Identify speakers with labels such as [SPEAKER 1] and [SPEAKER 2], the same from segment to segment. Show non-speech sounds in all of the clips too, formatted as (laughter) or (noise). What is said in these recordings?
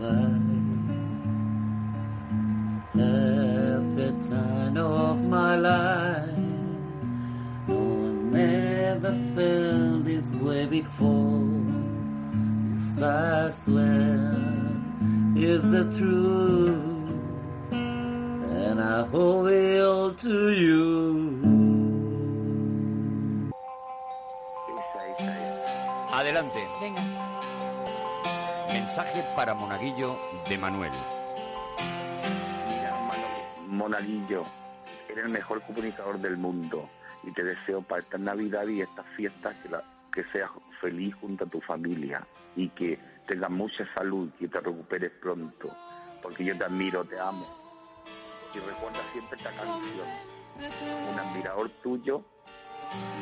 [SPEAKER 1] Over every time of my life. No one never felt this way before. Yes, I swear is the truth, and I owe it all to you.
[SPEAKER 2] Adelante.
[SPEAKER 3] Venga.
[SPEAKER 2] Mensaje para Monaguillo de Manuel.
[SPEAKER 4] Mira, Manu- Monaguillo, eres el mejor comunicador del mundo y te deseo para esta Navidad y estas fiestas que, la- que seas feliz junto a tu familia y que tengas mucha salud y te recuperes pronto, porque yo te admiro, te amo. Y recuerda siempre esta canción, un admirador tuyo,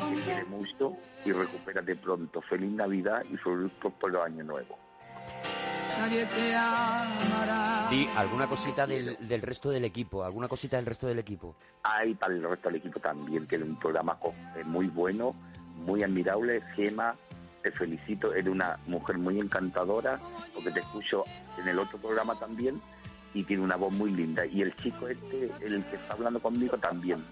[SPEAKER 4] y te quiere mucho y recupérate pronto. Feliz Navidad y feliz próspero año nuevo.
[SPEAKER 5] Nadie te amará.
[SPEAKER 2] Di alguna cosita del, del resto del equipo, alguna cosita del resto del equipo.
[SPEAKER 4] hay para el resto del equipo también. Tiene un programa co- eh, muy bueno, muy admirable. Gema, te felicito, eres una mujer muy encantadora, porque te escucho en el otro programa también y tiene una voz muy linda. Y el chico este, el que está hablando conmigo también.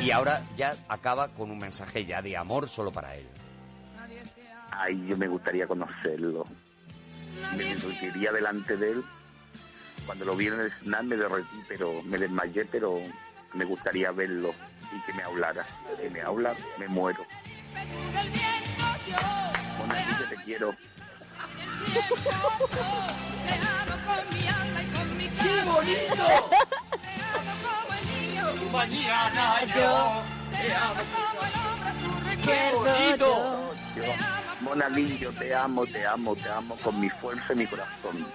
[SPEAKER 2] Y ahora ya acaba con un mensaje ya de amor solo para él.
[SPEAKER 4] Ay, yo me gustaría conocerlo. Me enriquería delante de él. Cuando lo vi en el SNAP me derretí, pero me desmayé, pero me gustaría verlo y que me hablara. Si me habla, me muero. Monaguillo, te quiero.
[SPEAKER 5] ¡Qué bonito! Mañana yo te amo. ¡Qué bonito!
[SPEAKER 4] Yo, Monaguillo, te amo, te amo, te amo con mi fuerza y mi corazón.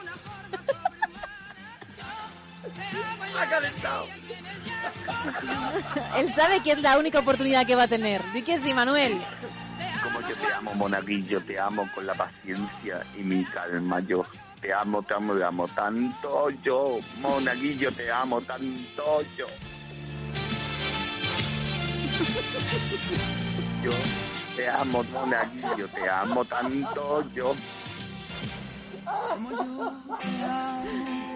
[SPEAKER 5] ¡Ha calentado!
[SPEAKER 3] Él sabe que es la única oportunidad que va a tener. Di que sí, Manuel.
[SPEAKER 4] Como yo te amo, Monaguillo, te amo con la paciencia y mi calma. Yo te amo, te amo, te amo tanto. Yo, Monaguillo, te amo tanto. Yo. Yo te amo, Monaguillo, te amo tanto. Yo.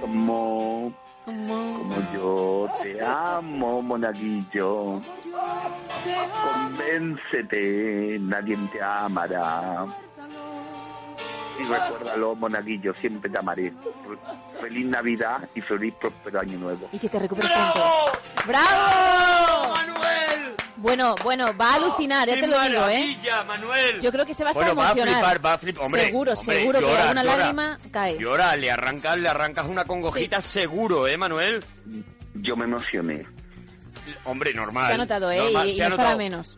[SPEAKER 4] Como, como yo te amo, Monaguillo. Convéncete, nadie te amará. Y recuérdalo, monaguillo, siempre te amaré. Feliz Navidad y feliz próspero año nuevo.
[SPEAKER 3] Y que te recuperes pronto. ¡Bravo!
[SPEAKER 6] Manuel.
[SPEAKER 3] Bueno, bueno, va a alucinar, ya
[SPEAKER 6] ¡Qué
[SPEAKER 3] te lo digo, ¿eh?
[SPEAKER 6] maravilla, Manuel!
[SPEAKER 3] Yo creo que se va a estar
[SPEAKER 2] Bueno, va a
[SPEAKER 3] emocionado.
[SPEAKER 2] flipar, va a flipar. Hombre,
[SPEAKER 3] seguro,
[SPEAKER 2] hombre,
[SPEAKER 3] seguro que
[SPEAKER 2] llora,
[SPEAKER 3] alguna
[SPEAKER 2] llora.
[SPEAKER 3] lágrima cae.
[SPEAKER 2] Llora, le arrancas, le arrancas una congojita seguro, ¿eh, Manuel?
[SPEAKER 4] Yo me emocioné.
[SPEAKER 2] Hombre, normal.
[SPEAKER 3] Se ha notado, ¿eh?
[SPEAKER 2] Normal,
[SPEAKER 3] y
[SPEAKER 2] se
[SPEAKER 3] y no
[SPEAKER 2] ha
[SPEAKER 3] es para
[SPEAKER 2] notado.
[SPEAKER 3] menos.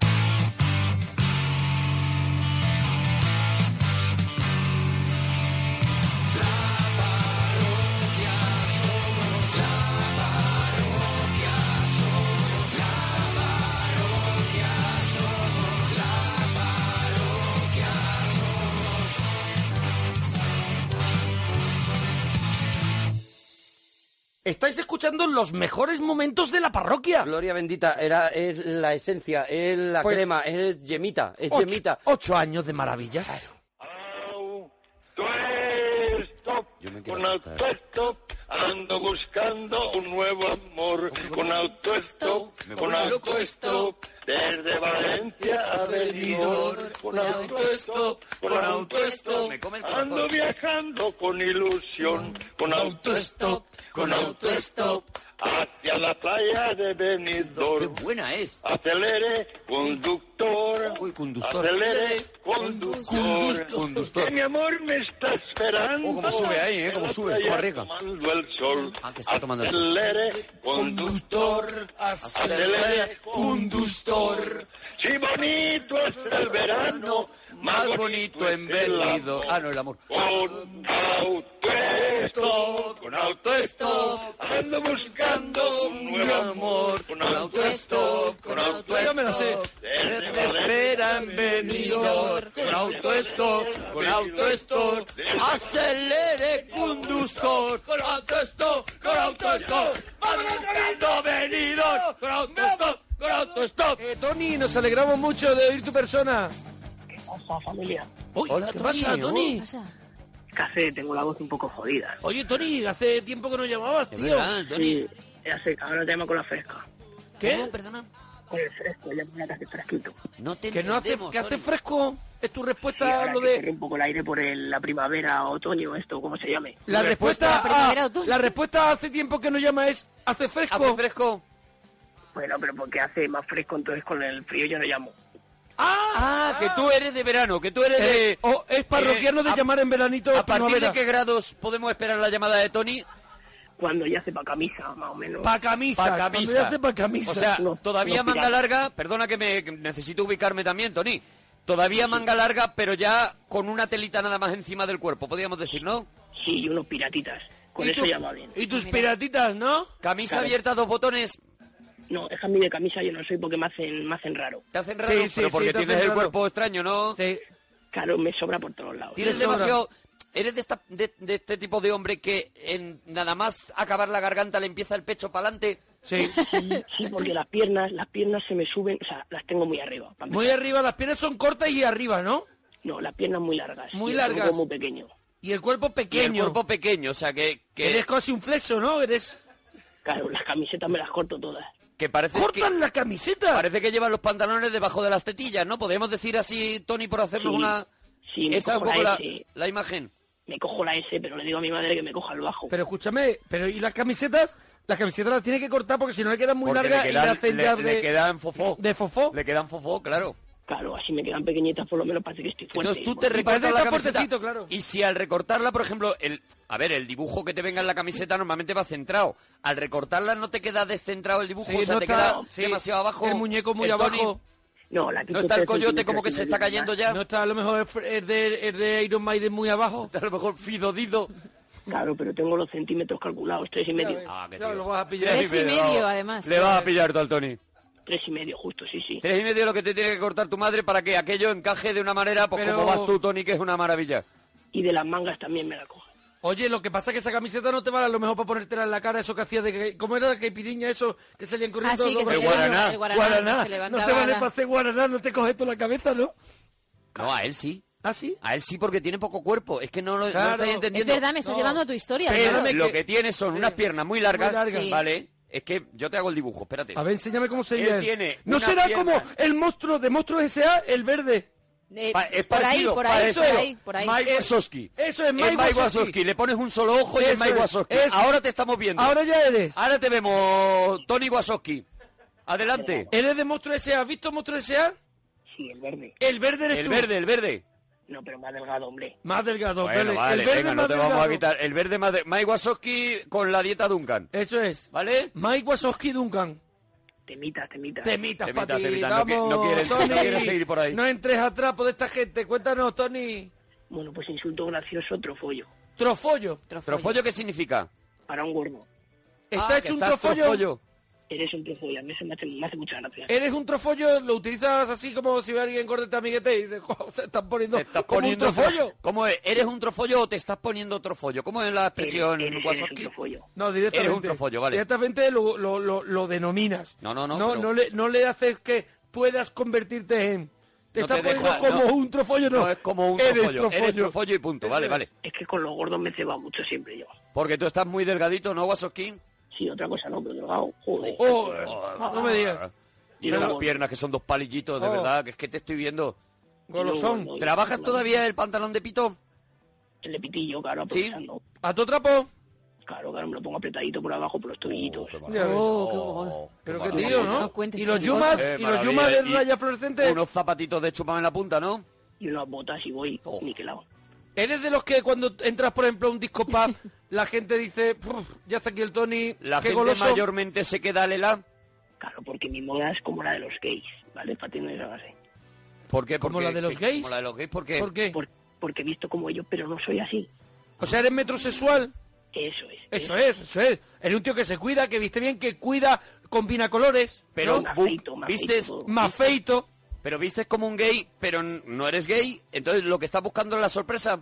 [SPEAKER 6] Estáis escuchando los mejores momentos de la parroquia.
[SPEAKER 7] Gloria bendita, era, es la esencia, es la
[SPEAKER 6] Pues-
[SPEAKER 7] crema, es yemita, es
[SPEAKER 6] Ocho,
[SPEAKER 7] yemita.
[SPEAKER 6] ocho años de maravillas.
[SPEAKER 8] Esto,
[SPEAKER 7] Yo me quiero
[SPEAKER 8] con
[SPEAKER 7] asustar.
[SPEAKER 8] autoestop, ando buscando un nuevo amor. Con autoestop, con autoestop, desde Valencia a Benidorm. Con autoestop, con autoestop, ando viajando con ilusión. Con autoestop, con autoestop, hacia la playa de Benidorm.
[SPEAKER 6] buena es!
[SPEAKER 8] Acelere, conductor.
[SPEAKER 6] Uy, conductor.
[SPEAKER 8] Acelere, conductor. Que mi amor me está esperando.
[SPEAKER 6] Oh, cómo sube ahí, ¿eh?
[SPEAKER 8] En
[SPEAKER 6] Cómo
[SPEAKER 8] la
[SPEAKER 6] sube,
[SPEAKER 8] playa
[SPEAKER 6] cómo rega.
[SPEAKER 8] Tomando el sol.
[SPEAKER 2] Ah, que está tomando el sol.
[SPEAKER 8] Acelere, conductor. Acelere, conductor. Si bonito es el verano, más bonito en venido.
[SPEAKER 7] Ah, no, el amor.
[SPEAKER 8] Con autoestop, Oh, con autoestop, ando buscando un nuevo amor. Con autoestop, con autoestop,
[SPEAKER 6] Yo me lo sé.
[SPEAKER 8] desde
[SPEAKER 6] Espera en venidor, con autoestop, con autoestop, acelere conductor, con autoestop, con autoestop, vamos corriendo venidor, con autoestop, con autoestop.
[SPEAKER 7] Tony, nos alegramos mucho de oír tu persona.
[SPEAKER 9] pasa, familia?
[SPEAKER 6] Uy,
[SPEAKER 9] Hola,
[SPEAKER 6] ¿qué
[SPEAKER 9] Tony,
[SPEAKER 6] pasa,
[SPEAKER 9] ¿qué
[SPEAKER 6] Tony?
[SPEAKER 9] Casi tengo la voz un poco jodida.
[SPEAKER 6] Oye, Tony, hace tiempo que no llamabas, tío.
[SPEAKER 9] Sí, ya sé, ahora te llamo con la fresca.
[SPEAKER 6] ¿Qué?
[SPEAKER 9] ¿Cómo?
[SPEAKER 2] perdona?
[SPEAKER 9] Con el fresco, ya me hace fresquito.
[SPEAKER 2] No te
[SPEAKER 6] Que no hace, que hace fresco. Es tu
[SPEAKER 9] Sí,
[SPEAKER 6] respuesta
[SPEAKER 9] ahora
[SPEAKER 6] a lo
[SPEAKER 9] que
[SPEAKER 6] de...
[SPEAKER 9] corre un poco el aire por el- la primavera, otoño, esto, ¿cómo se llame?
[SPEAKER 6] La respuesta,
[SPEAKER 9] respuesta-
[SPEAKER 6] a- la respuesta hace tiempo que no llama es hace fresco. Hace
[SPEAKER 2] Ah, fresco.
[SPEAKER 9] Bueno, pero porque hace más fresco, entonces con el frío yo no llamo.
[SPEAKER 2] Ah, que tú eres de verano, que tú eres de...
[SPEAKER 6] Eh, o es parroquiano de
[SPEAKER 2] eh, a-
[SPEAKER 6] llamar en veranito
[SPEAKER 2] ¿A partir de
[SPEAKER 6] primavera.
[SPEAKER 2] qué grados podemos esperar la llamada de Tony?
[SPEAKER 9] Cuando ya hace pa' camisa, más o menos.
[SPEAKER 6] Pa' camisa.
[SPEAKER 2] Pa'
[SPEAKER 6] Cuando
[SPEAKER 2] camisa.
[SPEAKER 6] ya hace pa' camisa.
[SPEAKER 2] O sea,
[SPEAKER 9] No,
[SPEAKER 2] todavía
[SPEAKER 9] no,
[SPEAKER 2] manga
[SPEAKER 9] mira.
[SPEAKER 2] larga, perdona que me que necesito ubicarme también, Tony. Todavía manga larga, pero ya con una telita nada más encima del cuerpo, podríamos decir, ¿no?
[SPEAKER 9] Sí, y unos piratitas. Con
[SPEAKER 6] ¿Y
[SPEAKER 9] eso
[SPEAKER 6] tú?
[SPEAKER 9] ya va bien.
[SPEAKER 6] Y tus piratitas, ¿no?
[SPEAKER 2] Camisa
[SPEAKER 9] Claro.
[SPEAKER 2] abierta, dos botones.
[SPEAKER 9] No, es que a mí de camisa yo no soy porque me hacen, me hacen raro.
[SPEAKER 2] Te hacen raro,
[SPEAKER 6] Sí, sí,
[SPEAKER 2] pero
[SPEAKER 6] sí,
[SPEAKER 2] porque
[SPEAKER 6] te hacen
[SPEAKER 2] tienes el
[SPEAKER 6] raro.
[SPEAKER 2] cuerpo extraño, ¿no?
[SPEAKER 6] Sí.
[SPEAKER 9] Claro, me sobra por todos lados.
[SPEAKER 2] Tienes
[SPEAKER 6] Te sobra.
[SPEAKER 2] demasiado... Eres de, esta- de- de este tipo de hombre que en nada más acabar la garganta le empieza el pecho para adelante.
[SPEAKER 6] Sí.
[SPEAKER 9] Sí, porque las piernas, las piernas se me suben, o sea, las tengo muy arriba. pa' empezar.
[SPEAKER 6] Muy arriba, las piernas son cortas y arriba, ¿no?
[SPEAKER 9] No, las piernas muy largas.
[SPEAKER 6] Muy
[SPEAKER 9] y el
[SPEAKER 6] largas.
[SPEAKER 9] tronco muy pequeño.
[SPEAKER 6] Y el cuerpo
[SPEAKER 2] Y el
[SPEAKER 6] pequeño.
[SPEAKER 2] cuerpo pequeño, o sea, que... que-
[SPEAKER 6] Eres casi un flexo, ¿no? Eres...
[SPEAKER 9] Claro, las camisetas me las corto todas.
[SPEAKER 2] que parece que-
[SPEAKER 6] ¡Cortan la camiseta!
[SPEAKER 2] Parece que llevan los pantalones debajo de las tetillas, ¿no? Podemos decir así, Tony, por hacernos
[SPEAKER 9] Sí.
[SPEAKER 2] una...
[SPEAKER 9] Sí, me
[SPEAKER 2] Esa es un
[SPEAKER 9] cojo
[SPEAKER 2] poco
[SPEAKER 9] la
[SPEAKER 2] la,
[SPEAKER 9] S,
[SPEAKER 2] la imagen.
[SPEAKER 9] me cojo la S, pero le digo a mi madre que me coja el bajo.
[SPEAKER 6] Pero escúchame, pero ¿y las camisetas? Las camisetas las tiene que cortar porque si no le quedan muy
[SPEAKER 2] Porque
[SPEAKER 6] largas
[SPEAKER 2] le
[SPEAKER 6] y le
[SPEAKER 2] quedan,
[SPEAKER 6] hacen
[SPEAKER 2] le-
[SPEAKER 6] ya
[SPEAKER 2] le
[SPEAKER 6] de,
[SPEAKER 2] quedan fofó.
[SPEAKER 6] de fofó.
[SPEAKER 2] Le quedan fofó, claro.
[SPEAKER 9] Claro, así me quedan pequeñitas, por lo menos parece que estoy fuerte.
[SPEAKER 2] Entonces tú te
[SPEAKER 6] parece
[SPEAKER 2] recortas
[SPEAKER 6] que
[SPEAKER 2] la
[SPEAKER 6] está
[SPEAKER 2] camiseta
[SPEAKER 6] fuertecito, claro.
[SPEAKER 2] y si al recortarla, por ejemplo, el a ver, el dibujo que te venga en la camiseta normalmente va centrado. Al recortarla no te queda descentrado el dibujo,
[SPEAKER 6] Sí,
[SPEAKER 2] o sea,
[SPEAKER 6] no
[SPEAKER 2] te
[SPEAKER 6] está-
[SPEAKER 2] queda
[SPEAKER 6] sí,
[SPEAKER 2] demasiado abajo.
[SPEAKER 6] el muñeco muy
[SPEAKER 2] El Tony,
[SPEAKER 6] abajo.
[SPEAKER 9] No, la quito
[SPEAKER 2] No está el
[SPEAKER 9] tres
[SPEAKER 2] coyote como
[SPEAKER 9] centímetros
[SPEAKER 2] que
[SPEAKER 9] y
[SPEAKER 2] se
[SPEAKER 9] medio
[SPEAKER 2] está
[SPEAKER 9] más.
[SPEAKER 2] cayendo ya.
[SPEAKER 6] No está a lo mejor el, el de, el de Iron Maiden muy abajo.
[SPEAKER 2] Está (laughs) a lo mejor fidodido.
[SPEAKER 9] Claro, pero tengo los centímetros calculados, tres y medio.
[SPEAKER 2] Ah, qué
[SPEAKER 6] Ya
[SPEAKER 2] tío.
[SPEAKER 6] lo vas a pillar.
[SPEAKER 3] Tres y medio, además.
[SPEAKER 2] Le vas a pillar tú al Tony.
[SPEAKER 9] Tres y medio, justo, sí, sí.
[SPEAKER 2] Tres y medio lo que te tiene que cortar tu madre para que aquello encaje de una manera, pues
[SPEAKER 6] Pero-
[SPEAKER 2] como vas tú, Tony, que es una maravilla.
[SPEAKER 9] Y de las mangas también me la cojo.
[SPEAKER 6] Oye, lo que pasa es que esa camiseta no te vale a lo mejor para ponértela en la cara, eso que hacía de... que- ¿Cómo era la caipiriña eso que salían corriendo?
[SPEAKER 3] Ah, sí, que
[SPEAKER 6] los-
[SPEAKER 3] se
[SPEAKER 6] el
[SPEAKER 3] levantaba-
[SPEAKER 6] guaraná.
[SPEAKER 3] el guaraná,
[SPEAKER 6] Guaraná.
[SPEAKER 3] se
[SPEAKER 6] No
[SPEAKER 3] levantaba
[SPEAKER 6] te vale
[SPEAKER 3] la-
[SPEAKER 6] para hacer guaraná, no te coges tú la cabeza, ¿no?
[SPEAKER 2] No, a él sí.
[SPEAKER 6] ¿Ah, sí?
[SPEAKER 2] A él sí porque tiene poco cuerpo. Es que no lo no
[SPEAKER 6] Claro.
[SPEAKER 2] estáis
[SPEAKER 3] Es
[SPEAKER 2] entendiendo.
[SPEAKER 3] verdad, me estás
[SPEAKER 6] No.
[SPEAKER 3] llevando a tu historia.
[SPEAKER 2] Pero
[SPEAKER 3] Álvaro.
[SPEAKER 6] Perdóname
[SPEAKER 2] lo
[SPEAKER 6] que-
[SPEAKER 2] que tiene son unas piernas muy largas.
[SPEAKER 6] Muy largas.
[SPEAKER 3] Sí.
[SPEAKER 2] Vale. Es que yo te hago el dibujo, espérate.
[SPEAKER 6] A ver, enséñame cómo sería.
[SPEAKER 2] Él
[SPEAKER 6] él.
[SPEAKER 2] tiene
[SPEAKER 6] ¿No
[SPEAKER 2] una
[SPEAKER 6] será
[SPEAKER 2] pierna.
[SPEAKER 6] como el monstruo de Monstruos S.A., el verde?
[SPEAKER 3] Eh,
[SPEAKER 2] Pa- es
[SPEAKER 3] por ahí,
[SPEAKER 2] parecido,
[SPEAKER 3] por ahí,
[SPEAKER 2] parecido.
[SPEAKER 3] por ahí, por ahí.
[SPEAKER 2] Mike Wazowski.
[SPEAKER 6] Eso es Mike
[SPEAKER 2] Wazowski.
[SPEAKER 6] Wazowski.
[SPEAKER 2] Le pones un solo ojo y es
[SPEAKER 6] Eso
[SPEAKER 2] Mike
[SPEAKER 6] es,
[SPEAKER 2] Wazowski.
[SPEAKER 6] eso.
[SPEAKER 2] Ahora te estamos viendo.
[SPEAKER 6] Ahora ya eres.
[SPEAKER 2] Ahora te vemos, Tony Wazowski. Adelante.
[SPEAKER 6] Eres de Monstruos S.A. ¿Has visto Monstruos S.A.?
[SPEAKER 9] Sí, el verde.
[SPEAKER 6] El verde eres
[SPEAKER 2] El
[SPEAKER 6] tú.
[SPEAKER 2] verde, el verde.
[SPEAKER 9] No, pero más delgado, hombre.
[SPEAKER 6] Más delgado.
[SPEAKER 2] Bueno, vale,
[SPEAKER 6] el verde
[SPEAKER 2] venga,
[SPEAKER 6] más
[SPEAKER 2] no te vamos a
[SPEAKER 6] delgado.
[SPEAKER 2] quitar. El verde más de... Mike Wazowski con la dieta Duncan.
[SPEAKER 6] Eso es.
[SPEAKER 2] ¿Vale?
[SPEAKER 6] Mike Wazowski Duncan.
[SPEAKER 9] Temitas, temitas.
[SPEAKER 6] Temitas,
[SPEAKER 2] Temita,
[SPEAKER 6] para ti.
[SPEAKER 2] temita, no
[SPEAKER 6] Vamos,
[SPEAKER 2] que- no quieres- no
[SPEAKER 6] Tony.
[SPEAKER 2] quieres seguir por ahí.
[SPEAKER 6] No entres a trapo de esta gente. Cuéntanos, Tony.
[SPEAKER 9] Bueno, pues insulto gracioso, trofollo.
[SPEAKER 6] Trofollo.
[SPEAKER 2] ¿Trofollo qué significa?
[SPEAKER 9] Para un gordo.
[SPEAKER 6] Está
[SPEAKER 2] Ah, que
[SPEAKER 6] hecho un
[SPEAKER 2] estás
[SPEAKER 6] trofollo.
[SPEAKER 9] Eres un trofollo. A mí se me hace, me hace mucha gracia.
[SPEAKER 6] Eres un trofollo, lo utilizas así como si alguien corta amiguete y dices, "Jo, se están poniendo,
[SPEAKER 2] Te estás
[SPEAKER 6] como
[SPEAKER 2] poniendo
[SPEAKER 6] un trofollo.
[SPEAKER 2] ¿Cómo es? ¿Eres un trofollo o te estás poniendo trofollo? ¿Cómo es la
[SPEAKER 9] Eres,
[SPEAKER 2] expresión
[SPEAKER 9] eres- eres un
[SPEAKER 2] Wazowski?
[SPEAKER 9] trofollo.
[SPEAKER 6] No, directamente.
[SPEAKER 2] Eres un trofollo, vale.
[SPEAKER 6] Directamente lo, lo, lo, lo denominas.
[SPEAKER 2] No, no, no,
[SPEAKER 6] No,
[SPEAKER 2] pero-
[SPEAKER 6] no, le, no le haces que puedas convertirte en... Te
[SPEAKER 2] No
[SPEAKER 6] estás
[SPEAKER 2] te
[SPEAKER 6] poniendo
[SPEAKER 2] deja-
[SPEAKER 6] como
[SPEAKER 2] no.
[SPEAKER 6] un trofollo, no.
[SPEAKER 2] No, es como un
[SPEAKER 6] Eres
[SPEAKER 2] trofollo. Eres
[SPEAKER 6] trofollo.
[SPEAKER 2] trofollo y punto. Vale, vale.
[SPEAKER 9] Es que con los gordos me ceba mucho siempre yo.
[SPEAKER 2] Porque tú estás muy delgadito, ¿no, Wazowski? Pues,
[SPEAKER 9] Sí, otra cosa no, pero delgado. Joder.
[SPEAKER 6] Oh, no me digas.
[SPEAKER 2] ah. Y esas
[SPEAKER 9] Pero-
[SPEAKER 2] piernas que son dos palillitos, de
[SPEAKER 6] Oh.
[SPEAKER 2] verdad, que es que te estoy viendo.
[SPEAKER 6] Golosón.
[SPEAKER 9] Yo-
[SPEAKER 2] ¿Trabajas
[SPEAKER 9] yo-
[SPEAKER 2] todavía el pantalón de pito?
[SPEAKER 9] El de pitillo, claro,
[SPEAKER 2] Sí.
[SPEAKER 9] aprovechando.
[SPEAKER 6] A tu trapo.
[SPEAKER 9] Claro, claro, me lo pongo apretadito por abajo
[SPEAKER 2] Oh,
[SPEAKER 9] por los tobillitos.
[SPEAKER 6] Ya ves.
[SPEAKER 3] Oh, qué horror.
[SPEAKER 6] Pero
[SPEAKER 2] qué
[SPEAKER 6] qué
[SPEAKER 2] maravilla.
[SPEAKER 6] tío, ¿no?
[SPEAKER 3] No cuentes
[SPEAKER 6] y los
[SPEAKER 3] esas
[SPEAKER 6] yumas,
[SPEAKER 2] Eh,
[SPEAKER 6] y los
[SPEAKER 2] maravilla,
[SPEAKER 6] yumas de
[SPEAKER 2] y-
[SPEAKER 6] raya fluorescente.
[SPEAKER 2] Unos zapatitos de chupame en la punta, ¿no?
[SPEAKER 9] y unas botas y voy
[SPEAKER 2] Oh.
[SPEAKER 9] niquelado.
[SPEAKER 6] ¿Eres de los que cuando entras, por ejemplo, a un disco pub, la gente dice, "Puf, ya está aquí el Tony,
[SPEAKER 2] La
[SPEAKER 6] qué
[SPEAKER 2] gente
[SPEAKER 6] goloso?
[SPEAKER 2] mayormente se queda lela.
[SPEAKER 9] Claro, porque mi moda es como la de los gays, ¿vale? Para ti no es algo así.
[SPEAKER 2] ¿Por qué?
[SPEAKER 6] ¿Como
[SPEAKER 2] Porque-
[SPEAKER 6] la de los
[SPEAKER 2] que-
[SPEAKER 6] gays?
[SPEAKER 2] Como la de los gays, ¿por qué?
[SPEAKER 6] ¿Por qué?
[SPEAKER 9] Por- porque he visto como ellos, pero no soy así.
[SPEAKER 6] O sea, ¿eres metrosexual?
[SPEAKER 9] Eso es. ¿eh?
[SPEAKER 6] Eso es, eso es. Eres un tío que se cuida, que viste bien, que cuida, combina colores,
[SPEAKER 2] Pero,
[SPEAKER 9] Me
[SPEAKER 2] bu-
[SPEAKER 9] afeito, me
[SPEAKER 2] ¿vistes
[SPEAKER 9] afeito todo.
[SPEAKER 6] más feito.
[SPEAKER 2] pero vistes como un gay, pero n- no eres gay. Entonces lo que estás buscando es la sorpresa.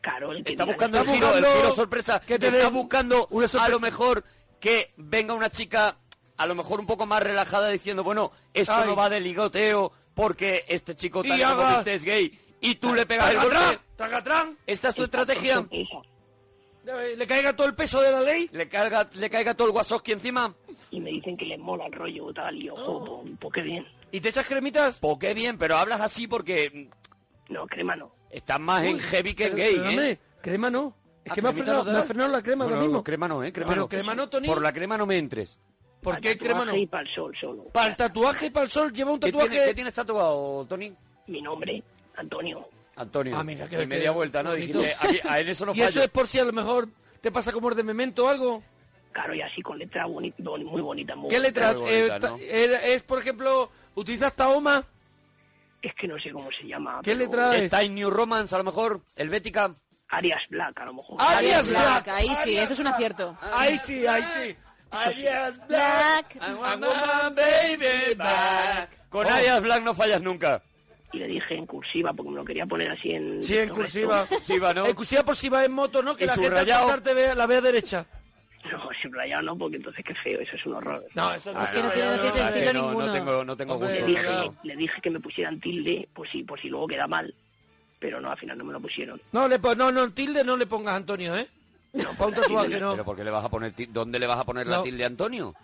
[SPEAKER 9] Claro, el que
[SPEAKER 2] Está
[SPEAKER 9] diga,
[SPEAKER 2] buscando el
[SPEAKER 6] Está
[SPEAKER 2] giro, el
[SPEAKER 6] buscando-
[SPEAKER 2] giro sorpresa.
[SPEAKER 6] que te
[SPEAKER 2] está
[SPEAKER 6] den
[SPEAKER 2] buscando
[SPEAKER 6] una
[SPEAKER 2] a
[SPEAKER 6] sorpresa.
[SPEAKER 2] lo mejor que venga una chica a lo mejor un poco más relajada diciendo, bueno, esto
[SPEAKER 6] Ay.
[SPEAKER 2] no va de ligoteo, porque este chico
[SPEAKER 6] Y
[SPEAKER 2] tal como
[SPEAKER 6] haga-
[SPEAKER 2] viste es gay y tú le pegas el
[SPEAKER 6] ¡Tacatrán!
[SPEAKER 2] golpe.
[SPEAKER 6] ¡Tacatrán!
[SPEAKER 2] ¿Esta es tu estrategia?
[SPEAKER 6] Eh, ¿Le caiga todo el peso de la ley?
[SPEAKER 2] ¿Le caiga, le caiga todo el guasoski encima?
[SPEAKER 9] Y me dicen que les mola el rollo tal, y
[SPEAKER 6] Oh.
[SPEAKER 9] ojo, po- po, pues qué bien.
[SPEAKER 6] ¿Y te echas cremitas?
[SPEAKER 2] Pues qué bien, pero hablas así porque mm,
[SPEAKER 9] No, crema no.
[SPEAKER 2] estás más en
[SPEAKER 6] Uy,
[SPEAKER 2] heavy que en
[SPEAKER 6] pero-
[SPEAKER 2] gay,
[SPEAKER 6] perdóname,
[SPEAKER 2] ¿eh?
[SPEAKER 6] crema no. Es
[SPEAKER 2] Ah,
[SPEAKER 6] que me
[SPEAKER 2] cremita
[SPEAKER 6] ha, frenado,
[SPEAKER 2] no te
[SPEAKER 6] me ha
[SPEAKER 2] da.
[SPEAKER 6] frenado la crema
[SPEAKER 2] Bueno,
[SPEAKER 6] ahora mismo.
[SPEAKER 2] crema no, ¿eh? Crema
[SPEAKER 6] Pero
[SPEAKER 2] no.
[SPEAKER 6] crema no, Tony.
[SPEAKER 2] Por la crema no me entres.
[SPEAKER 6] ¿Por qué
[SPEAKER 9] Pa'l
[SPEAKER 6] crema
[SPEAKER 9] tatuaje
[SPEAKER 6] no?
[SPEAKER 9] Y para el sol solo.
[SPEAKER 6] Para el tatuaje y para el sol lleva un
[SPEAKER 2] ¿Qué, tiene-
[SPEAKER 6] tatuaje.
[SPEAKER 2] qué tienes tatuado, Tony?
[SPEAKER 9] Mi nombre, Antonio.
[SPEAKER 2] Antonio.
[SPEAKER 6] Ah, mira, qué-
[SPEAKER 2] De
[SPEAKER 6] qué
[SPEAKER 2] media vuelta, ¿no?
[SPEAKER 6] bonito.
[SPEAKER 2] Dijiste, aquí- a él eso no
[SPEAKER 6] (laughs) y eso
[SPEAKER 2] falla.
[SPEAKER 6] es por si a lo mejor te pasa como el de memento o algo.
[SPEAKER 9] Claro, y así con letras boni- boni- muy bonitas. Muy
[SPEAKER 6] ¿Qué
[SPEAKER 9] bonitas.
[SPEAKER 6] letra?
[SPEAKER 2] muy bonita,
[SPEAKER 6] Eh, ta-
[SPEAKER 2] ¿no?
[SPEAKER 6] era- es, por ejemplo, utilizas Tahoma.
[SPEAKER 9] Es que no sé cómo se llama.
[SPEAKER 6] ¿Qué
[SPEAKER 9] pero-
[SPEAKER 6] letra?
[SPEAKER 2] Está en New Romance, a lo mejor. Helvética.
[SPEAKER 9] Arias Black, a lo mejor.
[SPEAKER 6] Arias Black.
[SPEAKER 3] Ahí sí,
[SPEAKER 6] Arias
[SPEAKER 3] eso es un acierto.
[SPEAKER 6] Ahí sí, ahí sí. Arias
[SPEAKER 3] Black.
[SPEAKER 6] I want my baby back.
[SPEAKER 2] Con
[SPEAKER 6] Oh.
[SPEAKER 2] Arias Black no fallas nunca.
[SPEAKER 9] Y le dije en cursiva porque me lo quería poner así en.
[SPEAKER 6] Sí, en
[SPEAKER 9] resto.
[SPEAKER 6] cursiva.
[SPEAKER 2] Sí, va, ¿no?
[SPEAKER 6] En cursiva por si vas en moto, ¿no? Que
[SPEAKER 2] Y
[SPEAKER 6] la gente al
[SPEAKER 2] subrayado.
[SPEAKER 6] pasar te vea, la vea derecha.
[SPEAKER 9] (laughs) No, subrayado no, porque entonces qué feo, eso es un horror.
[SPEAKER 6] No, eso no
[SPEAKER 2] Ah,
[SPEAKER 3] Es que no tiene- no tiene
[SPEAKER 2] es que
[SPEAKER 3] estilo
[SPEAKER 2] Eh, no,
[SPEAKER 3] ninguno.
[SPEAKER 2] No tengo, no tengo
[SPEAKER 6] Hombre,
[SPEAKER 9] Le
[SPEAKER 2] gusto.
[SPEAKER 9] dije,
[SPEAKER 6] claro.
[SPEAKER 9] le dije que me pusieran tilde por si, por si luego queda mal. Pero no, al final no me lo pusieron.
[SPEAKER 6] No, le pon- no, no, tilde no le pongas Antonio, ¿eh? No, para un tatuaje
[SPEAKER 2] Pero
[SPEAKER 6] no.
[SPEAKER 2] ¿por qué le vas a poner ti- ¿Dónde le vas a poner la
[SPEAKER 6] No.
[SPEAKER 2] tilde a Antonio?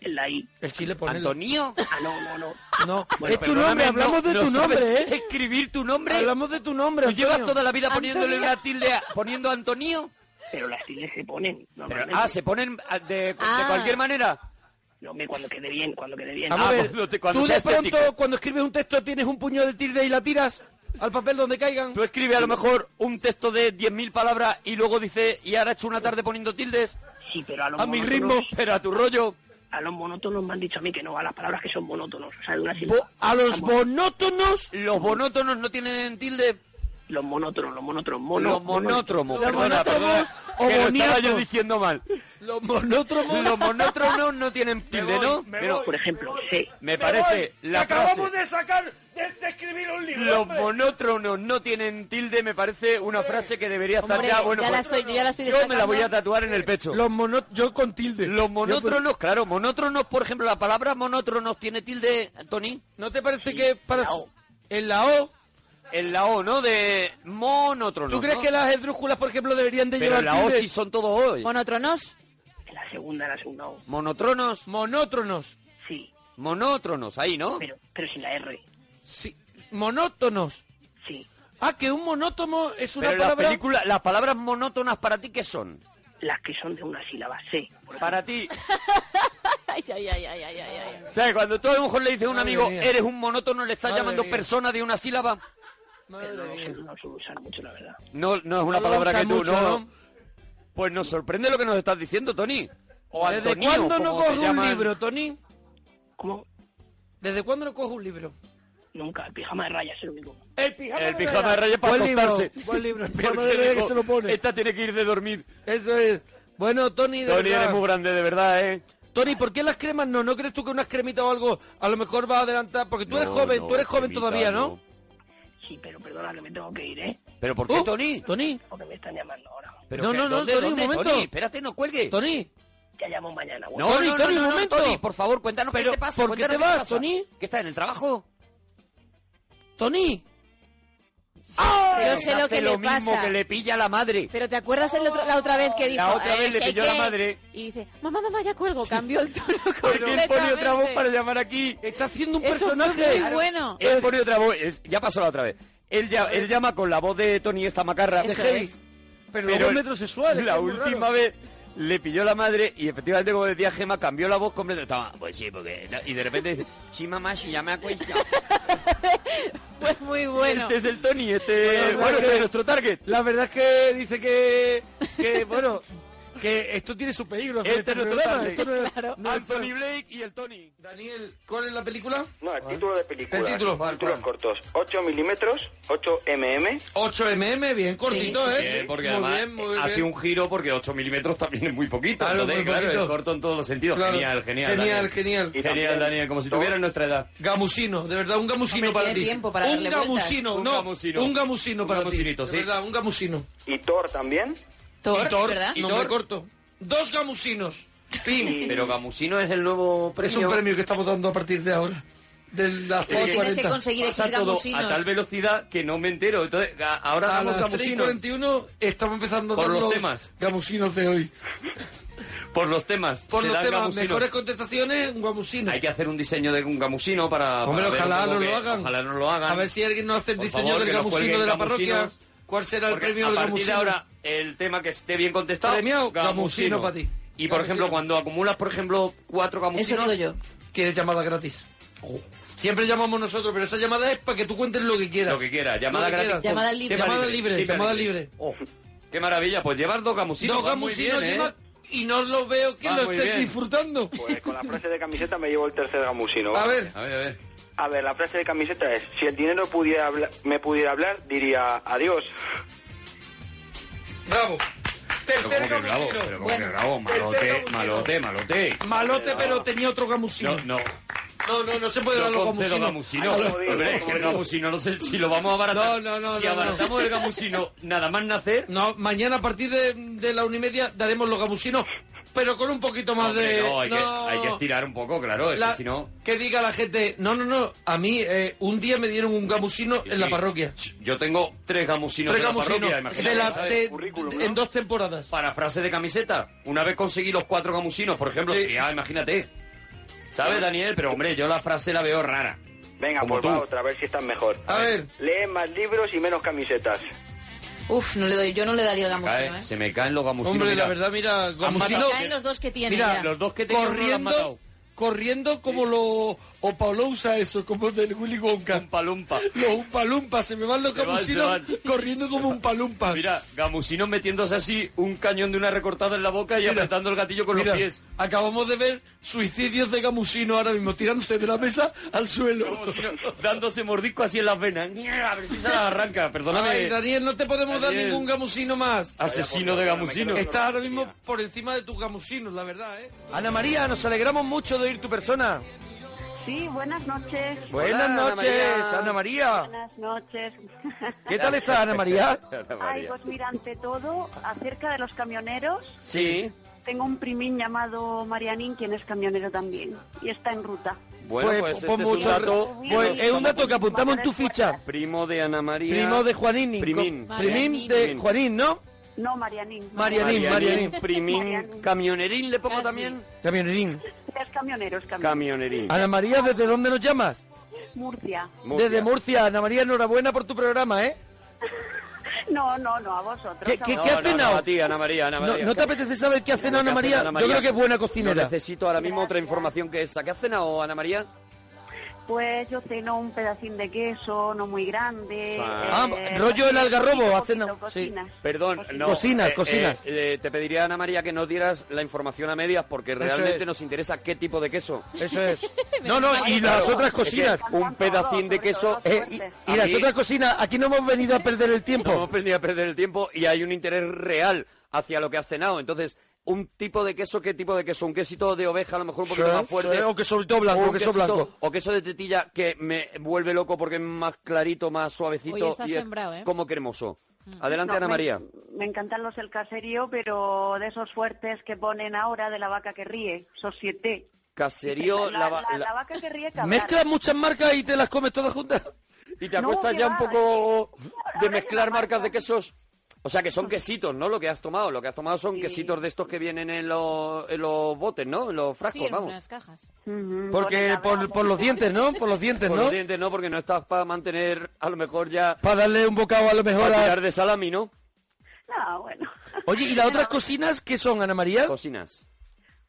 [SPEAKER 9] En la I.
[SPEAKER 6] El chile
[SPEAKER 2] (laughs)
[SPEAKER 6] pone...
[SPEAKER 2] ¿Antonio?
[SPEAKER 9] Ah, no, no, no.
[SPEAKER 6] No,
[SPEAKER 9] Bueno,
[SPEAKER 6] es tu
[SPEAKER 2] Perdóname,
[SPEAKER 6] nombre, hablamos
[SPEAKER 2] no-
[SPEAKER 6] de
[SPEAKER 2] no
[SPEAKER 6] tu
[SPEAKER 2] sabes
[SPEAKER 6] nombre, ¿eh?
[SPEAKER 2] Escribir tu nombre.
[SPEAKER 6] Hablamos de tu nombre,
[SPEAKER 2] Tú llevas
[SPEAKER 6] Antonio.
[SPEAKER 2] toda la vida poniéndole una tilde, a- poniendo Antonio.
[SPEAKER 9] Pero las tildes se ponen.
[SPEAKER 2] Pero,
[SPEAKER 9] Normalmente.
[SPEAKER 2] ah, se ponen ah, de, de
[SPEAKER 3] Ah.
[SPEAKER 2] cualquier manera.
[SPEAKER 9] No, me cuando quede bien, cuando quede bien.
[SPEAKER 6] Vamos a
[SPEAKER 2] Ah,
[SPEAKER 6] ver,
[SPEAKER 2] cuando te- cuando
[SPEAKER 6] tú
[SPEAKER 2] sea
[SPEAKER 6] de pronto,
[SPEAKER 2] estético.
[SPEAKER 6] cuando escribes un texto, tienes un puño de tilde y la tiras al papel donde caigan.
[SPEAKER 2] Tú escribes a lo mejor un texto de 10.000 palabras y luego dices, y ahora he hecho una tarde poniendo tildes
[SPEAKER 9] Sí, pero a los
[SPEAKER 2] a mi ritmo,
[SPEAKER 9] monótonos-
[SPEAKER 2] pero a tu rollo.
[SPEAKER 9] A los monótonos me han dicho a mí que no, a las palabras que son monótonos. O sea, de una
[SPEAKER 6] Bo-
[SPEAKER 9] sílaba.
[SPEAKER 6] a los
[SPEAKER 9] Vamos,
[SPEAKER 6] monótonos...
[SPEAKER 2] Los monótonos no tienen tilde.
[SPEAKER 9] Los monótonos, los monótonos, mono.
[SPEAKER 2] los monótromos,
[SPEAKER 6] Los
[SPEAKER 2] perdona,
[SPEAKER 6] monótromos
[SPEAKER 2] perdona,
[SPEAKER 6] o
[SPEAKER 2] que lo estaba
[SPEAKER 6] boniatos.
[SPEAKER 2] yo diciendo mal.
[SPEAKER 6] Los monótromos...
[SPEAKER 2] Los monótronos no tienen tilde,
[SPEAKER 6] voy,
[SPEAKER 2] ¿no?
[SPEAKER 6] me
[SPEAKER 2] Pero
[SPEAKER 6] voy.
[SPEAKER 9] Por ejemplo, sí.
[SPEAKER 2] me parece
[SPEAKER 6] voy,
[SPEAKER 2] la
[SPEAKER 6] que acabamos
[SPEAKER 2] frase,
[SPEAKER 6] de sacar, de, de escribir un libro.
[SPEAKER 2] los
[SPEAKER 6] hombre.
[SPEAKER 2] monótronos no tienen tilde, me parece una frase que debería estar
[SPEAKER 3] Hombre,
[SPEAKER 2] ya, bueno,
[SPEAKER 3] ya la
[SPEAKER 2] pues,
[SPEAKER 3] estoy, yo ya la estoy
[SPEAKER 2] yo me la
[SPEAKER 3] destacando.
[SPEAKER 2] voy a tatuar en el pecho.
[SPEAKER 6] Los mono- Yo con tilde.
[SPEAKER 2] Los
[SPEAKER 6] Yo con-
[SPEAKER 2] monótronos, claro, monótronos, por ejemplo, la palabra monótronos tiene tilde, Tony,
[SPEAKER 6] ¿No te parece que para...
[SPEAKER 9] la O.
[SPEAKER 6] En la O...
[SPEAKER 2] en la O, ¿no? De monótronos.
[SPEAKER 6] ¿Tú crees
[SPEAKER 2] ¿no?
[SPEAKER 6] que las esdrújulas, por ejemplo, deberían de
[SPEAKER 2] Pero
[SPEAKER 6] llevar
[SPEAKER 2] en la O
[SPEAKER 6] tilde?
[SPEAKER 2] sí son todos hoy.
[SPEAKER 3] Monotronos.
[SPEAKER 9] En la segunda, en la segunda O.
[SPEAKER 2] Monotronos,
[SPEAKER 6] Monótonos.
[SPEAKER 9] Sí,
[SPEAKER 2] monótronos, ahí, ¿no?
[SPEAKER 9] pero, pero sin la R.
[SPEAKER 6] Sí. Monótonos.
[SPEAKER 9] Sí.
[SPEAKER 6] Ah, que un monótono es una
[SPEAKER 2] Pero las
[SPEAKER 6] palabra...
[SPEAKER 2] películas, las palabras monótonas para ti, ¿qué son?
[SPEAKER 9] Las que son de una sílaba, C. Por ejemplo.
[SPEAKER 2] Para ti,
[SPEAKER 3] Ay, ay, ay, ay, ay, ay, ay.
[SPEAKER 2] O sea, cuando tú a lo mejor le dices a un
[SPEAKER 6] Madre
[SPEAKER 2] amigo,
[SPEAKER 6] mía.
[SPEAKER 2] eres un monótono, le estás
[SPEAKER 6] Madre
[SPEAKER 2] llamando
[SPEAKER 6] mía.
[SPEAKER 2] persona de una sílaba.
[SPEAKER 6] Madre
[SPEAKER 9] Pero no,
[SPEAKER 6] mía.
[SPEAKER 9] sé, no suelo usar mucho, la verdad.
[SPEAKER 2] No, no es
[SPEAKER 6] No
[SPEAKER 2] una
[SPEAKER 6] lo
[SPEAKER 2] palabra
[SPEAKER 6] usas
[SPEAKER 2] que tú,
[SPEAKER 6] mucho,
[SPEAKER 2] no.
[SPEAKER 6] ¿no?
[SPEAKER 2] Pues nos sorprende lo que nos estás diciendo, Tony. O
[SPEAKER 6] ¿Desde
[SPEAKER 2] Antonio,
[SPEAKER 6] cuándo
[SPEAKER 2] como
[SPEAKER 6] no
[SPEAKER 2] te
[SPEAKER 6] cojo un
[SPEAKER 2] llaman.
[SPEAKER 6] libro, Tony?
[SPEAKER 9] ¿Cómo?
[SPEAKER 6] ¿Desde cuándo no cojo un libro?
[SPEAKER 9] Nunca. El pijama de rayas es lo único.
[SPEAKER 6] El pijama
[SPEAKER 2] El pijama de reyes para
[SPEAKER 6] Buen libro,
[SPEAKER 2] acostarse.
[SPEAKER 6] Buen libro.
[SPEAKER 2] (laughs)
[SPEAKER 6] El
[SPEAKER 2] Porque
[SPEAKER 6] pijama de reyes que
[SPEAKER 2] dijo,
[SPEAKER 6] se lo pone.
[SPEAKER 2] Esta tiene que ir de dormir.
[SPEAKER 6] Eso es. Bueno, Tony, de
[SPEAKER 2] Tony,
[SPEAKER 6] verdad.
[SPEAKER 2] eres muy grande, de verdad, ¿eh?
[SPEAKER 6] Tony, ¿por qué las cremas no? ¿No crees tú que unas cremitas o algo a lo mejor va a adelantar? Porque tú eres
[SPEAKER 2] No,
[SPEAKER 6] joven,
[SPEAKER 2] no,
[SPEAKER 6] tú eres joven
[SPEAKER 2] cremita,
[SPEAKER 6] todavía, ¿no?
[SPEAKER 9] Sí, pero perdona que me tengo que ir, ¿eh?
[SPEAKER 2] ¿Pero por qué,
[SPEAKER 6] Uh,
[SPEAKER 2] Tony?
[SPEAKER 6] Tony,
[SPEAKER 9] Porque me están llamando ahora.
[SPEAKER 2] ¿Pero
[SPEAKER 6] No,
[SPEAKER 2] qué-
[SPEAKER 6] no, no,
[SPEAKER 2] ¿dónde,
[SPEAKER 6] Tony, un
[SPEAKER 2] dónde,
[SPEAKER 6] momento.
[SPEAKER 2] Tony, Eh, espérate, no cuelgue.
[SPEAKER 6] Tony.
[SPEAKER 9] Te llamo mañana.
[SPEAKER 2] No,
[SPEAKER 9] bueno.
[SPEAKER 6] Tony,
[SPEAKER 2] no, no,
[SPEAKER 6] Tony,
[SPEAKER 2] no,
[SPEAKER 6] un
[SPEAKER 2] no,
[SPEAKER 6] momento.
[SPEAKER 2] Tony, por favor, cuéntanos
[SPEAKER 6] Pero,
[SPEAKER 2] qué te pasa.
[SPEAKER 6] ¿por qué te
[SPEAKER 2] cuéntanos
[SPEAKER 6] vas,
[SPEAKER 2] pasa.
[SPEAKER 6] Tony?
[SPEAKER 2] ¿Que estás en el trabajo?
[SPEAKER 6] Tony.
[SPEAKER 3] Yo sé lo
[SPEAKER 2] Hace
[SPEAKER 3] que le
[SPEAKER 2] mismo
[SPEAKER 3] pasa.
[SPEAKER 2] que le pilla la madre.
[SPEAKER 3] Pero ¿te acuerdas el otro- la otra vez que dijo?
[SPEAKER 2] La otra
[SPEAKER 3] "Eh,
[SPEAKER 2] vez le
[SPEAKER 3] si hay
[SPEAKER 2] pilló la
[SPEAKER 3] que-"
[SPEAKER 2] madre.
[SPEAKER 3] Y dice, mamá, mamá, ya cuelgo. Cambió el tono
[SPEAKER 2] (laughs) Porque
[SPEAKER 3] completamente.
[SPEAKER 2] él pone otra voz para llamar aquí.
[SPEAKER 6] Está haciendo un
[SPEAKER 3] Eso fue
[SPEAKER 6] personaje.
[SPEAKER 3] muy bueno.
[SPEAKER 2] Él pone otra voz. es- ya pasó la otra vez. Él, ya, él llama con la voz de Tony esta macarra.
[SPEAKER 3] Eso
[SPEAKER 2] de Heavy.
[SPEAKER 3] es.
[SPEAKER 6] Pero,
[SPEAKER 2] Pero
[SPEAKER 6] luego es metrosexual. es
[SPEAKER 2] La
[SPEAKER 6] que es muy raro.
[SPEAKER 2] última vez le pilló la madre y efectivamente, como decía Gema, cambió la voz completamente. Estaba, pues sí, porque... Y de repente dice, sí, mamá, si ya me ha cuestado".
[SPEAKER 3] Fue muy bueno.
[SPEAKER 2] (laughs) Este
[SPEAKER 3] eh,
[SPEAKER 2] es el Tony, este...
[SPEAKER 6] Bueno,
[SPEAKER 2] Bueno,
[SPEAKER 6] bueno,
[SPEAKER 2] este
[SPEAKER 6] que-
[SPEAKER 2] es nuestro target.
[SPEAKER 6] La verdad es que
[SPEAKER 2] (laughs)
[SPEAKER 6] dice que, que bueno, que esto tiene su peligro.
[SPEAKER 2] Este es nuestro
[SPEAKER 6] programa,
[SPEAKER 2] target.
[SPEAKER 6] esto no es- no es-
[SPEAKER 2] Anthony Blake y el Tony.
[SPEAKER 6] Daniel, ¿cuál es la película?
[SPEAKER 8] No, el título de película.
[SPEAKER 6] El título, vale,
[SPEAKER 8] títulos
[SPEAKER 6] vale.
[SPEAKER 8] cortos. 8 milímetros, 8 mm.
[SPEAKER 6] 8mm, bien cortito, ¿eh? muy bien, muy bien.
[SPEAKER 2] hace un giro porque 8 milímetros también es muy poquito.
[SPEAKER 6] Claro,
[SPEAKER 2] entonces,
[SPEAKER 6] muy
[SPEAKER 2] claro,
[SPEAKER 6] poquito.
[SPEAKER 2] es corto en todos los sentidos.
[SPEAKER 6] Claro.
[SPEAKER 2] Genial, genial.
[SPEAKER 6] Genial,
[SPEAKER 2] Daniel.
[SPEAKER 6] genial. Y
[SPEAKER 2] Genial,
[SPEAKER 8] también-
[SPEAKER 2] Daniel, como si tuvieran nuestra edad.
[SPEAKER 6] Gamusino, de verdad, un gamusino
[SPEAKER 3] Hombre,
[SPEAKER 6] para
[SPEAKER 3] tiene
[SPEAKER 6] ti.
[SPEAKER 3] tiempo para
[SPEAKER 6] un
[SPEAKER 3] darle
[SPEAKER 6] gamusino,
[SPEAKER 2] vueltas.
[SPEAKER 6] no,
[SPEAKER 2] Un gamusino.
[SPEAKER 6] un gamusino
[SPEAKER 2] Un
[SPEAKER 6] para ti.
[SPEAKER 2] gamusinito,
[SPEAKER 6] De
[SPEAKER 2] sí.
[SPEAKER 6] verdad, un gamusino.
[SPEAKER 8] Y Thor también.
[SPEAKER 3] Thor,
[SPEAKER 6] y Thor,
[SPEAKER 3] ¿verdad?
[SPEAKER 6] nombre corto. Dos gamusinos. Pim.
[SPEAKER 2] Pero Gamusino es el nuevo
[SPEAKER 6] Es
[SPEAKER 2] precio.
[SPEAKER 6] un premio que estamos dando a partir de ahora. de las
[SPEAKER 3] Pero tienes que
[SPEAKER 6] 3:40.
[SPEAKER 3] conseguir
[SPEAKER 6] Pasa
[SPEAKER 3] esos
[SPEAKER 6] todo
[SPEAKER 3] gamusinos.
[SPEAKER 2] a tal velocidad que no me entero. Entonces, a- ahora
[SPEAKER 6] a
[SPEAKER 2] damos
[SPEAKER 6] las
[SPEAKER 2] gamusinos
[SPEAKER 6] 3.41 estamos empezando
[SPEAKER 2] Por
[SPEAKER 6] con
[SPEAKER 2] los temas.
[SPEAKER 6] gamusinos de hoy.
[SPEAKER 2] por los temas.
[SPEAKER 6] Por
[SPEAKER 2] se
[SPEAKER 6] los
[SPEAKER 2] dan
[SPEAKER 6] temas,
[SPEAKER 2] gamusinos.
[SPEAKER 6] mejores contestaciones, un gamusino.
[SPEAKER 2] Hay que hacer un diseño de un gamusino para.
[SPEAKER 6] Hombre,
[SPEAKER 2] para ver
[SPEAKER 6] ojalá
[SPEAKER 2] un poco
[SPEAKER 6] no lo
[SPEAKER 2] que-
[SPEAKER 6] hagan.
[SPEAKER 2] Ojalá no lo hagan.
[SPEAKER 6] A ver si alguien nos hace el
[SPEAKER 2] Por
[SPEAKER 6] diseño
[SPEAKER 2] favor,
[SPEAKER 6] del
[SPEAKER 2] que nos
[SPEAKER 6] gamusino
[SPEAKER 2] cuelguen
[SPEAKER 6] de la
[SPEAKER 2] gamusinos.
[SPEAKER 6] parroquia. ¿Cuál será el
[SPEAKER 2] Porque
[SPEAKER 6] premio
[SPEAKER 2] a
[SPEAKER 6] del
[SPEAKER 2] partir de
[SPEAKER 6] gamusino?
[SPEAKER 2] ahora, el tema que esté bien contestado.
[SPEAKER 6] Premiado, gamusino para ti.
[SPEAKER 2] Y por ejemplo, cuando acumulas, por ejemplo, cuatro gamusinos.
[SPEAKER 6] Quieres llamada gratis. Siempre llamamos nosotros, pero esa llamada es para que tú cuentes lo que quieras.
[SPEAKER 2] Lo que quieras, llamada
[SPEAKER 6] Lo que
[SPEAKER 2] gratis.
[SPEAKER 6] quieras.
[SPEAKER 3] Llamada libre.
[SPEAKER 2] Tema
[SPEAKER 6] Llamada libre,
[SPEAKER 2] tema
[SPEAKER 6] llamada libre.
[SPEAKER 2] Oh, qué maravilla, pues llevar dos gamusinos.
[SPEAKER 6] Dos
[SPEAKER 2] va muy
[SPEAKER 6] gamusinos
[SPEAKER 2] bien, ¿eh?
[SPEAKER 6] lleva y no lo veo que
[SPEAKER 2] Va
[SPEAKER 6] lo
[SPEAKER 2] muy
[SPEAKER 6] estés
[SPEAKER 2] bien.
[SPEAKER 6] disfrutando.
[SPEAKER 10] Pues con la frase de camiseta me llevo el tercer gamusino.
[SPEAKER 6] A
[SPEAKER 10] ¿vale?
[SPEAKER 6] ver,
[SPEAKER 2] A ver, a ver.
[SPEAKER 10] A ver, la frase de camiseta es, si el dinero pudiera habla- me pudiera hablar, diría adiós.
[SPEAKER 6] bravo.
[SPEAKER 2] Pero como
[SPEAKER 6] Tercer
[SPEAKER 2] que bravo,
[SPEAKER 6] gamusino.
[SPEAKER 2] pero como
[SPEAKER 3] Bueno.
[SPEAKER 2] que bravo,
[SPEAKER 6] Tercer
[SPEAKER 2] malote,
[SPEAKER 6] gamusino.
[SPEAKER 2] malote, malote.
[SPEAKER 6] Malote, pero tenía otro gamusino.
[SPEAKER 2] No, no.
[SPEAKER 6] No, no, no se puede dar
[SPEAKER 2] No
[SPEAKER 6] los
[SPEAKER 2] concedo
[SPEAKER 6] gamusinos.
[SPEAKER 2] gamusino.
[SPEAKER 10] Ah, como digo,
[SPEAKER 2] Hombre, es que
[SPEAKER 10] como
[SPEAKER 2] el
[SPEAKER 10] digo.
[SPEAKER 2] gamusino, no sé si lo vamos a abaratar.
[SPEAKER 6] No, no, no,
[SPEAKER 2] Si
[SPEAKER 6] no, no.
[SPEAKER 2] abaratamos el gamusino nada más nacer,
[SPEAKER 6] No, mañana a partir de, de la una y media daremos los gamusinos, pero con un poquito más
[SPEAKER 2] hombre,
[SPEAKER 6] de...
[SPEAKER 2] no, hay, Que, hay que estirar un poco, claro, es
[SPEAKER 6] La-
[SPEAKER 2] que si no...
[SPEAKER 6] Que diga la gente, no, no, no, a mí eh, un día me dieron un gamusino en la
[SPEAKER 2] Sí.
[SPEAKER 6] parroquia.
[SPEAKER 2] Yo tengo tres gamusinos
[SPEAKER 6] Tres
[SPEAKER 2] de la
[SPEAKER 6] gamusinos
[SPEAKER 2] parroquia,
[SPEAKER 6] de
[SPEAKER 2] imagínate,
[SPEAKER 6] la-
[SPEAKER 2] ¿sabes?
[SPEAKER 6] de-
[SPEAKER 10] Currículum,
[SPEAKER 6] en
[SPEAKER 10] ¿no?
[SPEAKER 6] dos temporadas.
[SPEAKER 2] Para frases de camiseta. Una vez conseguí los cuatro gamusinos, por ejemplo,
[SPEAKER 6] Sí.
[SPEAKER 2] sería, imagínate. ¿Sabes, Daniel? Pero, hombre, yo la frase la veo rara.
[SPEAKER 10] Venga,
[SPEAKER 2] Como
[SPEAKER 10] pues va
[SPEAKER 2] tú.
[SPEAKER 10] otra, a ver si estás mejor.
[SPEAKER 6] A ver.
[SPEAKER 10] Lee más libros y menos camisetas.
[SPEAKER 3] Uf, no le doy, yo no le daría el
[SPEAKER 2] Cae-
[SPEAKER 3] gamusino, ¿eh?
[SPEAKER 2] Se me caen los gamusinos.
[SPEAKER 6] Hombre,
[SPEAKER 2] mira.
[SPEAKER 6] la verdad, mira, gamusino...
[SPEAKER 3] Me caen los dos que tiene
[SPEAKER 6] Mira,
[SPEAKER 3] ya.
[SPEAKER 2] los dos que tengo no lo han
[SPEAKER 6] Corriendo,
[SPEAKER 2] matado.
[SPEAKER 6] corriendo como lo... O Paolo usa eso, como del Willy Wonka.
[SPEAKER 2] Un palumpa.
[SPEAKER 6] Los umpalumpas, se me van los
[SPEAKER 2] Se van, se
[SPEAKER 6] gamusinos
[SPEAKER 2] van.
[SPEAKER 6] corriendo como un palumpa.
[SPEAKER 2] Mira, gamusinos metiéndose así un cañón de una recortada en la boca y apretando el gatillo con
[SPEAKER 6] Mira,
[SPEAKER 2] los pies.
[SPEAKER 6] acabamos de ver suicidios de gamusino ahora mismo, tirándose de la mesa al suelo. (laughs)
[SPEAKER 2] Gamusinos dándose mordisco así en las venas. A ver si se las arranca. Perdóname.
[SPEAKER 6] Ay, Daniel, no te podemos dar
[SPEAKER 2] Daniel. Ah,
[SPEAKER 6] ningún gamusino más.
[SPEAKER 2] Asesino de gamusinos.
[SPEAKER 6] Estás ahora mismo por encima de tus gamusinos, la verdad, ¿eh? Ana María, nos alegramos mucho de oír tu persona.
[SPEAKER 9] Sí, buenas noches.
[SPEAKER 7] Buenas Ana noches, María. Ana
[SPEAKER 6] María.
[SPEAKER 9] Buenas noches.
[SPEAKER 6] ¿Qué tal estás, Ana María?
[SPEAKER 9] Ay, pues mira, ante todo, acerca de los camioneros,
[SPEAKER 7] Sí.
[SPEAKER 9] tengo un primín llamado Marianín, quien es camionero también, y está en ruta.
[SPEAKER 2] Bueno, pues, este es un dato.
[SPEAKER 9] pues, es un dato que apuntamos en tu
[SPEAKER 2] pues,
[SPEAKER 9] ficha.
[SPEAKER 2] Primo de Ana María.
[SPEAKER 6] Juanín.
[SPEAKER 7] Primín.
[SPEAKER 6] co-
[SPEAKER 3] Marianín.
[SPEAKER 6] Juanín, ¿no?
[SPEAKER 9] No, Marianín.
[SPEAKER 6] Marianín, Marianín.
[SPEAKER 9] Marianín.
[SPEAKER 7] Primín. Camionerín, ¿le pongo
[SPEAKER 3] Casi.
[SPEAKER 7] también?
[SPEAKER 6] Camionerín.
[SPEAKER 9] Es camionero, es camionero.
[SPEAKER 7] Camionerín.
[SPEAKER 6] Ana María, ¿desde dónde nos llamas?
[SPEAKER 9] Murcia.
[SPEAKER 7] Murcia.
[SPEAKER 6] Ah, Desde Murcia. Ana María, enhorabuena por tu programa, ¿eh?
[SPEAKER 9] No, no, no, a vosotros.
[SPEAKER 6] ¿Qué-
[SPEAKER 9] a
[SPEAKER 6] qué-
[SPEAKER 7] No,
[SPEAKER 6] qué
[SPEAKER 9] vosotros.
[SPEAKER 7] no,
[SPEAKER 6] has
[SPEAKER 7] no,
[SPEAKER 6] cenado?
[SPEAKER 7] a ti, Ana María, Ana
[SPEAKER 6] No,
[SPEAKER 7] María.
[SPEAKER 6] ¿no te apetece saber qué ha cenado
[SPEAKER 7] ¿Qué
[SPEAKER 6] Ana
[SPEAKER 7] ha
[SPEAKER 6] María?
[SPEAKER 7] cenado Ana
[SPEAKER 6] Yo creo
[SPEAKER 7] María?
[SPEAKER 6] que es buena
[SPEAKER 7] No
[SPEAKER 6] cocinera.
[SPEAKER 7] necesito ahora mismo otra información que esta. ¿Qué ha cenado Ana María?
[SPEAKER 9] Pues yo ceno un pedacín de queso, no muy grande. eh,
[SPEAKER 7] Ah,
[SPEAKER 6] rollo el algarrobo,
[SPEAKER 9] poquito,
[SPEAKER 6] hacen-
[SPEAKER 9] poquito,
[SPEAKER 6] sí.
[SPEAKER 9] cocinas.
[SPEAKER 7] Perdón, no.
[SPEAKER 6] Cocinas, cocinas.
[SPEAKER 7] eh, te pediría, Ana María, que no dieras la información a medias porque realmente
[SPEAKER 6] es.
[SPEAKER 7] nos interesa qué tipo de queso.
[SPEAKER 6] Eso es.
[SPEAKER 3] (laughs)
[SPEAKER 6] No, no, y las otras cocinas.
[SPEAKER 7] Un pedacín de queso.
[SPEAKER 6] Eh, y, y las
[SPEAKER 7] A mí-
[SPEAKER 6] otras cocinas, aquí no hemos
[SPEAKER 7] (laughs)
[SPEAKER 6] venido a perder el
[SPEAKER 7] No hemos
[SPEAKER 6] tiempo.
[SPEAKER 7] aprendido a perder el tiempo y hay un interés real hacia lo que has cenado. Entonces, un tipo de queso, ¿qué tipo de queso? Un quesito de oveja, a lo mejor un poquito
[SPEAKER 6] Sí,
[SPEAKER 7] más fuerte.
[SPEAKER 6] sí, o queso blanco,
[SPEAKER 7] un
[SPEAKER 6] o queso blanco.
[SPEAKER 7] O queso de tetilla que me vuelve loco porque es más clarito, más suavecito.
[SPEAKER 3] Hoy estás
[SPEAKER 7] y es
[SPEAKER 3] sembrado, ¿eh?
[SPEAKER 7] Como cremoso. Adelante,
[SPEAKER 9] Mm. No,
[SPEAKER 7] Ana
[SPEAKER 9] me-
[SPEAKER 7] María.
[SPEAKER 9] Me encantan los del caserío, pero de esos fuertes que ponen ahora de la vaca que ríe, esos siete.
[SPEAKER 7] Caserío,
[SPEAKER 9] la,
[SPEAKER 7] la-
[SPEAKER 9] la-
[SPEAKER 7] la-
[SPEAKER 9] la vaca que ríe cabral.
[SPEAKER 6] Mezclas muchas marcas y te las comes todas juntas.
[SPEAKER 7] Y te
[SPEAKER 9] No,
[SPEAKER 7] acuestas
[SPEAKER 9] qué
[SPEAKER 7] ya
[SPEAKER 9] va,
[SPEAKER 7] un poco
[SPEAKER 9] ahora
[SPEAKER 7] de
[SPEAKER 9] ya
[SPEAKER 7] mezclar
[SPEAKER 9] no
[SPEAKER 7] marcas
[SPEAKER 9] marca.
[SPEAKER 7] de quesos. O sea, que son quesitos, ¿no? Lo que has tomado. Lo que has tomado son
[SPEAKER 9] Sí.
[SPEAKER 7] quesitos de estos que vienen en los, en los botes, ¿no? En los frascos,
[SPEAKER 3] Sí, en
[SPEAKER 7] vamos.
[SPEAKER 3] unas cajas.
[SPEAKER 9] Ujú,
[SPEAKER 6] Porque
[SPEAKER 9] ponen
[SPEAKER 6] por,
[SPEAKER 9] cabral.
[SPEAKER 6] por los dientes, ¿no? Por los dientes,
[SPEAKER 7] Por
[SPEAKER 6] ¿no?
[SPEAKER 7] los dientes, no, porque no estás para mantener, a lo mejor ya,
[SPEAKER 6] Para darle un bocado a lo mejor
[SPEAKER 7] para
[SPEAKER 6] a...
[SPEAKER 7] tirar de salami, ¿no?
[SPEAKER 9] (laughs) Ah, bueno.
[SPEAKER 6] Oye, ¿y las otras cocinas qué son, Ana María?
[SPEAKER 7] Cocinas.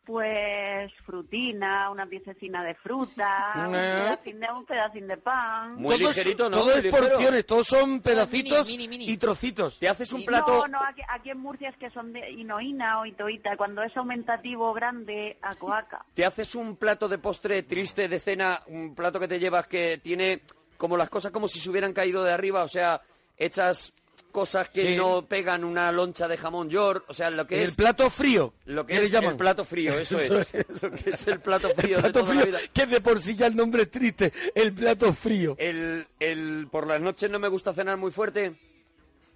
[SPEAKER 9] Pues frutina, una piececina de fruta, un pedacín de, un pedacín de pan.
[SPEAKER 7] Muy
[SPEAKER 6] Todo es-
[SPEAKER 7] ligerito, ¿no?
[SPEAKER 6] Todo
[SPEAKER 7] Muy
[SPEAKER 6] es
[SPEAKER 7] ligero.
[SPEAKER 6] porciones, todos son pedacitos
[SPEAKER 3] mini, mini, mini.
[SPEAKER 6] y trocitos.
[SPEAKER 7] Te haces un plato...
[SPEAKER 9] No, no, aquí, aquí en Murcia es que son de hinoína o itoíta. Cuando es aumentativo grande, acoaca.
[SPEAKER 7] Te haces un plato de postre triste de cena, un plato que te llevas que tiene como las cosas como si se hubieran caído de arriba, o sea, hechas cosas que
[SPEAKER 6] Sí.
[SPEAKER 7] no pegan una loncha de jamón york, o sea, lo que
[SPEAKER 6] El
[SPEAKER 7] es
[SPEAKER 6] plato frío.
[SPEAKER 7] lo que
[SPEAKER 6] ¿qué le
[SPEAKER 7] es
[SPEAKER 6] llaman?
[SPEAKER 7] el plato
[SPEAKER 6] (laughs)
[SPEAKER 7] frío, eso,
[SPEAKER 6] Eso
[SPEAKER 7] es. Lo que es el plato frío
[SPEAKER 6] (laughs) El
[SPEAKER 7] de
[SPEAKER 6] plato
[SPEAKER 7] toda
[SPEAKER 6] frío,
[SPEAKER 7] la vida.
[SPEAKER 6] que de por sí ya el nombre es triste. El plato frío.
[SPEAKER 7] El, el por las noches no me gusta cenar muy fuerte.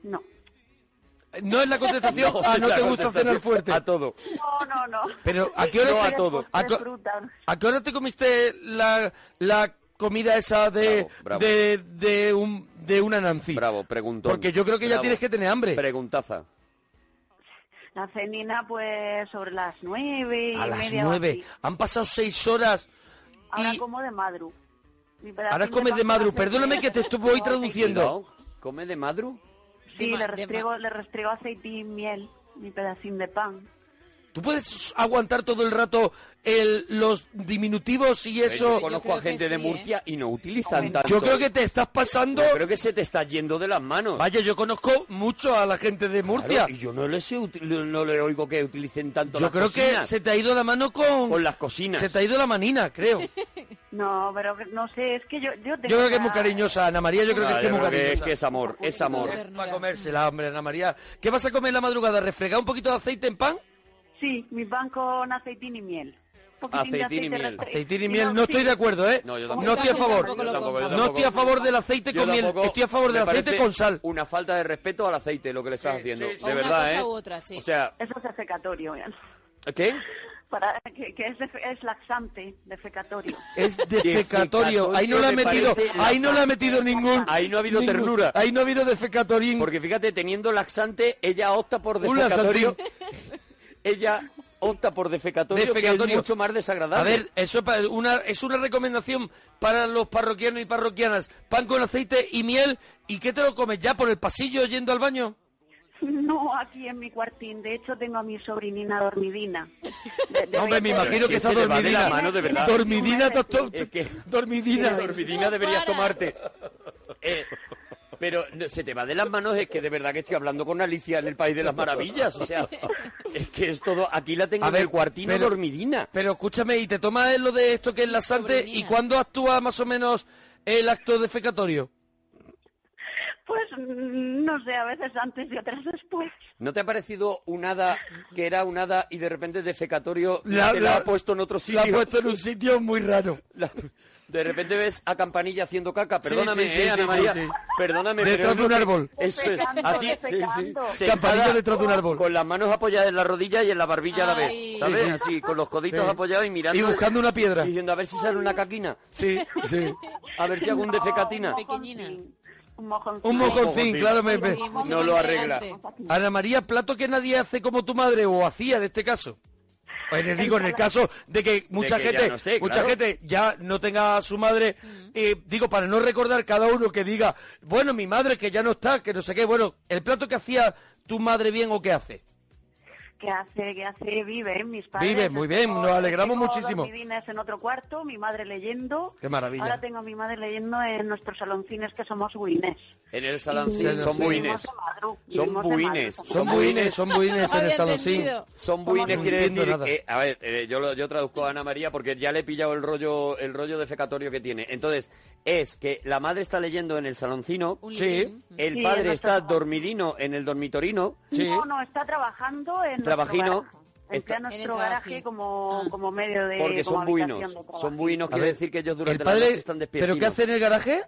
[SPEAKER 9] No.
[SPEAKER 6] (laughs) No es la
[SPEAKER 7] (laughs)
[SPEAKER 6] contestación.
[SPEAKER 7] No,
[SPEAKER 6] ah, no
[SPEAKER 7] la
[SPEAKER 6] te gusta
[SPEAKER 7] contestación
[SPEAKER 6] cenar fuerte.
[SPEAKER 7] A todo.
[SPEAKER 9] No, no, no. (laughs)
[SPEAKER 6] Pero ¿a qué hora
[SPEAKER 7] No,
[SPEAKER 6] te,
[SPEAKER 7] a todo.
[SPEAKER 6] ¿A,
[SPEAKER 9] Postre,
[SPEAKER 6] co-
[SPEAKER 9] fruta.
[SPEAKER 6] a qué hora te comiste la, la comida esa de, de, de un, de una Nancy.
[SPEAKER 2] Bravo, preguntón.
[SPEAKER 6] Porque yo creo que ya
[SPEAKER 2] Bravo.
[SPEAKER 6] tienes que tener hambre.
[SPEAKER 2] Preguntaza.
[SPEAKER 9] La cenina, pues, sobre las nueve. y
[SPEAKER 6] A las
[SPEAKER 9] media o
[SPEAKER 6] nueve.
[SPEAKER 9] así.
[SPEAKER 6] Han pasado seis horas.
[SPEAKER 9] Ahora como de madru. Mi pedacín
[SPEAKER 6] Ahora comes de
[SPEAKER 9] pan
[SPEAKER 6] madru.
[SPEAKER 9] con aceite.
[SPEAKER 6] Perdóname que te estoy traduciendo.
[SPEAKER 2] ¿Come de madru?
[SPEAKER 3] De
[SPEAKER 9] Sí,
[SPEAKER 3] ma-
[SPEAKER 9] le
[SPEAKER 3] de
[SPEAKER 9] restriego, le restriego aceite y miel, mi pedacín de pan.
[SPEAKER 6] ¿Tú puedes aguantar todo el rato el, los diminutivos y eso?
[SPEAKER 2] Yo conozco a gente de Murcia y no utilizan tanto.
[SPEAKER 6] ¿eh? Yo creo que te estás pasando...
[SPEAKER 2] Yo creo que se te está yendo de las manos.
[SPEAKER 6] Vaya, yo conozco mucho a la gente de Murcia.
[SPEAKER 2] Claro, y yo no le, sé uti- no le oigo que utilicen tanto
[SPEAKER 6] Yo
[SPEAKER 2] las
[SPEAKER 6] creo que
[SPEAKER 2] cocinas.
[SPEAKER 6] se te ha ido la mano con...
[SPEAKER 2] Con las cocinas.
[SPEAKER 6] Se te ha ido la manina, creo. Yo
[SPEAKER 9] No, pero que- no sé, es que yo, yo tengo
[SPEAKER 6] creo que es
[SPEAKER 9] ya-
[SPEAKER 6] muy cariñosa, Ana María. Yo creo que
[SPEAKER 2] Ah,
[SPEAKER 6] es, que es
[SPEAKER 2] yo
[SPEAKER 6] muy
[SPEAKER 2] creo que
[SPEAKER 6] cariñosa.
[SPEAKER 2] es que es amor, es amor.
[SPEAKER 6] Para comérsela, hombre, Ana María. ¿Qué vas a comer en la madrugada? ¿Refregar un poquito de aceite en pan?
[SPEAKER 9] Sí, mi pan con aceitín y miel. Un poquitín de
[SPEAKER 2] Aceitín y
[SPEAKER 9] aceite
[SPEAKER 2] miel.
[SPEAKER 9] restri-
[SPEAKER 6] Aceitín y miel, no estoy de acuerdo, ¿eh?
[SPEAKER 2] No, yo
[SPEAKER 6] No estoy a favor. No estoy a favor del aceite con miel, estoy a favor del aceite con sal.
[SPEAKER 2] Una falta de respeto al aceite, lo que le estás haciendo.
[SPEAKER 3] sí, sí.
[SPEAKER 2] De
[SPEAKER 3] O una
[SPEAKER 2] verdad,
[SPEAKER 3] cosa
[SPEAKER 2] ¿eh?
[SPEAKER 3] u otra, sí.
[SPEAKER 2] O sea,
[SPEAKER 9] Eso es defecatorio, ya.
[SPEAKER 2] ¿qué?
[SPEAKER 9] (laughs) para que, que es, defe- es laxante, defecatorio. (laughs)
[SPEAKER 6] Es defecatorio. Ahí no la ha
[SPEAKER 2] me
[SPEAKER 6] metido,
[SPEAKER 2] parece
[SPEAKER 6] ahí no la ha metido ningún.
[SPEAKER 2] Ahí no ha habido
[SPEAKER 6] ningún-
[SPEAKER 2] ternura.
[SPEAKER 6] Ahí no ha habido defecatorín.
[SPEAKER 2] Porque fíjate, teniendo laxante, ella opta por
[SPEAKER 6] Un
[SPEAKER 2] defecatorio. ella opta por defecatorio, que
[SPEAKER 6] Defecatorio.
[SPEAKER 2] es mucho más
[SPEAKER 6] A
[SPEAKER 2] desagradable.
[SPEAKER 6] ver, eso pa- una, es una recomendación para los parroquianos y parroquianas. Pan con aceite y miel. ¿Y qué te lo comes? ¿Ya por el pasillo yendo al baño?
[SPEAKER 9] No, aquí en mi cuartín. De hecho, tengo a mi sobrinina dormidina. De- de-
[SPEAKER 6] No, hombre, me
[SPEAKER 2] Pero
[SPEAKER 6] imagino
[SPEAKER 2] es
[SPEAKER 6] que,
[SPEAKER 2] que
[SPEAKER 6] está
[SPEAKER 2] se le va de la
[SPEAKER 6] dormidina.
[SPEAKER 2] mano, de verdad.
[SPEAKER 6] Dormidina, estás to-
[SPEAKER 2] Es que-
[SPEAKER 6] dormidina.
[SPEAKER 2] Dormidina deberías tomarte. Eh, pero no, se te va de las manos, es que de verdad que estoy hablando con Alicia en el País de las Maravillas. O sea, es que es todo. Aquí la tengo
[SPEAKER 6] A
[SPEAKER 2] en
[SPEAKER 6] ver,
[SPEAKER 2] el cuartino
[SPEAKER 6] pero-
[SPEAKER 2] dormidina.
[SPEAKER 6] Pero escúchame, ¿y te tomas lo de esto que es laxante? ¿Y cuándo actúa más o menos el acto defecatorio?
[SPEAKER 9] Pues mm, no sé, a veces antes y otras después.
[SPEAKER 2] ¿No te ha parecido un hada que era un hada y de repente defecatorio
[SPEAKER 6] La-
[SPEAKER 2] te la,
[SPEAKER 6] la-
[SPEAKER 2] ha puesto en otro
[SPEAKER 6] La
[SPEAKER 2] sitio?
[SPEAKER 6] ha puesto en un sitio muy raro.
[SPEAKER 2] La- de repente ves a Campanilla haciendo caca.
[SPEAKER 6] Sí,
[SPEAKER 2] Perdóname,
[SPEAKER 6] sí, sí,
[SPEAKER 2] eh,
[SPEAKER 6] sí,
[SPEAKER 2] Ana
[SPEAKER 6] sí,
[SPEAKER 2] María.
[SPEAKER 6] sí.
[SPEAKER 2] Perdóname.
[SPEAKER 6] Detrás
[SPEAKER 2] pero es
[SPEAKER 6] de
[SPEAKER 2] lo
[SPEAKER 6] un
[SPEAKER 2] que-
[SPEAKER 6] árbol.
[SPEAKER 2] Eso es.
[SPEAKER 9] Defecando,
[SPEAKER 2] Así.
[SPEAKER 9] defecando.
[SPEAKER 2] sí.
[SPEAKER 6] Campanilla
[SPEAKER 2] Sentada
[SPEAKER 6] detrás de un árbol.
[SPEAKER 2] Con las manos apoyadas en la rodilla y en la barbilla a la
[SPEAKER 3] Ay.
[SPEAKER 2] vez. ¿Sabes?
[SPEAKER 6] Sí, sí.
[SPEAKER 2] Así, con los coditos
[SPEAKER 6] Sí.
[SPEAKER 2] apoyados y mirando.
[SPEAKER 6] Y buscando una piedra.
[SPEAKER 2] Diciendo, a ver si sale una caquina.
[SPEAKER 6] Sí,
[SPEAKER 2] (laughs)
[SPEAKER 6] sí.
[SPEAKER 2] A ver si hago un
[SPEAKER 9] No,
[SPEAKER 2] defecatina.
[SPEAKER 9] un mojoncín, Un mojoncín.
[SPEAKER 6] Un mojoncín, claro, me, me-
[SPEAKER 3] Sí, mucho
[SPEAKER 2] No
[SPEAKER 3] más
[SPEAKER 2] lo arregla.
[SPEAKER 3] elegante.
[SPEAKER 6] Ana María, plato que nadie hace como tu madre o hacía en este caso. O en el, digo, en el caso de que mucha
[SPEAKER 2] que ya
[SPEAKER 6] gente,
[SPEAKER 2] no esté,
[SPEAKER 6] mucha
[SPEAKER 2] claro.
[SPEAKER 6] gente ya no tenga a su madre, eh, digo, para no recordar cada uno que diga, bueno, mi madre que ya no está, que no sé qué, bueno, el plato que hacía tu madre bien o que hace.
[SPEAKER 9] ¿Qué hace? ¿Qué hace? Vive, ¿eh? mis padres.
[SPEAKER 6] Vive, muy bien,
[SPEAKER 9] Tengo-
[SPEAKER 6] nos alegramos
[SPEAKER 9] tengo
[SPEAKER 6] muchísimo.
[SPEAKER 9] dormidinas en otro cuarto, mi madre leyendo.
[SPEAKER 6] Qué maravilla.
[SPEAKER 9] Ahora tengo a mi madre leyendo en nuestros saloncines que somos buines.
[SPEAKER 2] En el
[SPEAKER 9] Y
[SPEAKER 2] salancín. Son
[SPEAKER 9] vivimos
[SPEAKER 2] buines.
[SPEAKER 9] de madru,
[SPEAKER 2] Son
[SPEAKER 9] vivimos de
[SPEAKER 2] buines.
[SPEAKER 9] madru.
[SPEAKER 6] Son (laughs) buines, son buines en el
[SPEAKER 3] Había
[SPEAKER 6] saloncín.
[SPEAKER 3] entendido.
[SPEAKER 2] Son
[SPEAKER 6] Como
[SPEAKER 2] buines
[SPEAKER 6] no
[SPEAKER 2] quiere
[SPEAKER 6] entiendo
[SPEAKER 2] decir
[SPEAKER 6] nada.
[SPEAKER 2] que- a ver, eh, yo, lo- yo traduzco a Ana María porque ya le he pillado el rollo, el rollo defecatorio que tiene. Entonces, es que la madre está leyendo en el saloncino,
[SPEAKER 3] Un
[SPEAKER 6] Sí.
[SPEAKER 3] living.
[SPEAKER 2] el
[SPEAKER 9] Sí, en
[SPEAKER 2] padre
[SPEAKER 9] nuestro
[SPEAKER 2] está
[SPEAKER 9] salón.
[SPEAKER 2] dormidino en el dormitorino,
[SPEAKER 6] Sí.
[SPEAKER 9] No, no, está trabajando en nuestro
[SPEAKER 2] Trabajino.
[SPEAKER 9] garaje. Está en nuestro
[SPEAKER 3] En el
[SPEAKER 9] garaje
[SPEAKER 3] garaje.
[SPEAKER 9] como,
[SPEAKER 3] Ah.
[SPEAKER 9] como medio de...
[SPEAKER 2] porque
[SPEAKER 9] como
[SPEAKER 2] son
[SPEAKER 9] habitación
[SPEAKER 2] buinos.
[SPEAKER 9] de trabajo.
[SPEAKER 2] Son buinos,
[SPEAKER 6] A
[SPEAKER 2] quiere
[SPEAKER 6] ver,
[SPEAKER 2] decir que ellos
[SPEAKER 6] El
[SPEAKER 2] durante la
[SPEAKER 6] padre,
[SPEAKER 2] noche están despiertos.
[SPEAKER 6] ¿pero qué hace en el garaje?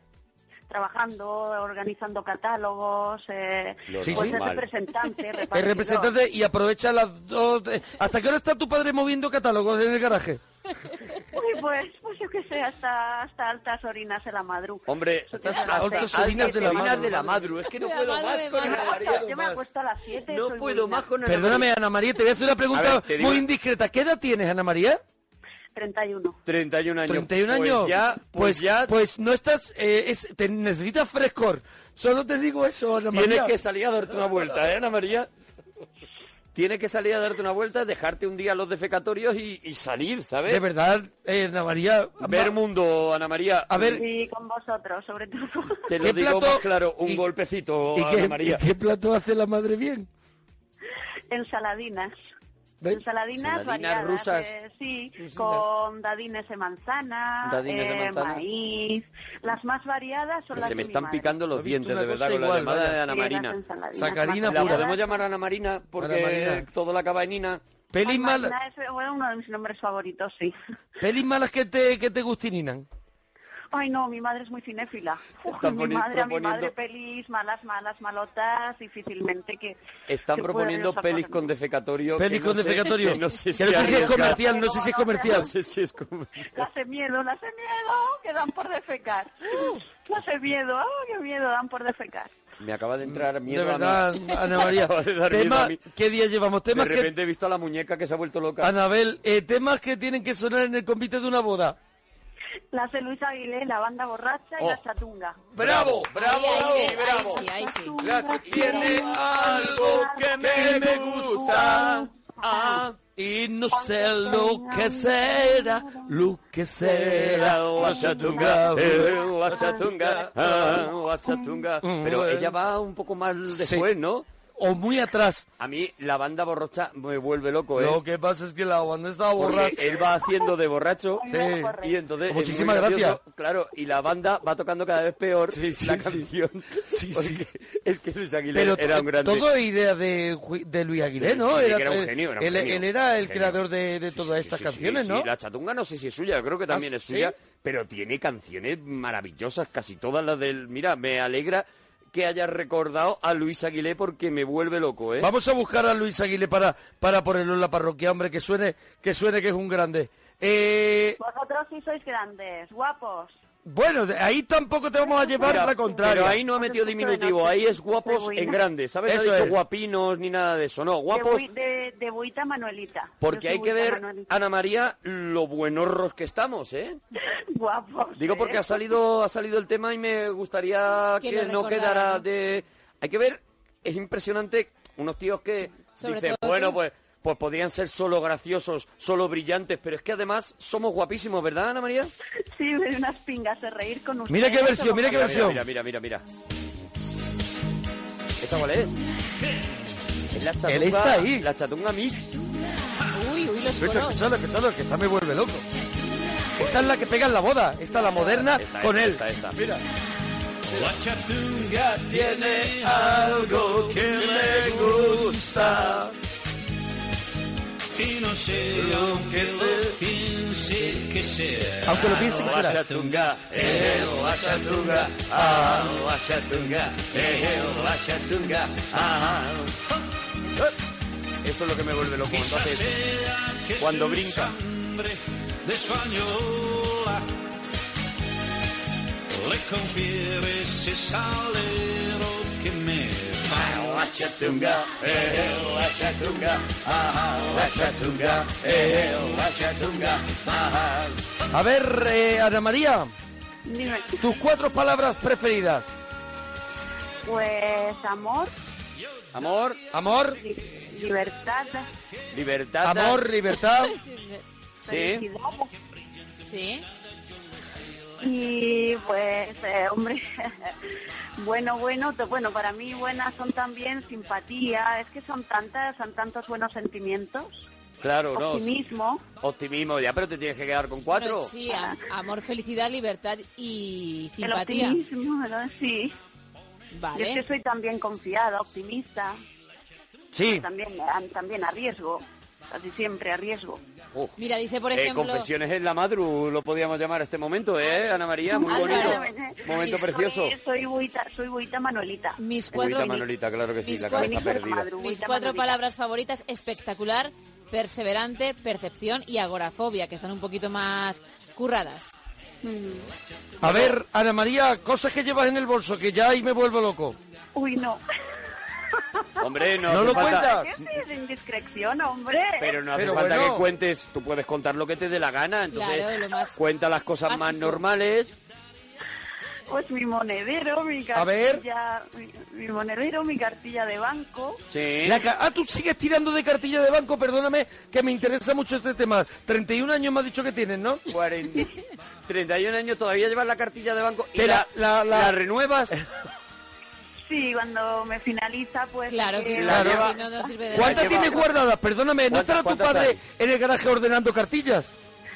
[SPEAKER 9] Trabajando, organizando catálogos, eh,
[SPEAKER 2] Lo
[SPEAKER 9] pues es
[SPEAKER 2] normal. (laughs)
[SPEAKER 9] representante,
[SPEAKER 6] El
[SPEAKER 9] repartidor.
[SPEAKER 6] representante y aprovecha las dos... de- ¿Hasta qué hora está tu padre moviendo catálogos en el garaje?
[SPEAKER 9] Uy, pues, pues yo qué sé, hasta, hasta altas orinas de la madruga.
[SPEAKER 2] Hombre,
[SPEAKER 9] Eso que se hace.
[SPEAKER 6] altas orinas de la madru.
[SPEAKER 2] madru. Es que no
[SPEAKER 3] La
[SPEAKER 2] puedo
[SPEAKER 3] madre
[SPEAKER 2] más
[SPEAKER 3] de
[SPEAKER 2] con
[SPEAKER 3] madru.
[SPEAKER 2] Ana María.
[SPEAKER 9] Yo me acuesto a las 7.
[SPEAKER 2] No puedo más con Ana
[SPEAKER 6] Perdóname,
[SPEAKER 2] María.
[SPEAKER 6] Ana María, te voy a hacer una pregunta
[SPEAKER 2] ver, te digo-
[SPEAKER 6] muy indiscreta. ¿Qué edad tienes, Ana María?
[SPEAKER 9] 31.
[SPEAKER 2] 31 años.
[SPEAKER 6] 31
[SPEAKER 2] Pues
[SPEAKER 6] años.
[SPEAKER 2] ya, pues ya
[SPEAKER 6] Pues no estás... eh, es- te necesitas frescor. Solo te digo eso, Ana María.
[SPEAKER 2] Tienes que salir a darte una vuelta, ¿eh, Ana María? Tienes que salir a darte una vuelta, dejarte un día los defecatorios y, y salir, ¿sabes?
[SPEAKER 6] De verdad, eh, Ana María...
[SPEAKER 2] Ver mundo, Ana María.
[SPEAKER 6] A ver,
[SPEAKER 9] Y con vosotros, sobre todo.
[SPEAKER 2] te lo
[SPEAKER 6] ¿qué
[SPEAKER 2] digo
[SPEAKER 6] plato-
[SPEAKER 2] más claro, un
[SPEAKER 6] y-
[SPEAKER 2] golpecito,
[SPEAKER 6] ¿y
[SPEAKER 2] Ana
[SPEAKER 6] qué,
[SPEAKER 2] María.
[SPEAKER 6] y qué plato hace la madre bien?
[SPEAKER 9] (laughs) Ensaladinas.
[SPEAKER 6] ¿Ves?
[SPEAKER 9] Ensaladinas
[SPEAKER 2] Ensaladinas
[SPEAKER 9] variadas,
[SPEAKER 2] rusas.
[SPEAKER 9] eh, sí, con dadines de manzana,
[SPEAKER 2] Dadines de
[SPEAKER 9] eh,
[SPEAKER 2] manzana.
[SPEAKER 9] maíz. Las más variadas son
[SPEAKER 2] Que
[SPEAKER 9] las
[SPEAKER 2] se me
[SPEAKER 9] de mi
[SPEAKER 2] están
[SPEAKER 9] madre.
[SPEAKER 2] picando los
[SPEAKER 6] He visto
[SPEAKER 2] dientes,
[SPEAKER 6] una
[SPEAKER 2] de verdad,
[SPEAKER 6] cosa
[SPEAKER 2] con la
[SPEAKER 6] igual,
[SPEAKER 2] llamada
[SPEAKER 6] vaya.
[SPEAKER 2] de Ana
[SPEAKER 9] Sí, las
[SPEAKER 2] Marina.
[SPEAKER 9] ensaladinas
[SPEAKER 6] Sacarina
[SPEAKER 9] más
[SPEAKER 2] La
[SPEAKER 6] pura.
[SPEAKER 9] variadas.
[SPEAKER 2] podemos llamar Ana Marina porque
[SPEAKER 6] Ana Marina.
[SPEAKER 2] toda la cabañina.
[SPEAKER 9] Ay,
[SPEAKER 6] Pelis, mal-
[SPEAKER 9] Marina es eh, bueno, uno de mis nombres favoritos, sí.
[SPEAKER 6] pelis malas que te, que te gustininan.
[SPEAKER 9] (laughs) Ay, no, mi madre es muy cinéfila. Uy,
[SPEAKER 2] (laughs) Están
[SPEAKER 9] mi
[SPEAKER 2] poni-
[SPEAKER 9] madre, a mi
[SPEAKER 2] proponiendo-
[SPEAKER 9] madre pelis malas, malas, malotas, difícilmente que...
[SPEAKER 2] Están
[SPEAKER 9] que pueda
[SPEAKER 2] proponiendo
[SPEAKER 9] haber
[SPEAKER 2] pelis con defecatorio. que
[SPEAKER 6] Pelis con
[SPEAKER 2] no sé- (laughs)
[SPEAKER 6] defecatorio.
[SPEAKER 2] que No sé
[SPEAKER 6] Que no sé si es
[SPEAKER 2] arriesgan.
[SPEAKER 6] comercial, no sé si es comercial.
[SPEAKER 2] No sé si es comercial.
[SPEAKER 9] Las de miedo, las de miedo, que dan por defecar.
[SPEAKER 2] ¡Uh!
[SPEAKER 9] (laughs) Las de miedo, ah, qué miedo, dan por defecar.
[SPEAKER 2] Me acaba de entrar miedo.
[SPEAKER 6] de verdad,
[SPEAKER 2] a mí.
[SPEAKER 6] Ana
[SPEAKER 2] (laughs)
[SPEAKER 6] María.
[SPEAKER 2] Me acaba de dar miedo
[SPEAKER 6] Tema-
[SPEAKER 2] a mí.
[SPEAKER 6] ¿Qué día llevamos?
[SPEAKER 2] De
[SPEAKER 6] Temas que,
[SPEAKER 2] repente he visto a la muñeca que se ha vuelto loca.
[SPEAKER 6] Anabel, eh, temas que tienen que sonar en el convite de una boda.
[SPEAKER 9] Las de Luis Aguilé, la banda borracha y
[SPEAKER 6] Oh.
[SPEAKER 9] la chatunga.
[SPEAKER 6] ¡Bravo!
[SPEAKER 3] Ahí, ahí, ves, ahí sí, ahí sí.
[SPEAKER 6] Tiene algo que me, gusta. Ah, y no sé lo que será, lo que será.
[SPEAKER 2] La chatunga, eh, la chatunga, ah, la chatunga. Pero ella va un poco más después, ¿no?
[SPEAKER 6] O muy atrás.
[SPEAKER 2] A mí la banda borracha me vuelve loco, ¿eh?
[SPEAKER 6] Lo que pasa es que la banda estaba
[SPEAKER 2] Porque
[SPEAKER 6] borracha.
[SPEAKER 2] él va haciendo de borracho
[SPEAKER 6] Sí.
[SPEAKER 2] y entonces es muy
[SPEAKER 6] Muchísimas gracias.
[SPEAKER 2] gracioso, claro y la banda va tocando cada vez peor la
[SPEAKER 6] sí.
[SPEAKER 2] canción (laughs)
[SPEAKER 6] Sí, sí.
[SPEAKER 2] Porque es que Luis Aguilera
[SPEAKER 6] Pero
[SPEAKER 2] era un grande
[SPEAKER 6] todo idea de, Ju- de Luis Aguilé,
[SPEAKER 2] Sí,
[SPEAKER 6] ¿no? pues,
[SPEAKER 2] sí, que era un genio, era un
[SPEAKER 6] él,
[SPEAKER 2] genio.
[SPEAKER 6] él era el
[SPEAKER 2] Genio.
[SPEAKER 6] creador de, de todas estas
[SPEAKER 2] Sí, sí,
[SPEAKER 6] canciones,
[SPEAKER 2] sí,
[SPEAKER 6] ¿no?
[SPEAKER 2] sí, La chatunga no sé si es suya, yo creo que también
[SPEAKER 6] Ah,
[SPEAKER 2] es
[SPEAKER 6] ¿sí?
[SPEAKER 2] suya, pero tiene canciones maravillosas, casi todas las del... Mira, me alegra que hayas recordado a Luis Aguilé porque me vuelve loco, ¿eh?
[SPEAKER 6] Vamos a buscar a Luis Aguilé para, para ponerlo en la parroquia, hombre, que suene, que suene que es un grande. Eh,
[SPEAKER 9] Vosotros sí sois grandes, guapos.
[SPEAKER 6] bueno, de- ahí tampoco te vamos a llevar
[SPEAKER 2] Mira,
[SPEAKER 6] la contraria.
[SPEAKER 2] Pero ahí no ha metido diminutivo, ahí es guapos en grande, ¿sabes? No
[SPEAKER 6] Eso
[SPEAKER 2] ha dicho
[SPEAKER 6] es.
[SPEAKER 2] guapinos ni nada de eso, no,
[SPEAKER 9] De,
[SPEAKER 2] guapos...
[SPEAKER 9] bui- de, de buita Manuelita.
[SPEAKER 2] Porque
[SPEAKER 9] Yo soy
[SPEAKER 2] hay que
[SPEAKER 9] buita
[SPEAKER 2] ver,
[SPEAKER 9] Manuelita.
[SPEAKER 2] Ana María, lo buenorros que estamos, ¿eh?
[SPEAKER 9] (laughs) Guapos. ¿eh?
[SPEAKER 2] Digo porque ha salido, ha salido el tema y me gustaría
[SPEAKER 3] Que
[SPEAKER 2] que,
[SPEAKER 3] lo
[SPEAKER 2] no
[SPEAKER 3] recordara,
[SPEAKER 2] quedara
[SPEAKER 3] ¿no?
[SPEAKER 2] de. Hay que ver, es impresionante unos tíos que
[SPEAKER 3] Sobre
[SPEAKER 2] dicen,
[SPEAKER 3] todo
[SPEAKER 2] bueno,
[SPEAKER 3] tú".
[SPEAKER 2] pues, pues podrían ser solo graciosos, solo brillantes, pero es que además somos guapísimos, ¿verdad, Ana María?
[SPEAKER 9] Sí, me dio unas pingas de reír con ustedes.
[SPEAKER 6] Mira qué versión, mira qué
[SPEAKER 2] Mira,
[SPEAKER 6] versión.
[SPEAKER 2] Mira, mira, mira, mira. ¿Esta cuál es? Es la chatunga.
[SPEAKER 6] Él está ahí.
[SPEAKER 2] La chatunga mix.
[SPEAKER 3] Uy, uy, los
[SPEAKER 6] Escucha,
[SPEAKER 3] coros.
[SPEAKER 6] escucha, escucha, que esta me vuelve loco. Esta es la que pega en la boda, esta la moderna
[SPEAKER 2] Esta,
[SPEAKER 6] con
[SPEAKER 2] esta,
[SPEAKER 6] él.
[SPEAKER 2] esta, esta.
[SPEAKER 6] Mira.
[SPEAKER 2] tiene algo que me gusta.
[SPEAKER 6] Aunque lo piense que será.
[SPEAKER 2] chatunga, eh, la chatunga, ah, la chatunga, eh, la chatunga, ah. Eso es lo que me vuelve loco cuando hace eso. Cuando brinca. Ah, la chatunga, eh, la chatunga, ah, la chatunga, eh, la chatunga, ah.
[SPEAKER 6] A ver, eh, Ana María,
[SPEAKER 9] Dime,
[SPEAKER 6] tus cuatro palabras preferidas.
[SPEAKER 9] pues amor,
[SPEAKER 2] Amor,
[SPEAKER 6] Amor,
[SPEAKER 9] li- libertad,
[SPEAKER 2] libertad.
[SPEAKER 6] amor, libertad.
[SPEAKER 2] Sí.
[SPEAKER 9] felicidad.
[SPEAKER 3] Sí.
[SPEAKER 9] Y pues, eh, hombre, (laughs) bueno, bueno, to- bueno, para mí buenas son también simpatía, es que son tantas, son tantos buenos sentimientos,
[SPEAKER 2] Claro, no.
[SPEAKER 9] optimismo,
[SPEAKER 2] Optimismo, ya, pero te tienes que quedar con cuatro.
[SPEAKER 3] Bueno, sí, am- amor, felicidad, libertad y
[SPEAKER 9] el
[SPEAKER 3] simpatía.
[SPEAKER 9] optimismo, ¿no? sí. Yo es que
[SPEAKER 3] Vale.
[SPEAKER 9] soy también confiada, optimista,
[SPEAKER 6] Sí,
[SPEAKER 9] también, ah, también a riesgo, casi siempre a riesgo.
[SPEAKER 2] Uf.
[SPEAKER 3] Mira, dice, por
[SPEAKER 2] Eh,
[SPEAKER 3] ejemplo...
[SPEAKER 2] confesiones en la madru, lo podíamos llamar a este momento, ¿eh, Ana María? Muy bonito.
[SPEAKER 3] Álvaro.
[SPEAKER 2] Momento
[SPEAKER 3] Soy-
[SPEAKER 2] precioso.
[SPEAKER 9] Soy, soy buita, soy buita Manuelita.
[SPEAKER 3] Mis cuatro,
[SPEAKER 2] Buita Manolita, claro que sí,
[SPEAKER 3] mis
[SPEAKER 2] la
[SPEAKER 3] cuatro-
[SPEAKER 2] cabeza perdida.
[SPEAKER 3] mis
[SPEAKER 9] Buita
[SPEAKER 3] cuatro
[SPEAKER 9] Manolita.
[SPEAKER 3] palabras favoritas, espectacular, perseverante, percepción y agorafobia, que están un poquito más curradas.
[SPEAKER 6] a ver, Ana María, cosas que llevas en el bolso, que ya ahí me vuelvo loco.
[SPEAKER 9] Uy, no.
[SPEAKER 2] Hombre, no,
[SPEAKER 6] No
[SPEAKER 2] hace
[SPEAKER 6] lo
[SPEAKER 2] falta-
[SPEAKER 6] cuentas.
[SPEAKER 9] ¿Qué es indiscreción, hombre?
[SPEAKER 2] Ah. Pero no hace
[SPEAKER 6] Pero
[SPEAKER 2] falta
[SPEAKER 6] bueno.
[SPEAKER 2] que cuentes, tú puedes contar lo que te dé la gana, entonces
[SPEAKER 3] Claro, lo más
[SPEAKER 2] cuenta las cosas más
[SPEAKER 3] básico.
[SPEAKER 2] normales.
[SPEAKER 9] Pues mi monedero, mi
[SPEAKER 6] A ver.
[SPEAKER 9] cartilla, mi, mi monedero, mi cartilla de banco.
[SPEAKER 2] Sí.
[SPEAKER 6] La ca- ah, tú sigues tirando de cartilla de banco, perdóname, que me interesa mucho este tema. 31 años me has dicho que tienes, ¿no?
[SPEAKER 2] 40, 31 años todavía llevas la cartilla de banco y
[SPEAKER 6] Te
[SPEAKER 2] la,
[SPEAKER 6] la- la- la-
[SPEAKER 2] la renuevas.
[SPEAKER 9] Sí, cuando me finaliza, pues...
[SPEAKER 3] Claro, sí,
[SPEAKER 9] eh,
[SPEAKER 2] La
[SPEAKER 3] claro,
[SPEAKER 2] lleva-
[SPEAKER 3] si no, no sirve de
[SPEAKER 6] (laughs) ¿Cuántas
[SPEAKER 2] lleva-
[SPEAKER 3] nada.
[SPEAKER 6] tienes guardadas? Perdóname, ¿no
[SPEAKER 2] ¿Cuántas-
[SPEAKER 6] estará tu
[SPEAKER 2] cuántas
[SPEAKER 6] padre
[SPEAKER 2] hay?
[SPEAKER 6] en el garaje ordenando cartillas?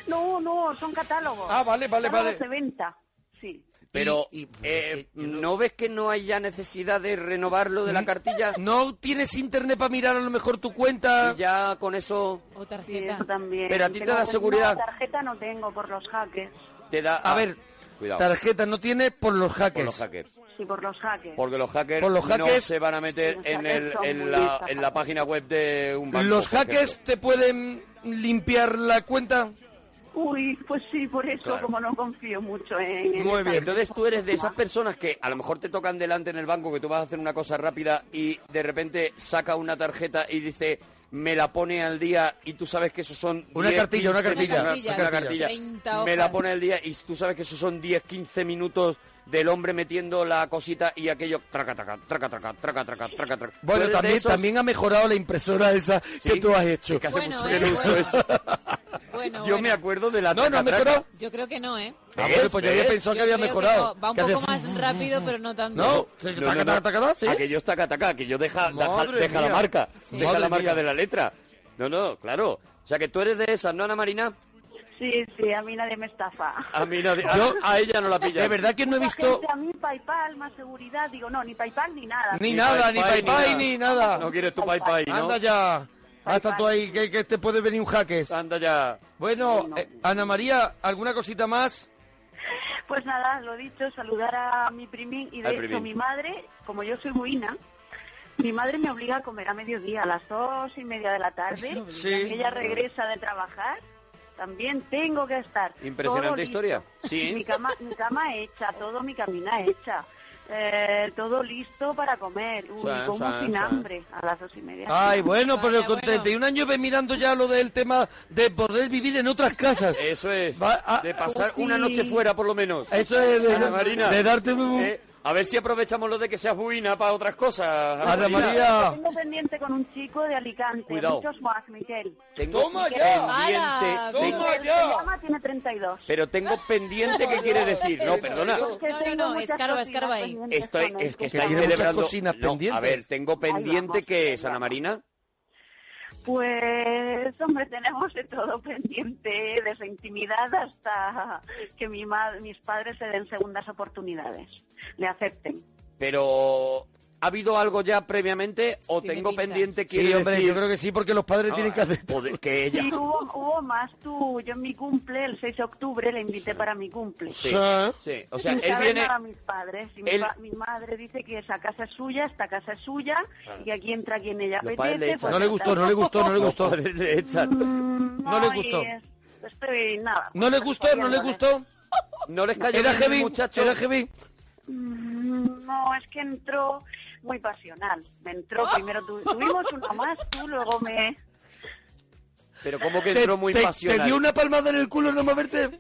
[SPEAKER 9] No, no, son catálogos.
[SPEAKER 6] Ah, vale, vale, vale.
[SPEAKER 9] Catálogos de venta, sí.
[SPEAKER 2] Pero,
[SPEAKER 6] Y- y-
[SPEAKER 2] eh, ¿no ves que no hay ya necesidad de renovarlo de la cartilla?
[SPEAKER 6] Mm. ¿No tienes internet para mirar a lo mejor tu cuenta?
[SPEAKER 2] Y ya con eso
[SPEAKER 3] O
[SPEAKER 9] Sí,
[SPEAKER 3] tarjeta.
[SPEAKER 9] eso también.
[SPEAKER 2] Pero a ti te
[SPEAKER 9] Tengo
[SPEAKER 2] da
[SPEAKER 9] pues,
[SPEAKER 2] seguridad.
[SPEAKER 9] no, tarjeta no tengo por los hackers.
[SPEAKER 2] te da... ah,
[SPEAKER 6] A ver,
[SPEAKER 2] Cuidado.
[SPEAKER 6] Tarjetas no tiene por los hackers. Por
[SPEAKER 2] los hackers.
[SPEAKER 9] Sí, por los hackers.
[SPEAKER 2] Porque los hackers,
[SPEAKER 6] Por los
[SPEAKER 2] no
[SPEAKER 6] hackers-
[SPEAKER 2] se van a meter
[SPEAKER 9] Los
[SPEAKER 2] en,
[SPEAKER 9] hackers
[SPEAKER 2] el,
[SPEAKER 9] son muy
[SPEAKER 2] en, la,
[SPEAKER 9] listas,
[SPEAKER 2] en la página web de un banco.
[SPEAKER 6] ¿Los
[SPEAKER 2] por
[SPEAKER 6] hackers
[SPEAKER 2] ejemplo.
[SPEAKER 6] te pueden limpiar la cuenta?
[SPEAKER 9] Uy, pues sí, por eso,
[SPEAKER 2] Claro.
[SPEAKER 9] como no confío mucho en... en
[SPEAKER 2] Muy
[SPEAKER 9] esa-
[SPEAKER 2] bien. Entonces tú eres de esas personas que a lo mejor te tocan delante en el banco que tú vas a hacer una cosa rápida y de repente saca una tarjeta y dice me la pone al día y tú sabes que eso son
[SPEAKER 6] Una
[SPEAKER 2] 10,
[SPEAKER 6] cartilla, una
[SPEAKER 2] 15,
[SPEAKER 6] cartilla,
[SPEAKER 2] una,
[SPEAKER 6] una
[SPEAKER 2] cartilla.
[SPEAKER 6] cartilla.
[SPEAKER 3] 30
[SPEAKER 2] me la
[SPEAKER 3] hojas.
[SPEAKER 2] pone al día y tú sabes que eso son 10 15 minutos del hombre metiendo la cosita y aquello traca traca traca traca traca traca traca traca. Tú
[SPEAKER 6] Bueno,
[SPEAKER 2] eres de
[SPEAKER 6] también,
[SPEAKER 2] esos-
[SPEAKER 6] también ha mejorado la impresora esa que tú has hecho.
[SPEAKER 2] que hace
[SPEAKER 3] Bueno,
[SPEAKER 2] mucho
[SPEAKER 3] eh,
[SPEAKER 2] que no uso
[SPEAKER 3] bueno.
[SPEAKER 2] eso.
[SPEAKER 3] Bueno,
[SPEAKER 2] Yo
[SPEAKER 3] bueno.
[SPEAKER 2] me acuerdo de la
[SPEAKER 6] No, no ha
[SPEAKER 2] traca-traca.
[SPEAKER 6] mejorado.
[SPEAKER 3] Yo creo que no, ¿eh?
[SPEAKER 6] Ah, bueno, pues yo había
[SPEAKER 2] ¿Ves?
[SPEAKER 6] pensado que
[SPEAKER 3] Yo
[SPEAKER 6] había
[SPEAKER 3] creo que
[SPEAKER 6] mejorado.
[SPEAKER 3] no. Va un
[SPEAKER 6] que hace-
[SPEAKER 3] poco más rápido, pero no tanto.
[SPEAKER 6] No, que taca, taca, taca, sí.
[SPEAKER 2] Aquello es taca, taca, aquello deja, deja,
[SPEAKER 6] Madre
[SPEAKER 2] deja la
[SPEAKER 6] mía.
[SPEAKER 2] marca,
[SPEAKER 3] Sí.
[SPEAKER 2] deja la
[SPEAKER 6] Madre
[SPEAKER 2] marca
[SPEAKER 6] mía.
[SPEAKER 2] de la letra. No, no, claro. O sea que tú eres de esas, ¿no, Ana Marina?
[SPEAKER 9] Sí, sí, a mí nadie me estafa.
[SPEAKER 2] A mí nadie- a- a ella no la pilla.
[SPEAKER 6] De verdad que no he
[SPEAKER 9] La
[SPEAKER 6] visto
[SPEAKER 9] gente, a mí PayPal, más seguridad, digo, no, ni PayPal ni nada.
[SPEAKER 6] ni nada, ni
[SPEAKER 2] Pai Pai,
[SPEAKER 6] PayPay,
[SPEAKER 2] ni
[SPEAKER 6] ni nada.
[SPEAKER 2] No quieres tu pai pai, ¿no?
[SPEAKER 6] Anda ya. Hasta tú ahí, que, que te puede venir un jaque.
[SPEAKER 2] Anda ya.
[SPEAKER 6] Bueno,
[SPEAKER 9] No.
[SPEAKER 6] eh, Ana María, ¿alguna cosita más?
[SPEAKER 9] Pues nada, lo dicho, saludar a mi primín y de
[SPEAKER 2] Al
[SPEAKER 9] hecho
[SPEAKER 2] primín.
[SPEAKER 9] mi madre, como yo soy buina, mi madre me obliga a comer a mediodía, a las dos y media de la tarde.
[SPEAKER 6] Sí.
[SPEAKER 9] Ella regresa de trabajar. También tengo que estar.
[SPEAKER 2] Impresionante
[SPEAKER 9] todo listo.
[SPEAKER 2] historia. Sí.
[SPEAKER 9] Mi cama, mi cama hecha, todo mi camina hecha. eh, todo listo para comer. Uy,
[SPEAKER 2] Sí,
[SPEAKER 9] como
[SPEAKER 2] sí,
[SPEAKER 9] sin
[SPEAKER 2] sí.
[SPEAKER 9] hambre a las dos y media.
[SPEAKER 6] Ay, bueno, pues
[SPEAKER 3] Vaya,
[SPEAKER 6] pero con
[SPEAKER 3] bueno.
[SPEAKER 6] 31 años ve mirando ya lo del tema de poder vivir en otras casas.
[SPEAKER 2] Eso es.
[SPEAKER 6] Va a-
[SPEAKER 2] de pasar
[SPEAKER 9] Sí.
[SPEAKER 2] una noche fuera, por lo menos.
[SPEAKER 6] Eso es de,
[SPEAKER 2] Ana Marina.
[SPEAKER 6] de darte un...
[SPEAKER 2] Eh, a ver si aprovechamos lo de que seas buina para otras cosas.
[SPEAKER 6] Ana María.
[SPEAKER 9] Tengo pendiente con un chico de Alicante.
[SPEAKER 2] Cuidado.
[SPEAKER 9] Muchos más, Miguel.
[SPEAKER 2] Tengo
[SPEAKER 6] Toma
[SPEAKER 2] pendiente-
[SPEAKER 3] ya.
[SPEAKER 2] tengo-
[SPEAKER 6] Toma
[SPEAKER 9] Miguel
[SPEAKER 6] ya.
[SPEAKER 9] se llama, tiene 32.
[SPEAKER 2] pero tengo pendiente que quiere decir. No, perdona.
[SPEAKER 9] Que
[SPEAKER 3] No, no,
[SPEAKER 9] tengo
[SPEAKER 3] no,
[SPEAKER 9] muchas
[SPEAKER 3] escarba,
[SPEAKER 9] cosas
[SPEAKER 3] escarba ahí.
[SPEAKER 9] pendientes
[SPEAKER 2] Estoy,
[SPEAKER 9] con él,
[SPEAKER 2] es que
[SPEAKER 9] que
[SPEAKER 2] estoy
[SPEAKER 6] tiene
[SPEAKER 9] estamos-
[SPEAKER 6] muchas
[SPEAKER 2] celebrando.
[SPEAKER 6] cocinas
[SPEAKER 2] No, a
[SPEAKER 6] pendientes.
[SPEAKER 2] ver, tengo pendiente
[SPEAKER 9] vamos,
[SPEAKER 2] que
[SPEAKER 9] ahí
[SPEAKER 2] es Ana
[SPEAKER 9] vamos.
[SPEAKER 2] Marina.
[SPEAKER 9] Pues, hombre, tenemos de todo pendiente, desde intimidad hasta que mi ma- mis padres se den segundas oportunidades, le acepten.
[SPEAKER 2] Pero ¿ha habido algo ya previamente o
[SPEAKER 3] Tiene
[SPEAKER 2] tengo
[SPEAKER 3] pinta.
[SPEAKER 2] pendiente que
[SPEAKER 6] Sí, hombre, yo creo que sí, porque los padres
[SPEAKER 2] No,
[SPEAKER 6] tienen que hacer...
[SPEAKER 2] joder, que ella.
[SPEAKER 9] Y hubo, hubo más tú, yo en mi cumple, el 6 de octubre, le invité para mi cumple.
[SPEAKER 2] Sí, sí. O sea,
[SPEAKER 9] Sin
[SPEAKER 2] él
[SPEAKER 9] saber
[SPEAKER 2] viene
[SPEAKER 9] nada a mis padres. Y mi
[SPEAKER 2] él-
[SPEAKER 9] pa- mi, madre dice que esa casa es suya, esta casa es suya, y aquí entra quien ella
[SPEAKER 2] Los padres le
[SPEAKER 9] apetece. pues
[SPEAKER 2] echan.
[SPEAKER 6] No le gustó, no le gustó, no le
[SPEAKER 2] Los
[SPEAKER 6] gustó.
[SPEAKER 2] padres le echan.
[SPEAKER 9] Mm,
[SPEAKER 6] No le
[SPEAKER 9] ay,
[SPEAKER 6] gustó.
[SPEAKER 9] es- Estoy, nada. pues,
[SPEAKER 6] ¿No le gustó? ¿No le
[SPEAKER 9] jodiéndole.
[SPEAKER 6] gustó?
[SPEAKER 2] No les cayó
[SPEAKER 6] ¿Era
[SPEAKER 2] bien el
[SPEAKER 6] heavy?
[SPEAKER 2] muchacho.
[SPEAKER 6] ¿Era heavy?
[SPEAKER 9] Mm, No, es que entró muy pasional. Me entró
[SPEAKER 2] Oh.
[SPEAKER 9] primero, tu- tuvimos uno más, tú luego me...
[SPEAKER 2] Pero como que entró muy pasional.
[SPEAKER 6] dio una palmada en el culo no moverte?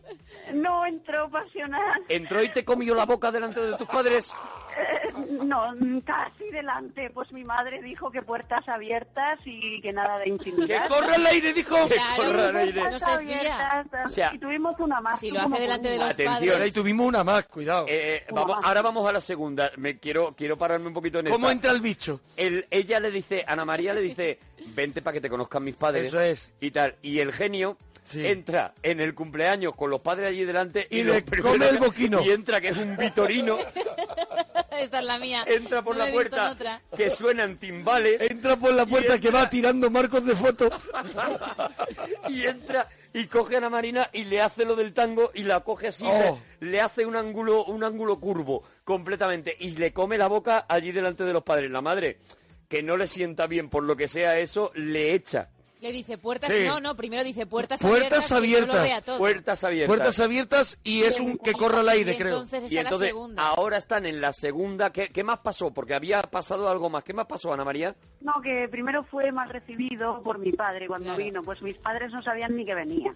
[SPEAKER 9] No entró pasional, (laughs)
[SPEAKER 2] Entró y te comió la boca delante de tus padres.
[SPEAKER 9] eh, no, mm, casi delante. Pues mi madre dijo que puertas abiertas y que nada de
[SPEAKER 6] ¡Que
[SPEAKER 9] intimidad.
[SPEAKER 6] corra el aire, dijo!
[SPEAKER 3] Claro,
[SPEAKER 2] al aire.
[SPEAKER 3] no se fía.
[SPEAKER 9] abiertas,
[SPEAKER 2] O sea,
[SPEAKER 9] y tuvimos una más.
[SPEAKER 3] si
[SPEAKER 9] tú
[SPEAKER 3] lo hace
[SPEAKER 9] como
[SPEAKER 3] delante de los
[SPEAKER 9] pudimos.
[SPEAKER 2] Atención,
[SPEAKER 6] Ahí
[SPEAKER 3] padres.
[SPEAKER 6] tuvimos una más, cuidado.
[SPEAKER 2] Eh, vamos, ahora vamos a la segunda. Me quiero quiero pararme un poquito en
[SPEAKER 6] ¿Cómo
[SPEAKER 2] esta.
[SPEAKER 6] entra el bicho?
[SPEAKER 2] El- ella le dice, Ana María le dice, vente para que te conozcan mis padres.
[SPEAKER 6] Eso es.
[SPEAKER 2] Y tal. Y el genio
[SPEAKER 6] Sí.
[SPEAKER 2] entra en el cumpleaños con los padres allí delante y,
[SPEAKER 6] Y
[SPEAKER 2] lo
[SPEAKER 6] le
[SPEAKER 2] primero
[SPEAKER 6] come el
[SPEAKER 2] que-
[SPEAKER 6] boquino.
[SPEAKER 2] Y entra que es un
[SPEAKER 3] (laughs)
[SPEAKER 2] vitorino,
[SPEAKER 3] (laughs) Esta es la mía.
[SPEAKER 2] entra por
[SPEAKER 3] No
[SPEAKER 2] la
[SPEAKER 3] he visto en
[SPEAKER 2] puerta,
[SPEAKER 3] otra.
[SPEAKER 2] que suenan timbales
[SPEAKER 6] Entra por la puerta que va tirando marcos de fotos.
[SPEAKER 2] (laughs) y entra y coge a Ana Marina y le hace lo del tango y la coge así,
[SPEAKER 6] Oh.
[SPEAKER 2] le, le hace un ángulo, un ángulo curvo completamente y le come la boca allí delante de los padres. La madre, que no le sienta bien por lo que sea eso, le echa.
[SPEAKER 3] Le dice puertas.
[SPEAKER 6] Sí.
[SPEAKER 3] No, no, primero dice puertas, abiertas.
[SPEAKER 6] Puertas
[SPEAKER 3] que yo lo
[SPEAKER 6] abiertas.
[SPEAKER 3] vea todo.
[SPEAKER 2] Puertas abiertas.
[SPEAKER 6] Puertas abiertas y es un que corra el aire,
[SPEAKER 3] Y
[SPEAKER 6] creo.
[SPEAKER 3] Entonces Pues está
[SPEAKER 2] Y entonces,
[SPEAKER 3] la segunda.
[SPEAKER 2] ahora están en la segunda. ¿Qué, qué más pasó? Porque había pasado algo más. ¿Qué más pasó, Ana María?
[SPEAKER 9] No, que primero fue mal recibido por mi padre cuando
[SPEAKER 3] Claro.
[SPEAKER 9] vino, pues mis padres no sabían ni que venía.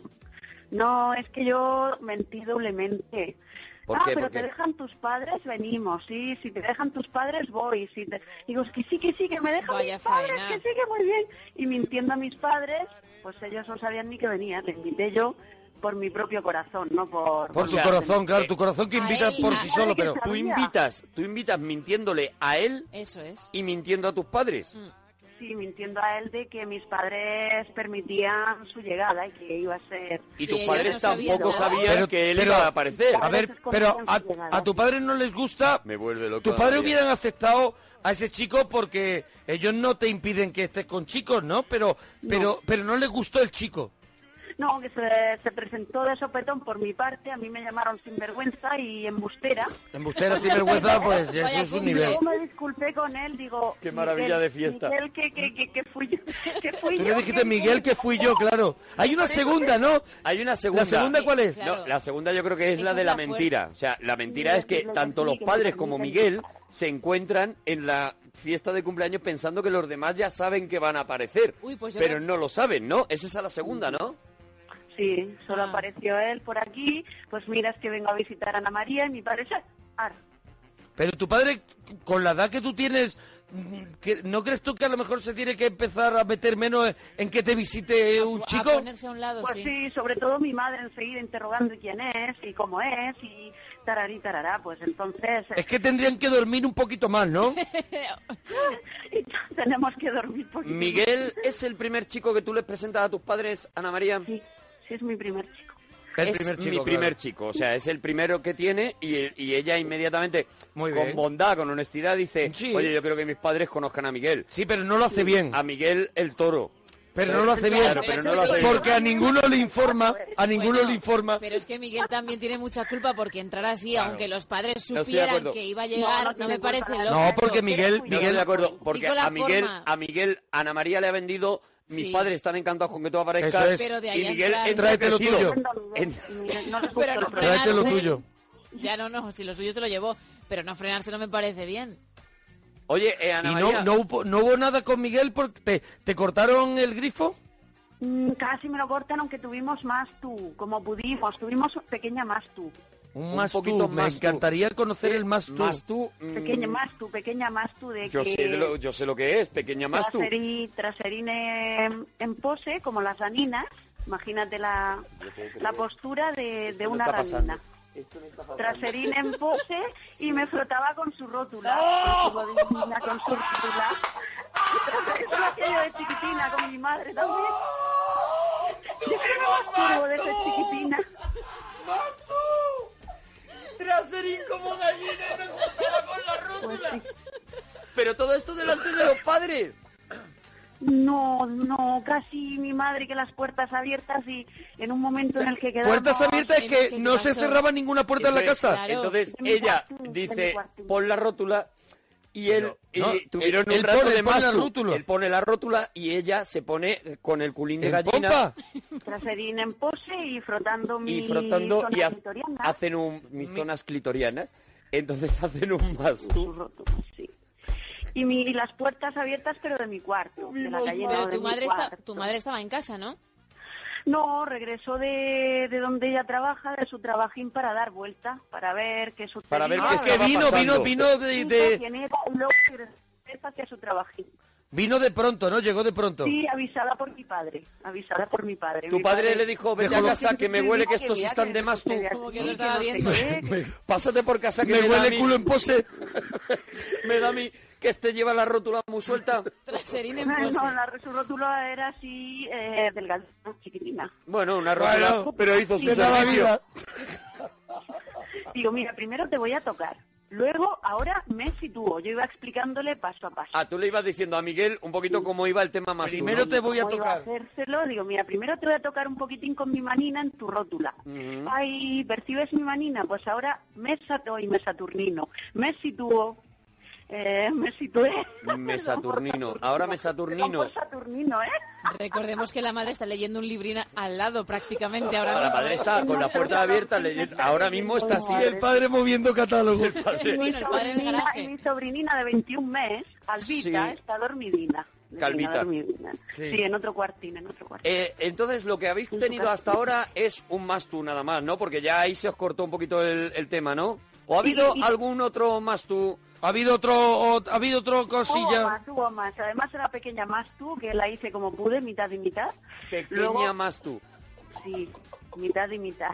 [SPEAKER 9] No, es que yo mentí doblemente.
[SPEAKER 2] ¿Por
[SPEAKER 9] ah,
[SPEAKER 2] qué?
[SPEAKER 9] pero
[SPEAKER 2] ¿Por qué?
[SPEAKER 9] te dejan tus padres, venimos, sí, si te dejan tus padres voy, si te... digo, es que sí, que sí, que me dejan
[SPEAKER 3] Vaya
[SPEAKER 9] mis padres,
[SPEAKER 3] faena.
[SPEAKER 9] que sí, que muy bien. Y mintiendo a mis padres, pues ellos no sabían ni que venía, le invité yo por mi propio corazón, no por...
[SPEAKER 6] Por su
[SPEAKER 2] sea,
[SPEAKER 6] corazón, claro,
[SPEAKER 2] eh,
[SPEAKER 6] tu corazón que
[SPEAKER 3] a
[SPEAKER 6] invita
[SPEAKER 3] él,
[SPEAKER 6] por
[SPEAKER 3] a-
[SPEAKER 6] sí
[SPEAKER 9] a
[SPEAKER 6] solo,
[SPEAKER 9] él que
[SPEAKER 6] pero...
[SPEAKER 9] sabe.
[SPEAKER 2] Tú
[SPEAKER 9] Sabía.
[SPEAKER 2] invitas, tú invitas mintiéndole a él
[SPEAKER 3] Eso es.
[SPEAKER 2] y mintiendo a tus padres.
[SPEAKER 3] Mm.
[SPEAKER 9] Sí, mintiendo a él de que mis padres permitían su llegada y que iba a ser...
[SPEAKER 2] Y
[SPEAKER 3] Y
[SPEAKER 2] tus
[SPEAKER 3] ellos
[SPEAKER 2] padres
[SPEAKER 3] no sabían
[SPEAKER 2] tampoco
[SPEAKER 3] nada.
[SPEAKER 2] sabían
[SPEAKER 6] Pero-
[SPEAKER 2] que él
[SPEAKER 6] pero-
[SPEAKER 2] iba a aparecer.
[SPEAKER 6] A ver, pero a, a tu padre no les gusta...
[SPEAKER 2] Me vuelve loco.
[SPEAKER 6] Tus
[SPEAKER 2] Ana
[SPEAKER 6] padres
[SPEAKER 2] María.
[SPEAKER 6] hubieran aceptado a ese chico porque ellos no te impiden que estés con chicos, ¿no? Pero, pero, pero no les gustó el chico.
[SPEAKER 9] No, que se, se presentó de sopetón por mi parte, a mí me llamaron sinvergüenza y embustera. (laughs)
[SPEAKER 6] Embustera, sinvergüenza, pues
[SPEAKER 9] Vaya
[SPEAKER 6] ese es un
[SPEAKER 9] cumple.
[SPEAKER 6] nivel.
[SPEAKER 9] Yo me disculpé con él, digo...
[SPEAKER 6] Qué maravilla de fiesta.
[SPEAKER 9] Miguel, que, que, que, que fui yo, (laughs) que fui
[SPEAKER 6] Tú
[SPEAKER 9] yo,
[SPEAKER 6] le dijiste
[SPEAKER 9] que-
[SPEAKER 6] Miguel que fui yo, claro. Hay una segunda, ¿no?
[SPEAKER 2] Hay una segunda.
[SPEAKER 6] ¿La segunda cuál es?
[SPEAKER 2] No, la segunda yo creo que es
[SPEAKER 6] Esa
[SPEAKER 2] la de
[SPEAKER 6] es
[SPEAKER 2] la
[SPEAKER 6] la fuerte.
[SPEAKER 2] mentira. O sea, la mentira
[SPEAKER 6] Mira,
[SPEAKER 2] es que
[SPEAKER 6] lo que
[SPEAKER 2] tanto
[SPEAKER 6] sí,
[SPEAKER 2] los
[SPEAKER 6] que
[SPEAKER 2] padres
[SPEAKER 6] me
[SPEAKER 2] como
[SPEAKER 6] permiten.
[SPEAKER 2] Miguel se encuentran en la fiesta de cumpleaños pensando que los demás ya saben que van a aparecer.
[SPEAKER 9] Uy, pues yo
[SPEAKER 2] pero
[SPEAKER 9] creo-
[SPEAKER 2] no lo saben, ¿no? Esa es a la segunda, ¿no?
[SPEAKER 9] Sí, solo apareció él por aquí, pues mira, es que vengo a visitar a Ana María y mi padre se... Ahora,
[SPEAKER 6] Pero tu padre, con la edad que tú tienes, mm, que- ¿no crees tú que a lo mejor se tiene que empezar a meter menos en que te visite un chico?
[SPEAKER 3] a un lado,
[SPEAKER 9] pues sí. sobre todo mi madre enseguida interrogando quién es y cómo es y tararí tarará, pues entonces eh,
[SPEAKER 6] Es que tendrían que dormir un poquito
[SPEAKER 3] (laughs)
[SPEAKER 6] más, ¿no?
[SPEAKER 9] (laughs) tenemos que dormir porque
[SPEAKER 2] Miguel es el primer chico que tú les presentas a tus padres, Ana María.
[SPEAKER 9] Sí, sí es mi primer chico.
[SPEAKER 2] Es
[SPEAKER 6] primer chico,
[SPEAKER 2] mi
[SPEAKER 6] claro.
[SPEAKER 2] primer chico, o sea, es el primero que tiene y, y ella inmediatamente,
[SPEAKER 6] bien.
[SPEAKER 2] con bondad, con honestidad, dice, oye, yo creo que mis padres conozcan a Miguel.
[SPEAKER 6] Sí, pero no lo hace bien.
[SPEAKER 2] A Miguel el toro.
[SPEAKER 6] Pero no lo hace bien,
[SPEAKER 2] Claro, pero no lo hace bien.
[SPEAKER 6] porque a ninguno le informa, a ninguno
[SPEAKER 3] Bueno,
[SPEAKER 6] le informa.
[SPEAKER 3] Pero es que Miguel también tiene mucha culpa porque entrar así,
[SPEAKER 6] Claro.
[SPEAKER 3] aunque los padres
[SPEAKER 2] No estoy de
[SPEAKER 3] supieran
[SPEAKER 2] acuerdo.
[SPEAKER 3] que iba a llegar, no, me parece lógico.
[SPEAKER 2] No, porque
[SPEAKER 6] Miguel,
[SPEAKER 2] Miguel, de acuerdo, porque
[SPEAKER 3] Digo la
[SPEAKER 2] a Miguel,
[SPEAKER 3] forma.
[SPEAKER 2] a Miguel, Ana María le ha vendido. Mis
[SPEAKER 3] Sí.
[SPEAKER 2] padres están encantados con que tú aparezcas.
[SPEAKER 6] Eso es. Pero de ahí
[SPEAKER 2] y
[SPEAKER 6] a
[SPEAKER 2] Miguel,
[SPEAKER 6] entrar-
[SPEAKER 2] entra
[SPEAKER 6] Tráete lo
[SPEAKER 2] crecido.
[SPEAKER 6] tuyo.
[SPEAKER 2] En- (laughs)
[SPEAKER 3] Pero no
[SPEAKER 6] Tráete lo
[SPEAKER 3] frenarse.
[SPEAKER 6] tuyo.
[SPEAKER 3] Ya no, no, si lo suyo se lo llevó, pero no frenarse no me parece bien.
[SPEAKER 2] Oye, eh,
[SPEAKER 6] ¿Y
[SPEAKER 2] Ana
[SPEAKER 6] no,
[SPEAKER 2] María.
[SPEAKER 6] no, hubo, no hubo nada con Miguel porque te, te cortaron el grifo?
[SPEAKER 9] Mm, Casi me lo cortan, aunque tuvimos más tú, como pudimos, tuvimos pequeña más tú.
[SPEAKER 6] Un,
[SPEAKER 2] Un
[SPEAKER 6] más
[SPEAKER 2] poquito
[SPEAKER 6] tú, me
[SPEAKER 2] más tú.
[SPEAKER 6] encantaría conocer el más tú.
[SPEAKER 2] más tú, mm,
[SPEAKER 9] Pequeña más tú, pequeña más tú de
[SPEAKER 2] Yo
[SPEAKER 9] que...
[SPEAKER 2] sé, de lo, yo sé lo que es, pequeña más tú.
[SPEAKER 9] Traserí- traserín en, en pose, como las daninas. Imagínate la, la postura de, de
[SPEAKER 2] no
[SPEAKER 9] una
[SPEAKER 2] está pasando.
[SPEAKER 9] danina. Traserín en pose y me frotaba con su rótula. Con su rodillina, con su rótula. Eso lo hacía yo de chiquitina con mi madre también. Siempre me masturbo desde chiquitina.
[SPEAKER 5] Traserín como gallina y me juntaba con la
[SPEAKER 9] Pues
[SPEAKER 5] rótula.
[SPEAKER 2] Pero todo esto delante de los padres.
[SPEAKER 9] No, no, casi mi madre que las puertas abiertas y en un momento en el que quedamos...
[SPEAKER 6] Puertas abiertas es
[SPEAKER 3] este
[SPEAKER 6] que no se cerraba ninguna puerta en la
[SPEAKER 2] Eso es.
[SPEAKER 6] casa.
[SPEAKER 2] Entonces
[SPEAKER 9] De mi
[SPEAKER 2] ella
[SPEAKER 9] cuartín, de mi
[SPEAKER 2] dice,
[SPEAKER 9] cuartín.
[SPEAKER 2] pon la rótula y él y
[SPEAKER 6] no,
[SPEAKER 2] tuvieron
[SPEAKER 6] él-
[SPEAKER 2] un
[SPEAKER 6] él
[SPEAKER 2] rato
[SPEAKER 6] pone-
[SPEAKER 2] de
[SPEAKER 6] él pone
[SPEAKER 2] más
[SPEAKER 6] la
[SPEAKER 2] tú.
[SPEAKER 6] rótula.
[SPEAKER 2] Él pone la rótula y ella se pone con el culín de
[SPEAKER 6] ¿En
[SPEAKER 2] gallina
[SPEAKER 6] pompa?
[SPEAKER 9] Traserín en pose y frotando mi
[SPEAKER 2] y frotando
[SPEAKER 9] zona
[SPEAKER 2] y ha-
[SPEAKER 9] clitoriana.
[SPEAKER 2] hacen un mis zonas clitorianas. Entonces (laughs) hacen un más
[SPEAKER 6] Uh.
[SPEAKER 2] tú.
[SPEAKER 9] y, mi- y las puertas abiertas pero de mi cuarto, de la calle no,
[SPEAKER 3] Pero
[SPEAKER 9] de
[SPEAKER 3] tu
[SPEAKER 9] mi
[SPEAKER 3] madre, está-
[SPEAKER 9] cuarto.
[SPEAKER 3] tu madre estaba en casa, ¿no?
[SPEAKER 9] No, regresó de, de donde ella trabaja, de su trabajín para dar vuelta, para ver qué sucedía.
[SPEAKER 2] Para ver
[SPEAKER 6] Ah,
[SPEAKER 2] qué
[SPEAKER 6] es que
[SPEAKER 2] estaba
[SPEAKER 6] vino,
[SPEAKER 2] pasando.
[SPEAKER 6] vino, vino de,
[SPEAKER 9] Hizo
[SPEAKER 6] de-
[SPEAKER 9] quién era y luego regresó hacia su trabajín.
[SPEAKER 6] vino de pronto, ¿no? Llegó de pronto.
[SPEAKER 9] Sí, avisada por mi padre, avisada por mi padre.
[SPEAKER 2] Tu
[SPEAKER 9] Mi
[SPEAKER 2] padre le dijo, vete a
[SPEAKER 6] Déjalo.
[SPEAKER 2] casa que me huele que estos
[SPEAKER 9] mira,
[SPEAKER 2] están de más tú.
[SPEAKER 9] sucede
[SPEAKER 3] Como que
[SPEAKER 9] aquí,
[SPEAKER 3] lo estaba
[SPEAKER 9] no sé
[SPEAKER 3] viendo.
[SPEAKER 9] qué, que-
[SPEAKER 2] Pásate por casa que
[SPEAKER 6] me
[SPEAKER 2] da a
[SPEAKER 6] huele
[SPEAKER 2] mí-
[SPEAKER 6] culo en pose.
[SPEAKER 2] (laughs) me da a mí que este lleva la rótula muy suelta.
[SPEAKER 3] Traserín en
[SPEAKER 9] (laughs) No,
[SPEAKER 3] pose.
[SPEAKER 9] no, la, su rótula era así, eh, delgadita, chiquitina.
[SPEAKER 2] Bueno, una rótula,
[SPEAKER 6] Bueno,
[SPEAKER 2] pero hizo
[SPEAKER 9] te
[SPEAKER 2] su
[SPEAKER 9] daba
[SPEAKER 2] servicio.
[SPEAKER 9] Digo, mira, primero te voy a tocar. Luego, ahora me sitúo. Yo iba explicándole paso a paso.
[SPEAKER 2] Ah, tú le ibas diciendo a Miguel un poquito cómo iba el tema más tú,
[SPEAKER 6] Primero
[SPEAKER 2] ¿no?
[SPEAKER 6] te voy a
[SPEAKER 9] ¿Cómo iba
[SPEAKER 6] tocar.
[SPEAKER 9] hacérselo? Digo, mira, primero te voy a tocar un poquitín con mi manina en tu rótula. Ay, ¿percibes mi manina? Pues ahora me sató y me saturnino. Me sitúo. Eh, me (laughs) situé.
[SPEAKER 2] Me Saturnino. Ahora me Saturnino.
[SPEAKER 9] Perdón por Saturnino, ¿eh?
[SPEAKER 3] Recordemos que la madre está leyendo un librín al lado prácticamente ahora mismo.
[SPEAKER 2] La madre está con la puerta abierta. le- Ahora mismo está así.
[SPEAKER 6] Y el padre moviendo catálogo.
[SPEAKER 3] (laughs) Bueno, el padre en el
[SPEAKER 9] Sobrinina-
[SPEAKER 3] garaje.
[SPEAKER 9] mi sobrinina de 21 meses, Albita,
[SPEAKER 2] Sí.
[SPEAKER 9] está dormidina.
[SPEAKER 2] Calvita.
[SPEAKER 9] Está dormidina.
[SPEAKER 6] Sí.
[SPEAKER 9] Sí. en otro cuartín, en otro cuartín.
[SPEAKER 2] Eh, entonces, lo que habéis
[SPEAKER 9] su
[SPEAKER 2] tenido
[SPEAKER 9] casa.
[SPEAKER 2] hasta ahora es un más tú nada más, ¿no? Porque ya ahí se os cortó un poquito el, el tema, ¿no? ¿O ha habido
[SPEAKER 9] Y- y-
[SPEAKER 2] algún otro más tú?
[SPEAKER 6] Ha habido otro, o- ha habido otro
[SPEAKER 9] Hubo
[SPEAKER 6] cosilla.
[SPEAKER 9] más, hubo más. Además era pequeña más tú, que la hice como pude, mitad y mitad.
[SPEAKER 2] Pequeña
[SPEAKER 9] Luego-
[SPEAKER 2] más tú.
[SPEAKER 9] Sí, mitad y mitad.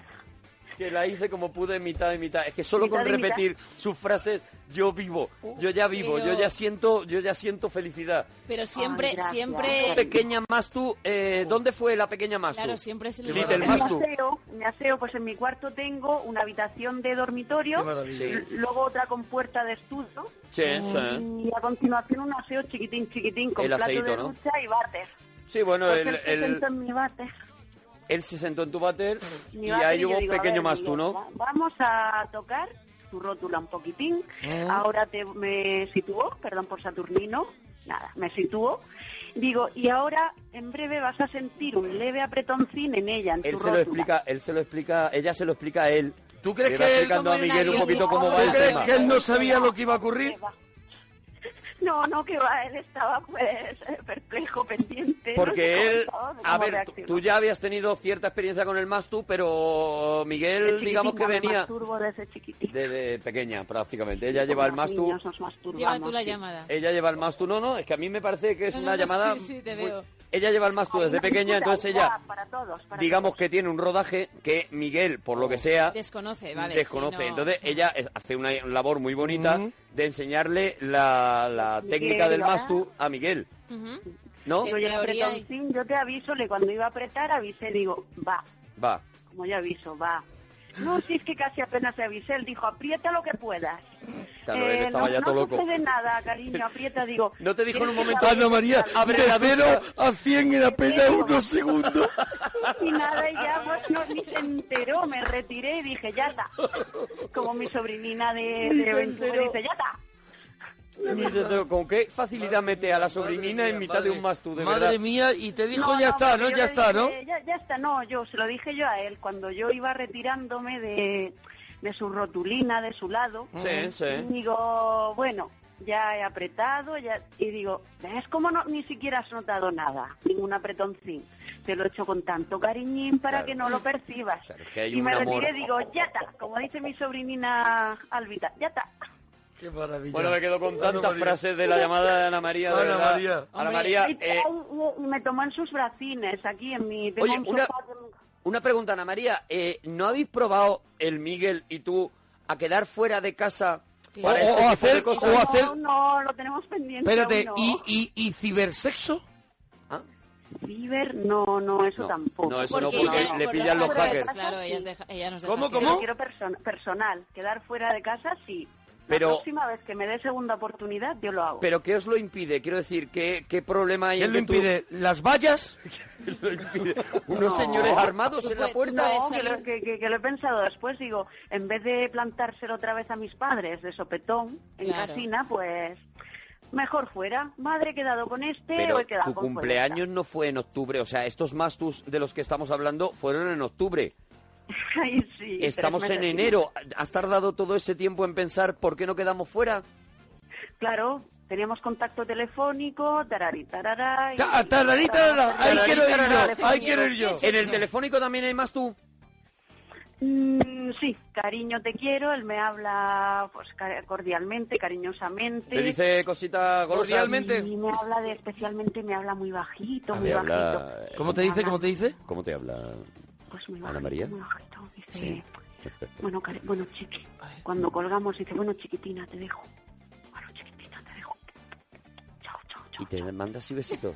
[SPEAKER 2] Que la hice como pude, mitad y mitad. Es que solo
[SPEAKER 9] Mitad
[SPEAKER 2] con
[SPEAKER 9] y mitad.
[SPEAKER 2] repetir sus frases, yo vivo, yo ya vivo,
[SPEAKER 3] Pero-
[SPEAKER 2] yo ya siento, yo ya siento felicidad.
[SPEAKER 3] Pero siempre,
[SPEAKER 9] Ay, gracias.
[SPEAKER 3] siempre...
[SPEAKER 2] Pequeña más tú, eh, ¿dónde fue la pequeña más tú?
[SPEAKER 3] Claro, siempre es el
[SPEAKER 2] Little
[SPEAKER 9] Me
[SPEAKER 2] más tú.
[SPEAKER 9] aseo, me aseo, pues en mi cuarto tengo una habitación de dormitorio,
[SPEAKER 6] Qué maravilla.
[SPEAKER 9] l- luego otra con puerta de estudio
[SPEAKER 2] Sí, sí.
[SPEAKER 9] y a continuación un aseo chiquitín chiquitín con
[SPEAKER 2] ¿eh? El
[SPEAKER 9] plato
[SPEAKER 2] aseíto,
[SPEAKER 9] de
[SPEAKER 2] ¿no?
[SPEAKER 9] ducha y váter.
[SPEAKER 2] Sí, bueno,
[SPEAKER 9] Porque
[SPEAKER 2] el,
[SPEAKER 9] el Pues que
[SPEAKER 2] el-
[SPEAKER 9] sentó en mi váter.
[SPEAKER 2] él se sentó en tu váter y ahí hubo un pequeño más tú, ¿no?
[SPEAKER 9] Vamos a tocar tu rótula un poquitín. ¿Eh? Ahora te, me sitúo, perdón por Saturnino, nada, me sitúo. Digo, y ahora en breve vas a sentir un leve apretoncín en ella, en
[SPEAKER 2] él
[SPEAKER 9] tu
[SPEAKER 2] se
[SPEAKER 9] rótula.
[SPEAKER 2] lo explica, él se lo explica, ella se lo explica a él.
[SPEAKER 6] ¿Tú crees
[SPEAKER 2] Le
[SPEAKER 6] que
[SPEAKER 2] va
[SPEAKER 6] él-
[SPEAKER 2] explicando a
[SPEAKER 6] Como en
[SPEAKER 2] Miguel un
[SPEAKER 6] avión,
[SPEAKER 2] poquito cómo
[SPEAKER 6] ¿Tú
[SPEAKER 2] va el
[SPEAKER 6] crees
[SPEAKER 2] tema?
[SPEAKER 6] que él no sabía lo que iba a ocurrir?
[SPEAKER 9] (laughs) No, no, que va, él estaba pues perplejo, pendiente. no sé
[SPEAKER 2] Porque él,
[SPEAKER 9] cómo estaba,
[SPEAKER 2] a
[SPEAKER 9] de cómo
[SPEAKER 2] ver, tú-
[SPEAKER 9] reaccionar.
[SPEAKER 2] tú ya habías tenido cierta experiencia con el Mastu, pero Miguel,
[SPEAKER 9] Desde
[SPEAKER 2] digamos que
[SPEAKER 9] chiquitina me
[SPEAKER 2] venía
[SPEAKER 9] masturbo desde chiquitina.
[SPEAKER 2] desde pequeña prácticamente. Ella lleva el
[SPEAKER 9] Los
[SPEAKER 2] Mastu,
[SPEAKER 9] niños nos masturbamos,
[SPEAKER 3] Lleva tú la
[SPEAKER 9] sí.
[SPEAKER 3] llamada.
[SPEAKER 2] ella lleva el Mastu. No, no, es que a mí me parece que es
[SPEAKER 3] No, no,
[SPEAKER 2] una
[SPEAKER 3] no,
[SPEAKER 2] llamada.
[SPEAKER 3] sí, sí, te
[SPEAKER 2] muy-
[SPEAKER 3] veo.
[SPEAKER 2] Ella lleva el Mastu desde
[SPEAKER 9] Una
[SPEAKER 2] pequeña,
[SPEAKER 9] figura
[SPEAKER 2] entonces
[SPEAKER 9] igual
[SPEAKER 2] ella,
[SPEAKER 9] Para todos, para
[SPEAKER 2] digamos que tiene un rodaje que Miguel, por lo que sea,
[SPEAKER 3] Desconoce, Eh, vale.
[SPEAKER 2] desconoce.
[SPEAKER 3] sí, no.
[SPEAKER 2] Entonces ella es- hace una labor muy bonita de enseñarle la, la
[SPEAKER 9] Miguel,
[SPEAKER 2] técnica del
[SPEAKER 9] ¿verdad?
[SPEAKER 2] Mastu a Miguel,
[SPEAKER 3] Ujú.
[SPEAKER 2] ¿no?
[SPEAKER 9] Digo, yo, el
[SPEAKER 3] teoría hay.
[SPEAKER 9] apretoncín, yo te aviso, le cuando iba a apretar, avisé, digo, va,
[SPEAKER 2] Va.
[SPEAKER 9] como yo aviso, va. No, si es que casi apenas te avisé, él dijo, aprieta lo que puedas.
[SPEAKER 2] Claro, él estaba
[SPEAKER 9] Eh, no,
[SPEAKER 2] ya
[SPEAKER 9] no
[SPEAKER 2] todo loco.
[SPEAKER 9] sucede nada, cariño, aprieta, digo.
[SPEAKER 2] No te dijo en un momento,
[SPEAKER 6] Ana María,
[SPEAKER 2] Abre
[SPEAKER 6] de
[SPEAKER 2] la
[SPEAKER 6] cero
[SPEAKER 2] ducha.
[SPEAKER 6] a 100 en apenas
[SPEAKER 9] Eso.
[SPEAKER 6] unos segundos.
[SPEAKER 9] Y nada, y ya pues no, ni se enteró, me retiré y dije, ya está. Como mi sobrinina de,
[SPEAKER 2] Ni
[SPEAKER 9] de
[SPEAKER 2] se
[SPEAKER 9] 21
[SPEAKER 2] enteró.
[SPEAKER 9] dice, ya está.
[SPEAKER 2] Dice, pero ¿Con qué facilidad mete a la sobrinina en mitad de un Mastu, de
[SPEAKER 6] Madre
[SPEAKER 2] verdad?
[SPEAKER 6] mía, y te dijo
[SPEAKER 9] Oh,
[SPEAKER 2] Pues
[SPEAKER 9] No,
[SPEAKER 6] ya
[SPEAKER 9] no,
[SPEAKER 6] está,
[SPEAKER 9] porque
[SPEAKER 6] ¿no?
[SPEAKER 9] yo
[SPEAKER 6] Ya
[SPEAKER 9] le
[SPEAKER 6] está,
[SPEAKER 9] dije,
[SPEAKER 6] ¿no?
[SPEAKER 9] Ya, ya está, no, yo se lo dije yo a él cuando yo iba retirándome de, de su rotulina, de su lado.
[SPEAKER 2] Sí, sí.
[SPEAKER 9] Digo, bueno, ya he apretado, ya, y digo, ¿ves cómo no, ni siquiera has notado nada? Ningún apretoncín. Te lo he hecho con tanto cariñín para
[SPEAKER 2] Claro.
[SPEAKER 9] que no lo percibas.
[SPEAKER 2] Claro, es que hay
[SPEAKER 9] y
[SPEAKER 2] un
[SPEAKER 9] me
[SPEAKER 2] amor.
[SPEAKER 9] retiré y digo, ya está, como dice mi sobrinina Albita, ya está.
[SPEAKER 6] Qué maravilla.
[SPEAKER 2] Bueno, me quedo con
[SPEAKER 6] Ana
[SPEAKER 2] tantas
[SPEAKER 6] María.
[SPEAKER 2] frases de la llamada de Ana María. de
[SPEAKER 6] Ana
[SPEAKER 2] verdad.
[SPEAKER 6] María.
[SPEAKER 2] Ana
[SPEAKER 3] Hombre.
[SPEAKER 2] María,
[SPEAKER 9] Y,
[SPEAKER 2] eh,
[SPEAKER 9] y- y me tomó en sus bracines aquí en mi... tengo
[SPEAKER 2] Oye,
[SPEAKER 9] un
[SPEAKER 2] una-
[SPEAKER 9] sofá que-
[SPEAKER 2] una pregunta, Ana María. eh, ¿No habéis probado el Miguel y tú a quedar fuera de casa
[SPEAKER 3] Claro.
[SPEAKER 2] para
[SPEAKER 6] O-
[SPEAKER 2] este
[SPEAKER 6] o
[SPEAKER 2] tipo
[SPEAKER 6] hacer
[SPEAKER 2] de cosas?
[SPEAKER 6] o
[SPEAKER 9] No,
[SPEAKER 6] hacer-
[SPEAKER 9] no, lo tenemos pendiente.
[SPEAKER 6] Espérate,
[SPEAKER 9] aún
[SPEAKER 6] ¿y,
[SPEAKER 9] no.
[SPEAKER 6] y, y cibersexo?
[SPEAKER 2] Ah,
[SPEAKER 9] Ciber, no, no, eso
[SPEAKER 2] No,
[SPEAKER 9] tampoco.
[SPEAKER 2] no, eso
[SPEAKER 3] Porque
[SPEAKER 2] no,
[SPEAKER 3] ella-
[SPEAKER 2] porque le
[SPEAKER 3] por
[SPEAKER 2] pillan los
[SPEAKER 3] fuera de
[SPEAKER 2] hackers.
[SPEAKER 3] casa, Claro, ella, es deja- ella nos deja
[SPEAKER 6] ¿Cómo,
[SPEAKER 3] hacer.
[SPEAKER 9] Pero
[SPEAKER 6] cómo?
[SPEAKER 9] quiero perso- personal, quedar fuera de casa, sí. La
[SPEAKER 2] Pero-
[SPEAKER 9] próxima vez que me dé segunda oportunidad, yo lo hago.
[SPEAKER 2] ¿Pero qué os lo impide? Quiero decir, ¿qué, qué problema hay
[SPEAKER 6] ¿Quién
[SPEAKER 2] en
[SPEAKER 6] lo
[SPEAKER 2] que tú-
[SPEAKER 6] impide? ¿Las vallas?
[SPEAKER 2] ¿Quién lo impide? ¿Unos
[SPEAKER 9] No.
[SPEAKER 2] señores armados
[SPEAKER 3] Tú
[SPEAKER 2] en la
[SPEAKER 3] puedes- tú
[SPEAKER 2] puerta?
[SPEAKER 9] no, que
[SPEAKER 3] salir.
[SPEAKER 9] lo, que- que- que lo he pensado después, digo, en vez de plantárselo otra vez a mis padres de sopetón en
[SPEAKER 3] Claro.
[SPEAKER 9] casina, pues mejor fuera. Madre, he quedado con este o
[SPEAKER 2] Pero
[SPEAKER 9] he quedado
[SPEAKER 2] tu
[SPEAKER 9] con
[SPEAKER 2] cumpleaños no fue en octubre, o sea, estos mastus de los que estamos hablando fueron en octubre.
[SPEAKER 9] fuera. (laughs) Ay, sí, tres
[SPEAKER 2] Estamos en
[SPEAKER 9] meses.
[SPEAKER 2] enero. ¿Has tardado todo ese tiempo en pensar por qué no quedamos fuera?
[SPEAKER 9] Claro, teníamos contacto telefónico, tarari, tarara, y-
[SPEAKER 6] Ta- tararí, tarará, ahí
[SPEAKER 2] Tararí,
[SPEAKER 6] quiero ir
[SPEAKER 2] tarará.
[SPEAKER 6] yo, ahí quiero ir yo.
[SPEAKER 3] Sí,
[SPEAKER 2] En el
[SPEAKER 3] sí.
[SPEAKER 2] telefónico también hay más tú.
[SPEAKER 9] Mm, sí, cariño te quiero, él me habla pues ca- cordialmente, cariñosamente.
[SPEAKER 2] Te dice cositas golosas.
[SPEAKER 6] Cordialmente. Ah,
[SPEAKER 9] Y me habla de especialmente me habla muy bajito,
[SPEAKER 2] A
[SPEAKER 9] muy
[SPEAKER 2] ver, habla,
[SPEAKER 9] bajito.
[SPEAKER 2] eh,
[SPEAKER 6] ¿Cómo te dice, cómo te dice?
[SPEAKER 2] ¿Cómo te habla?
[SPEAKER 9] Pues muy
[SPEAKER 2] Ana
[SPEAKER 9] bajito,
[SPEAKER 2] María?
[SPEAKER 9] muy bajito. Dice,
[SPEAKER 2] Sí.
[SPEAKER 9] (laughs) bueno, cari- bueno, chiqui. Cuando colgamos dice, bueno, chiquitina, te dejo. Bueno, chiquitina, te dejo. Chao, chao,
[SPEAKER 2] Y
[SPEAKER 9] chao.
[SPEAKER 2] te manda así besitos.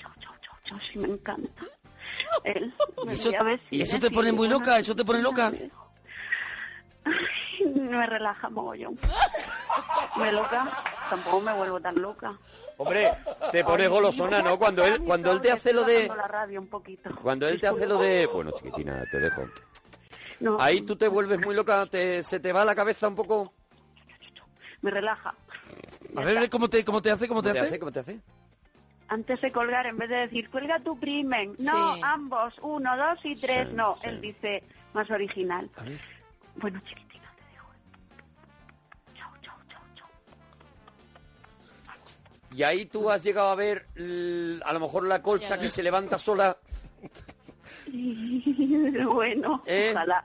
[SPEAKER 9] Chao, chao, chao, chao. Sí, me encanta. Él, me
[SPEAKER 6] eso-
[SPEAKER 9] veía vecinas
[SPEAKER 6] y eso te pone muy
[SPEAKER 9] bueno,
[SPEAKER 6] loca, eso te pone loca.
[SPEAKER 9] (laughs) Me relaja mogollón. Me loca, tampoco me vuelvo tan loca.
[SPEAKER 2] Hombre, te pones golosona, ¿no? Cuando
[SPEAKER 9] (laughs)
[SPEAKER 2] él, cuando él te hace lo de...
[SPEAKER 9] Bajando la radio un poquito.
[SPEAKER 2] Cuando él te hace lo de... Bueno, chiquitina, te dejo.
[SPEAKER 9] No,
[SPEAKER 2] Ahí tú te vuelves muy loca, te- se te va la cabeza un poco.
[SPEAKER 9] Me relaja.
[SPEAKER 6] A ver, ¿cómo te, cómo te hace, cómo te hace?
[SPEAKER 2] ¿Cómo te hace?
[SPEAKER 9] Antes de colgar, en vez de decir, cuelga tu primen. No,
[SPEAKER 3] Sí.
[SPEAKER 9] ambos, uno, dos y tres.
[SPEAKER 2] Sí,
[SPEAKER 9] no,
[SPEAKER 2] sí.
[SPEAKER 9] él dice, más original.
[SPEAKER 2] A ver.
[SPEAKER 9] Bueno, chiquitina, te dejo. Chao, chao, chao, chao.
[SPEAKER 2] Y ahí tú has llegado a ver l- a lo mejor la
[SPEAKER 3] Ya
[SPEAKER 2] colcha
[SPEAKER 3] lo
[SPEAKER 2] que
[SPEAKER 3] es.
[SPEAKER 2] se levanta sola.
[SPEAKER 9] (laughs) bueno,
[SPEAKER 2] ¿Eh?
[SPEAKER 9] ojalá.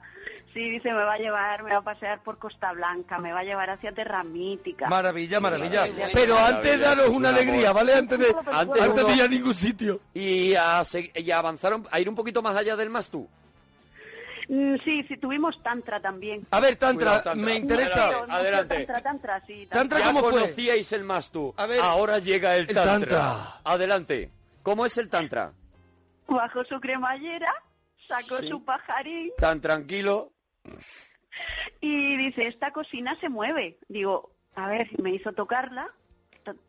[SPEAKER 9] Sí, dice, me va a llevar, me va a pasear por Costa Blanca, me va a llevar hacia Terra Mítica.
[SPEAKER 6] Maravilla, maravilla.
[SPEAKER 3] Qué bueno.
[SPEAKER 6] Pero
[SPEAKER 2] Maravilla,
[SPEAKER 6] antes daros
[SPEAKER 2] es un
[SPEAKER 6] una
[SPEAKER 2] amor.
[SPEAKER 6] alegría, ¿vale? Antes de,
[SPEAKER 2] Antes
[SPEAKER 6] antes de
[SPEAKER 2] uno-
[SPEAKER 6] ir a ningún sitio.
[SPEAKER 2] Y a, se- y a avanzaron a ir un poquito más allá del Mastu.
[SPEAKER 9] Mm, sí, sí, tuvimos Tantra también.
[SPEAKER 6] A ver, Tantra,
[SPEAKER 2] Cuidado, Tantra.
[SPEAKER 6] me interesa.
[SPEAKER 2] Adelante,
[SPEAKER 9] Mucho, mucho
[SPEAKER 2] Eh, adelante.
[SPEAKER 9] Tantra, tantra, sí.
[SPEAKER 6] Tantra
[SPEAKER 2] Ya
[SPEAKER 6] ¿Cómo fue?
[SPEAKER 2] conocíais el Mastu.
[SPEAKER 6] A ver.
[SPEAKER 2] Ahora llega el
[SPEAKER 6] El
[SPEAKER 2] tantra.
[SPEAKER 6] Tantra.
[SPEAKER 2] Adelante. ¿Cómo es el Tantra?
[SPEAKER 9] Bajó su cremallera, sacó
[SPEAKER 2] Sí.
[SPEAKER 9] su pajarín
[SPEAKER 2] Tan tranquilo.
[SPEAKER 9] y dice, esta cocina se mueve. Digo, a ver, me hizo tocarla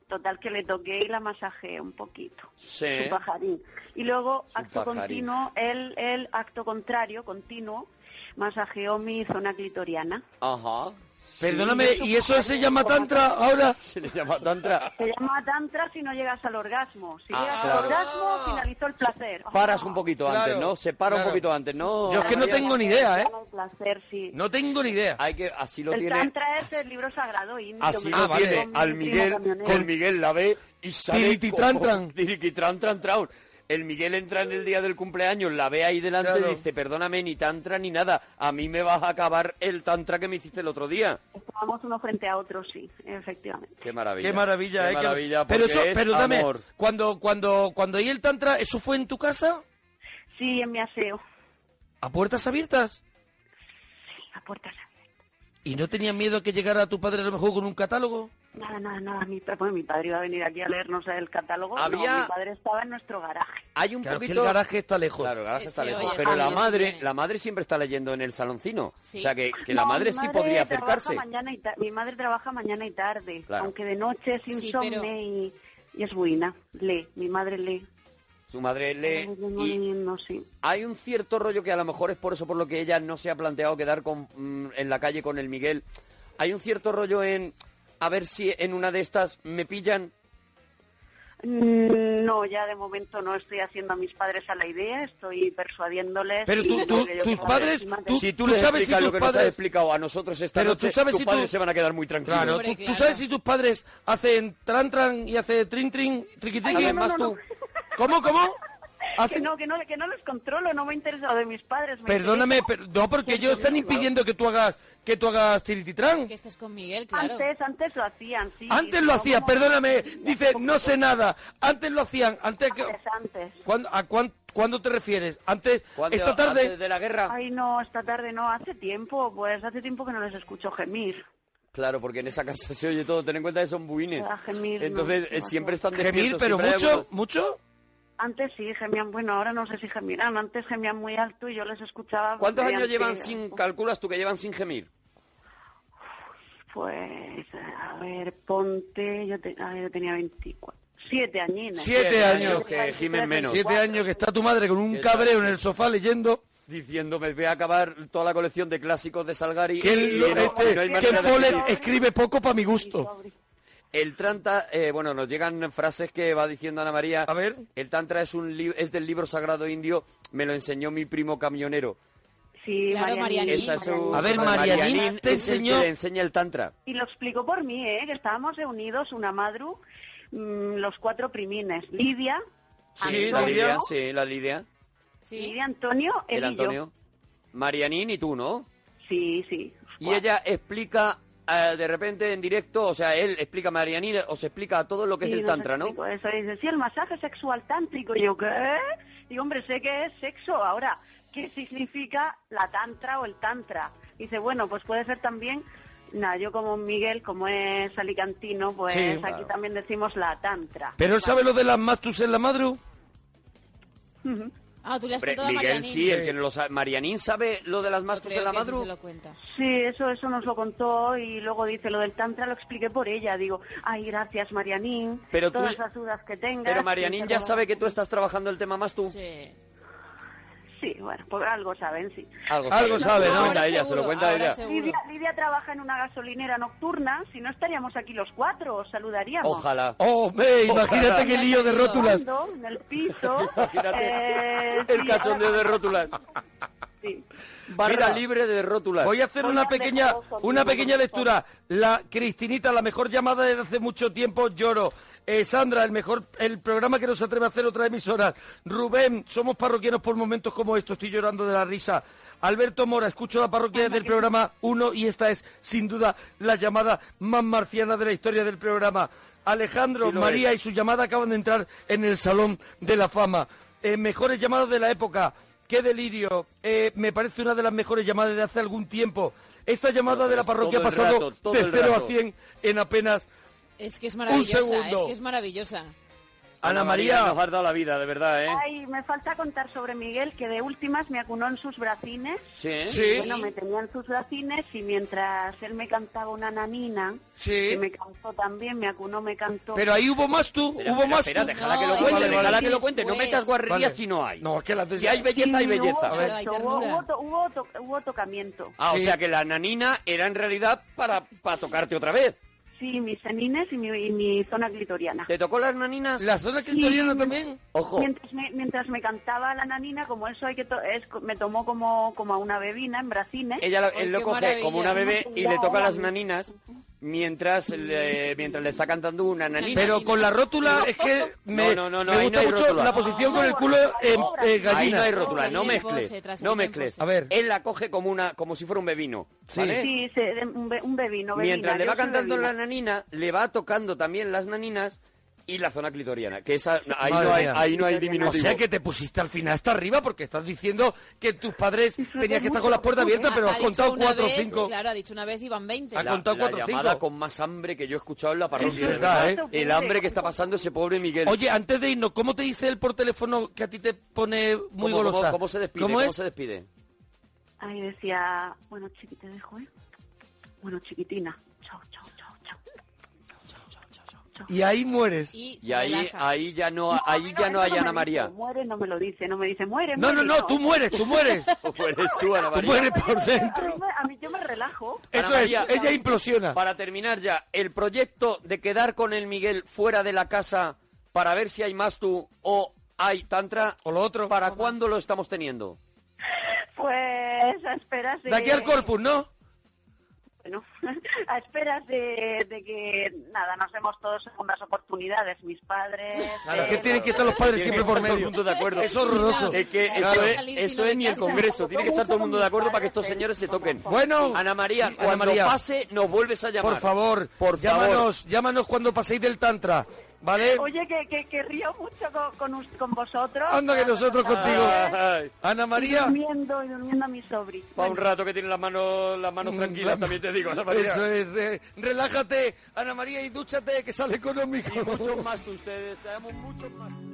[SPEAKER 9] total que le toqué y la masajeé un poquito.
[SPEAKER 2] Sí.
[SPEAKER 9] Su pajarín. Y luego,
[SPEAKER 2] Eh. Su
[SPEAKER 9] acto
[SPEAKER 2] pajarín.
[SPEAKER 9] continuo, él, él, acto contrario, continuo, masajeó mi zona clitoriana.
[SPEAKER 2] Ajá. (laughs)
[SPEAKER 6] Perdóname, ¿y eso se llama tantra ahora?
[SPEAKER 2] Se le llama tantra.
[SPEAKER 9] Se llama tantra si no llegas al orgasmo. Si
[SPEAKER 2] Ah,
[SPEAKER 9] llegas
[SPEAKER 2] claro.
[SPEAKER 9] al orgasmo, finalizó el placer.
[SPEAKER 2] Paras un poquito
[SPEAKER 6] Claro,
[SPEAKER 2] antes, ¿no? Se para un
[SPEAKER 6] claro.
[SPEAKER 2] poquito antes, ¿no?
[SPEAKER 6] Yo es que no
[SPEAKER 2] María?
[SPEAKER 6] tengo ni idea, ¿eh?
[SPEAKER 9] El placer, sí.
[SPEAKER 6] No tengo ni idea.
[SPEAKER 2] Hay que, así lo
[SPEAKER 9] el
[SPEAKER 2] tiene,
[SPEAKER 9] tantra es el libro sagrado indio.
[SPEAKER 2] así
[SPEAKER 9] me
[SPEAKER 2] lo
[SPEAKER 9] compré
[SPEAKER 2] tiene
[SPEAKER 9] con mi
[SPEAKER 2] al
[SPEAKER 9] primo ¿eh?
[SPEAKER 2] Miguel,
[SPEAKER 9] camionero.
[SPEAKER 2] con Miguel la ve y sale
[SPEAKER 6] Tirititran-tran.
[SPEAKER 2] (laughs) como- Tiriquitran-tran-tran. El Miguel entra en el día del cumpleaños, la ve ahí delante
[SPEAKER 6] Claro.
[SPEAKER 2] y dice, perdóname, ni tantra ni nada, a mí me vas a acabar el tantra que me hiciste el otro día.
[SPEAKER 9] Estábamos uno frente a otro, sí, efectivamente.
[SPEAKER 2] Qué maravilla.
[SPEAKER 6] Qué maravilla,
[SPEAKER 2] Qué
[SPEAKER 6] ¿eh? Qué-
[SPEAKER 2] maravilla,
[SPEAKER 6] pero
[SPEAKER 2] porque
[SPEAKER 6] eso,
[SPEAKER 2] es
[SPEAKER 6] perdóname,
[SPEAKER 2] amor.
[SPEAKER 6] cuando cuando cuando hay el tantra, ¿eso fue en tu casa?
[SPEAKER 9] Sí, en mi aseo.
[SPEAKER 6] ¿A puertas abiertas?
[SPEAKER 9] La puerta se
[SPEAKER 6] ¿Y no tenías miedo que llegara tu padre a lo mejor con un catálogo?
[SPEAKER 9] Nada, nada, nada. Mi, pa- bueno, mi padre iba a venir aquí a leernos el catálogo. No,
[SPEAKER 2] Había-
[SPEAKER 9] mi padre estaba en nuestro garaje.
[SPEAKER 2] Hay un
[SPEAKER 6] Claro, que
[SPEAKER 2] poquito...
[SPEAKER 6] el garaje está lejos.
[SPEAKER 2] Claro, el garaje
[SPEAKER 3] Sí,
[SPEAKER 2] está
[SPEAKER 3] sí,
[SPEAKER 2] lejos.
[SPEAKER 3] oye,
[SPEAKER 2] Pero
[SPEAKER 3] sí,
[SPEAKER 2] la
[SPEAKER 3] oye,
[SPEAKER 2] madre,
[SPEAKER 3] sí.
[SPEAKER 2] la madre siempre está leyendo en el saloncino.
[SPEAKER 3] Sí.
[SPEAKER 2] O sea que, que la
[SPEAKER 9] No, mi
[SPEAKER 2] madre, sí podría
[SPEAKER 9] trabaja
[SPEAKER 2] acercarse.
[SPEAKER 9] mañana y ta- mi madre trabaja mañana y tarde,
[SPEAKER 2] Claro.
[SPEAKER 9] aunque de noche es
[SPEAKER 3] Sí,
[SPEAKER 9] insomne
[SPEAKER 3] pero-
[SPEAKER 9] y, y es buena. Lee, mi madre lee.
[SPEAKER 2] Su madre lee
[SPEAKER 9] Ay, no,
[SPEAKER 2] y
[SPEAKER 9] no, sí.
[SPEAKER 2] hay un cierto rollo que a lo mejor es por eso por lo que ella no se ha planteado quedar con, mm, en la calle con el Miguel. Hay un cierto rollo en a ver si en una de estas me pillan.
[SPEAKER 9] Mm, No, ya de momento no estoy haciendo a mis padres a la idea, estoy persuadiéndoles.
[SPEAKER 6] Pero
[SPEAKER 9] y
[SPEAKER 6] tú-
[SPEAKER 9] lo
[SPEAKER 6] tú-
[SPEAKER 9] que yo
[SPEAKER 6] tus
[SPEAKER 9] pueda
[SPEAKER 6] padres,
[SPEAKER 9] encima de-
[SPEAKER 6] tú-
[SPEAKER 2] si tú, les
[SPEAKER 6] sabes si
[SPEAKER 2] explicas lo
[SPEAKER 6] tus
[SPEAKER 2] que nos has
[SPEAKER 6] padres-
[SPEAKER 2] explicado a nosotros esta
[SPEAKER 6] Pero
[SPEAKER 2] noche,
[SPEAKER 6] tú sabes
[SPEAKER 2] tus
[SPEAKER 6] si tú-
[SPEAKER 2] padres se van a quedar muy tranquilos.
[SPEAKER 6] Claro,
[SPEAKER 3] Hombre,
[SPEAKER 6] ¿tú, tú
[SPEAKER 3] claro.
[SPEAKER 6] sabes si tus padres hacen tran tran y hacen trin trin, triqui triqui?
[SPEAKER 9] Ay, no, no, no,
[SPEAKER 6] tú. ¿Cómo, cómo?
[SPEAKER 9] (laughs) Que
[SPEAKER 6] Hacen-
[SPEAKER 9] no, que no, que no los controlo, no me interesa lo de mis padres. me
[SPEAKER 6] Perdóname,
[SPEAKER 9] interesa-
[SPEAKER 6] pero- no, porque ellos están impidiendo que tú hagas que tú hagas tirititran.
[SPEAKER 3] Que estés con Miguel, claro.
[SPEAKER 9] Antes, antes lo hacían, sí.
[SPEAKER 6] Antes
[SPEAKER 9] no
[SPEAKER 6] lo hacías,
[SPEAKER 9] como-
[SPEAKER 6] perdóname. Dice, no sé nada. Antes lo hacían, antes que...
[SPEAKER 9] Antes, antes.
[SPEAKER 6] ¿Cuándo, ¿A cuán- cuándo te refieres? Antes,
[SPEAKER 2] Cuando-
[SPEAKER 6] esta tarde...
[SPEAKER 2] antes de la guerra.
[SPEAKER 9] Ay, no, esta tarde no, hace tiempo, pues hace tiempo que no les escucho gemir.
[SPEAKER 2] Claro, porque en esa casa se oye todo. Ten en cuenta que son buines.
[SPEAKER 9] Ah, gemir, no,
[SPEAKER 2] Entonces eh,
[SPEAKER 9] no,
[SPEAKER 2] siempre
[SPEAKER 9] no.
[SPEAKER 2] están
[SPEAKER 6] Gemir,
[SPEAKER 2] despiertos.
[SPEAKER 6] pero
[SPEAKER 2] siempre hay
[SPEAKER 6] mucho,
[SPEAKER 2] algunos-
[SPEAKER 6] mucho.
[SPEAKER 9] Antes sí gemían, bueno, ahora no sé si gemían, antes gemían muy alto y yo les escuchaba. pues,
[SPEAKER 2] ¿Cuántos años
[SPEAKER 9] mediante-
[SPEAKER 2] llevan sin, calculas tú que llevan sin gemir?
[SPEAKER 9] Pues, a ver, ponte, yo, te- a ver, yo tenía 24. Siete añinas.
[SPEAKER 6] Siete Siete años. años
[SPEAKER 2] que gimen menos.
[SPEAKER 6] Siete años que está tu madre con un
[SPEAKER 2] Que está-
[SPEAKER 6] cabreo en el sofá leyendo.
[SPEAKER 2] Diciéndome, voy a acabar toda la colección de clásicos de Salgari.
[SPEAKER 6] Que el,
[SPEAKER 2] y
[SPEAKER 6] lo-
[SPEAKER 2] no-
[SPEAKER 6] este-
[SPEAKER 2] no hay
[SPEAKER 6] que
[SPEAKER 2] manera de-
[SPEAKER 6] Follett escribe poco para mi gusto.
[SPEAKER 2] El Tantra, eh, bueno, nos llegan frases que va diciendo Ana María.
[SPEAKER 6] A ver.
[SPEAKER 2] El Tantra es, un li- es del libro sagrado indio, me lo enseñó mi primo camionero.
[SPEAKER 9] Sí,
[SPEAKER 3] Claro,
[SPEAKER 9] Marianín.
[SPEAKER 3] Marianín.
[SPEAKER 2] Esa es su-
[SPEAKER 6] A ver, Marianín, te
[SPEAKER 2] es el que
[SPEAKER 6] enseñó-
[SPEAKER 2] le enseña el Tantra.
[SPEAKER 9] Y lo explico por mí, ¿eh? que estábamos reunidos una madru, mm, los cuatro primines, Lidia,
[SPEAKER 6] Sí,
[SPEAKER 2] la
[SPEAKER 6] la
[SPEAKER 9] Antonio,
[SPEAKER 2] Lidia,
[SPEAKER 6] Lidia.
[SPEAKER 2] sí, la Lidia.
[SPEAKER 3] Sí.
[SPEAKER 9] Lidia, Antonio, él
[SPEAKER 2] El
[SPEAKER 9] y yo.
[SPEAKER 2] Antonio. Marianín y tú, ¿no?
[SPEAKER 9] Sí, sí.
[SPEAKER 2] Y ella explica eh, de repente en directo, o sea, él explica a Marianín, os explica a todo lo que
[SPEAKER 9] Sí,
[SPEAKER 2] es el
[SPEAKER 9] nos
[SPEAKER 2] Tantra, ¿no?
[SPEAKER 9] explicó Eso dice, sí, el masaje sexual tántrico. Y yo, ¿qué? Digo, hombre, sé que es sexo. Ahora, ¿qué significa la tantra o el tantra? Dice, bueno, pues puede ser también... Nada, yo como Miguel, como es alicantino, pues
[SPEAKER 6] Sí,
[SPEAKER 9] aquí
[SPEAKER 6] claro.
[SPEAKER 9] también decimos la tantra.
[SPEAKER 6] Pero él sabe lo de las mastus en la madru.
[SPEAKER 3] Ah, tú le has
[SPEAKER 2] Hombre,
[SPEAKER 3] contado a
[SPEAKER 2] Miguel
[SPEAKER 3] Marianín.
[SPEAKER 2] sí, el que no lo sabe. Marianín sabe lo de las
[SPEAKER 3] Yo
[SPEAKER 2] mascos
[SPEAKER 3] creo
[SPEAKER 2] en la
[SPEAKER 3] que eso
[SPEAKER 2] madru.
[SPEAKER 3] se lo cuenta.
[SPEAKER 9] Sí, eso, eso nos lo contó y luego dice lo del tantra, lo expliqué por ella. Digo, ay, gracias Marianín,
[SPEAKER 2] Pero tú-
[SPEAKER 9] todas las dudas que tengas.
[SPEAKER 2] Pero Marianín ya sabe que tú estás trabajando el tema Mastu.
[SPEAKER 3] Sí.
[SPEAKER 9] Sí, bueno, pues algo saben, sí.
[SPEAKER 6] Algo sabe,
[SPEAKER 2] Se lo
[SPEAKER 6] ¿no?
[SPEAKER 2] cuenta
[SPEAKER 3] Ahora
[SPEAKER 2] ella, se lo
[SPEAKER 3] seguro,
[SPEAKER 2] cuenta
[SPEAKER 3] ahora
[SPEAKER 2] ella.
[SPEAKER 3] seguro.
[SPEAKER 9] Lidia, Lidia trabaja en una gasolinera nocturna, si no estaríamos aquí los cuatro, os saludaríamos.
[SPEAKER 2] Ojalá.
[SPEAKER 6] Oh,
[SPEAKER 2] (laughs)
[SPEAKER 6] hombre, imagínate qué lío de rótulas.
[SPEAKER 9] Ando En el piso.
[SPEAKER 2] Imagínate
[SPEAKER 9] eh,
[SPEAKER 2] el
[SPEAKER 9] sí,
[SPEAKER 2] cachondeo de
[SPEAKER 6] (laughs)
[SPEAKER 2] rótulas.
[SPEAKER 9] sí.
[SPEAKER 2] Barra libre de rótulas.
[SPEAKER 6] Voy a hacer
[SPEAKER 9] Voy
[SPEAKER 6] una
[SPEAKER 9] a
[SPEAKER 6] pequeña,
[SPEAKER 9] dejaros con
[SPEAKER 6] una
[SPEAKER 9] mi
[SPEAKER 6] pequeña
[SPEAKER 9] corazón.
[SPEAKER 6] lectura. La Cristinita, la mejor llamada desde hace mucho tiempo, lloro. Eh, Sandra, el mejor, el programa que nos atreve a hacer otra emisora. Rubén, somos parroquianos por momentos como estos, estoy llorando de la risa. Alberto Mora, escucho la parroquia desde el programa 1 y esta es, sin duda, la llamada más marciana de la historia del programa. Alejandro,
[SPEAKER 2] Sí lo
[SPEAKER 6] María y su llamada acaban de entrar en el Salón de la Fama. Eh, mejores llamadas de la época. ¡Qué delirio! Eh, me parece una de las mejores llamadas de hace algún tiempo. Esta llamada
[SPEAKER 2] No,
[SPEAKER 6] de la
[SPEAKER 2] pero
[SPEAKER 6] parroquia ha
[SPEAKER 2] todo el
[SPEAKER 6] pasado
[SPEAKER 2] rato, todo
[SPEAKER 6] de
[SPEAKER 2] el
[SPEAKER 6] 0 a
[SPEAKER 2] rato.
[SPEAKER 6] 100 en apenas
[SPEAKER 3] Es que es maravillosa, es
[SPEAKER 6] segundo.
[SPEAKER 3] que es maravillosa.
[SPEAKER 6] Ana María.
[SPEAKER 2] nos has dado la vida, de verdad, ¿eh?
[SPEAKER 9] Ay, me falta contar sobre Miguel, que de últimas me acunó en sus bracines.
[SPEAKER 2] Sí. ¿eh?
[SPEAKER 6] Sí.
[SPEAKER 9] Y Bueno, me tenía en sus bracines y mientras él me cantaba una nanina,
[SPEAKER 6] Sí.
[SPEAKER 9] que me cantó también, me acunó, me cantó.
[SPEAKER 6] Pero ahí hubo más tú,
[SPEAKER 2] Espera,
[SPEAKER 6] hubo
[SPEAKER 2] espera,
[SPEAKER 6] más
[SPEAKER 2] espera,
[SPEAKER 6] tú.
[SPEAKER 2] déjala que
[SPEAKER 9] No,
[SPEAKER 2] lo
[SPEAKER 9] es
[SPEAKER 2] cuente,
[SPEAKER 9] que
[SPEAKER 2] déjala
[SPEAKER 9] lo
[SPEAKER 2] que lo
[SPEAKER 9] dices
[SPEAKER 2] cuente. No
[SPEAKER 9] después.
[SPEAKER 2] metas guarrerías
[SPEAKER 6] Vale.
[SPEAKER 2] si no hay.
[SPEAKER 6] No, es que las de-
[SPEAKER 2] Si hay belleza, hay
[SPEAKER 9] Sí, hubo-
[SPEAKER 2] belleza.
[SPEAKER 9] Hubo,
[SPEAKER 3] Claro, hay
[SPEAKER 9] hubo,
[SPEAKER 3] ternura.
[SPEAKER 9] to- hubo to- hubo tocamiento.
[SPEAKER 2] Ah, o
[SPEAKER 6] Sí.
[SPEAKER 2] sea que la nanina era en realidad para, para tocarte otra vez.
[SPEAKER 9] Sí, mis senines y mi, y mi zona clitoriana.
[SPEAKER 2] ¿Te tocó las naninas?
[SPEAKER 6] La zona clitoriana también.
[SPEAKER 2] Ojo.
[SPEAKER 9] Mientras me, mientras me cantaba la nanina, como eso hay que to- es, me tomó como, como a una bebina en bracines.
[SPEAKER 2] Ella la-
[SPEAKER 3] Ay,
[SPEAKER 2] él lo
[SPEAKER 3] qué
[SPEAKER 2] coge como
[SPEAKER 3] maravilla.
[SPEAKER 2] una bebé y le
[SPEAKER 9] Ya,
[SPEAKER 2] toca
[SPEAKER 9] hola.
[SPEAKER 2] las naninas mientras le, mientras le está cantando una nanina.
[SPEAKER 6] Pero con la rótula es que me,
[SPEAKER 2] No, no, no, no,
[SPEAKER 6] me
[SPEAKER 2] ahí no
[SPEAKER 6] gusta
[SPEAKER 2] hay
[SPEAKER 6] mucho
[SPEAKER 2] rótula.
[SPEAKER 6] la posición
[SPEAKER 9] No,
[SPEAKER 6] con el culo
[SPEAKER 9] no,
[SPEAKER 6] en,
[SPEAKER 9] no,
[SPEAKER 6] eh, gallina.
[SPEAKER 2] Ahí no hay rótula,
[SPEAKER 3] Traserina
[SPEAKER 2] no
[SPEAKER 3] en
[SPEAKER 2] mezcles.
[SPEAKER 3] pose, traserina
[SPEAKER 2] no
[SPEAKER 3] en
[SPEAKER 2] mezcles.
[SPEAKER 3] pose.
[SPEAKER 6] A ver.
[SPEAKER 2] Él la coge como una como si fuera un bebino.
[SPEAKER 6] Sí.
[SPEAKER 2] ¿vale?
[SPEAKER 9] Sí, se- de- un, be- un bebino, bebina.
[SPEAKER 2] Mientras le
[SPEAKER 9] yo
[SPEAKER 2] va
[SPEAKER 9] soy
[SPEAKER 2] cantando
[SPEAKER 9] bebina.
[SPEAKER 2] la nanina, le va tocando también las naninas y la zona clitoriana, que esa ahí
[SPEAKER 6] Madre
[SPEAKER 2] no hay,
[SPEAKER 6] mía.
[SPEAKER 2] ahí no hay
[SPEAKER 6] O
[SPEAKER 2] diminutivo.
[SPEAKER 6] sea que te pusiste al final hasta arriba porque estás diciendo que tus padres
[SPEAKER 9] Disfruté
[SPEAKER 6] tenías que estar con
[SPEAKER 9] mucho.
[SPEAKER 6] las puertas abiertas, pero
[SPEAKER 3] Ha-
[SPEAKER 6] has
[SPEAKER 3] ha dicho
[SPEAKER 6] contado
[SPEAKER 3] una
[SPEAKER 6] cuatro o
[SPEAKER 3] vez-
[SPEAKER 6] cinco.
[SPEAKER 3] Claro, ha dicho una vez y van 20.
[SPEAKER 6] Ha
[SPEAKER 2] La-
[SPEAKER 6] contado
[SPEAKER 2] la
[SPEAKER 6] cuatro o
[SPEAKER 2] llamada
[SPEAKER 6] cinco.
[SPEAKER 2] con más hambre que yo he escuchado en la parroquia. de
[SPEAKER 6] Es verdad,
[SPEAKER 2] verdad. ¿eh? El
[SPEAKER 3] ¿eh?
[SPEAKER 2] hambre que está pasando ese pobre Miguel.
[SPEAKER 6] Oye, antes de irnos, ¿cómo te dice él por teléfono que a ti te pone muy
[SPEAKER 2] ¿Cómo- cómo-
[SPEAKER 6] golosa?
[SPEAKER 2] ¿Cómo, se despide?
[SPEAKER 6] ¿Cómo,
[SPEAKER 2] ¿Cómo
[SPEAKER 6] es?
[SPEAKER 2] se despide?
[SPEAKER 9] Ahí decía, bueno, chiqui, te dejo, ¿eh? Bueno, chiquitina. Chao, chao, chao, chao.
[SPEAKER 6] Y ahí mueres.
[SPEAKER 3] Y, se
[SPEAKER 2] Y ahí,
[SPEAKER 3] relaja.
[SPEAKER 2] ahí ya no, ahí ya no
[SPEAKER 9] eso
[SPEAKER 2] hay
[SPEAKER 9] me
[SPEAKER 2] Ana
[SPEAKER 3] (laughs)
[SPEAKER 9] dice,
[SPEAKER 2] María.
[SPEAKER 9] Muere, no me lo dice, no me dice, muere.
[SPEAKER 6] No, no,
[SPEAKER 9] muere",
[SPEAKER 6] no, tú mueres,
[SPEAKER 2] (laughs)
[SPEAKER 6] tú mueres.
[SPEAKER 2] O eres tú, Ana
[SPEAKER 6] Tú
[SPEAKER 2] María.
[SPEAKER 6] mueres por
[SPEAKER 9] A
[SPEAKER 6] dentro.
[SPEAKER 9] mí, me- a mí yo me relajo.
[SPEAKER 6] Eso es,
[SPEAKER 2] María.
[SPEAKER 6] ella implosiona.
[SPEAKER 2] Para terminar ya, el proyecto de quedar con el Miguel fuera de la casa para ver si hay más tú o hay tantra
[SPEAKER 6] O lo otro.
[SPEAKER 2] ¿Para cuándo lo estamos teniendo?
[SPEAKER 9] Pues a esperas de...
[SPEAKER 6] De aquí al corpus, ¿no?
[SPEAKER 9] Bueno, (laughs) a esperas de, de que, nada, nos demos todos segundas oportunidades, mis padres...
[SPEAKER 6] Claro,
[SPEAKER 9] eh,
[SPEAKER 6] que tienen que estar los padres
[SPEAKER 2] Tiene
[SPEAKER 6] siempre
[SPEAKER 2] que
[SPEAKER 6] por
[SPEAKER 2] estar todo el
[SPEAKER 6] medio.
[SPEAKER 2] mundo de acuerdo.
[SPEAKER 6] Es horroroso.
[SPEAKER 2] Es que
[SPEAKER 3] Claro.
[SPEAKER 2] eso es,
[SPEAKER 3] Salir
[SPEAKER 2] eso
[SPEAKER 3] sino
[SPEAKER 2] es
[SPEAKER 3] de
[SPEAKER 2] ni el
[SPEAKER 3] casa.
[SPEAKER 2] Congreso. Tiene que estar todo el mundo de acuerdo para que estos señores se toquen.
[SPEAKER 6] Bueno,
[SPEAKER 2] Ana María,
[SPEAKER 6] Ana
[SPEAKER 2] cuando
[SPEAKER 6] María.
[SPEAKER 2] pase nos vuelves a llamar.
[SPEAKER 6] Por favor,
[SPEAKER 2] Por favor.
[SPEAKER 6] llámanos, llámanos cuando paséis del tantra, ¿vale?
[SPEAKER 9] Oye, que, que, que río mucho con, con, us- con vosotros.
[SPEAKER 6] Anda que nosotros contigo.
[SPEAKER 2] Ay,
[SPEAKER 6] Ana
[SPEAKER 9] María.
[SPEAKER 6] María.
[SPEAKER 9] Durmiendo y durmiendo a mi sobri.
[SPEAKER 2] para un rato que tiene las manos, las manos tranquilas, también te digo, Ana María.
[SPEAKER 6] Mm, Eso es, eh, relájate, Ana María, y dúchate, que sale económico.
[SPEAKER 2] Y muchos más de ustedes, te damos muchos más.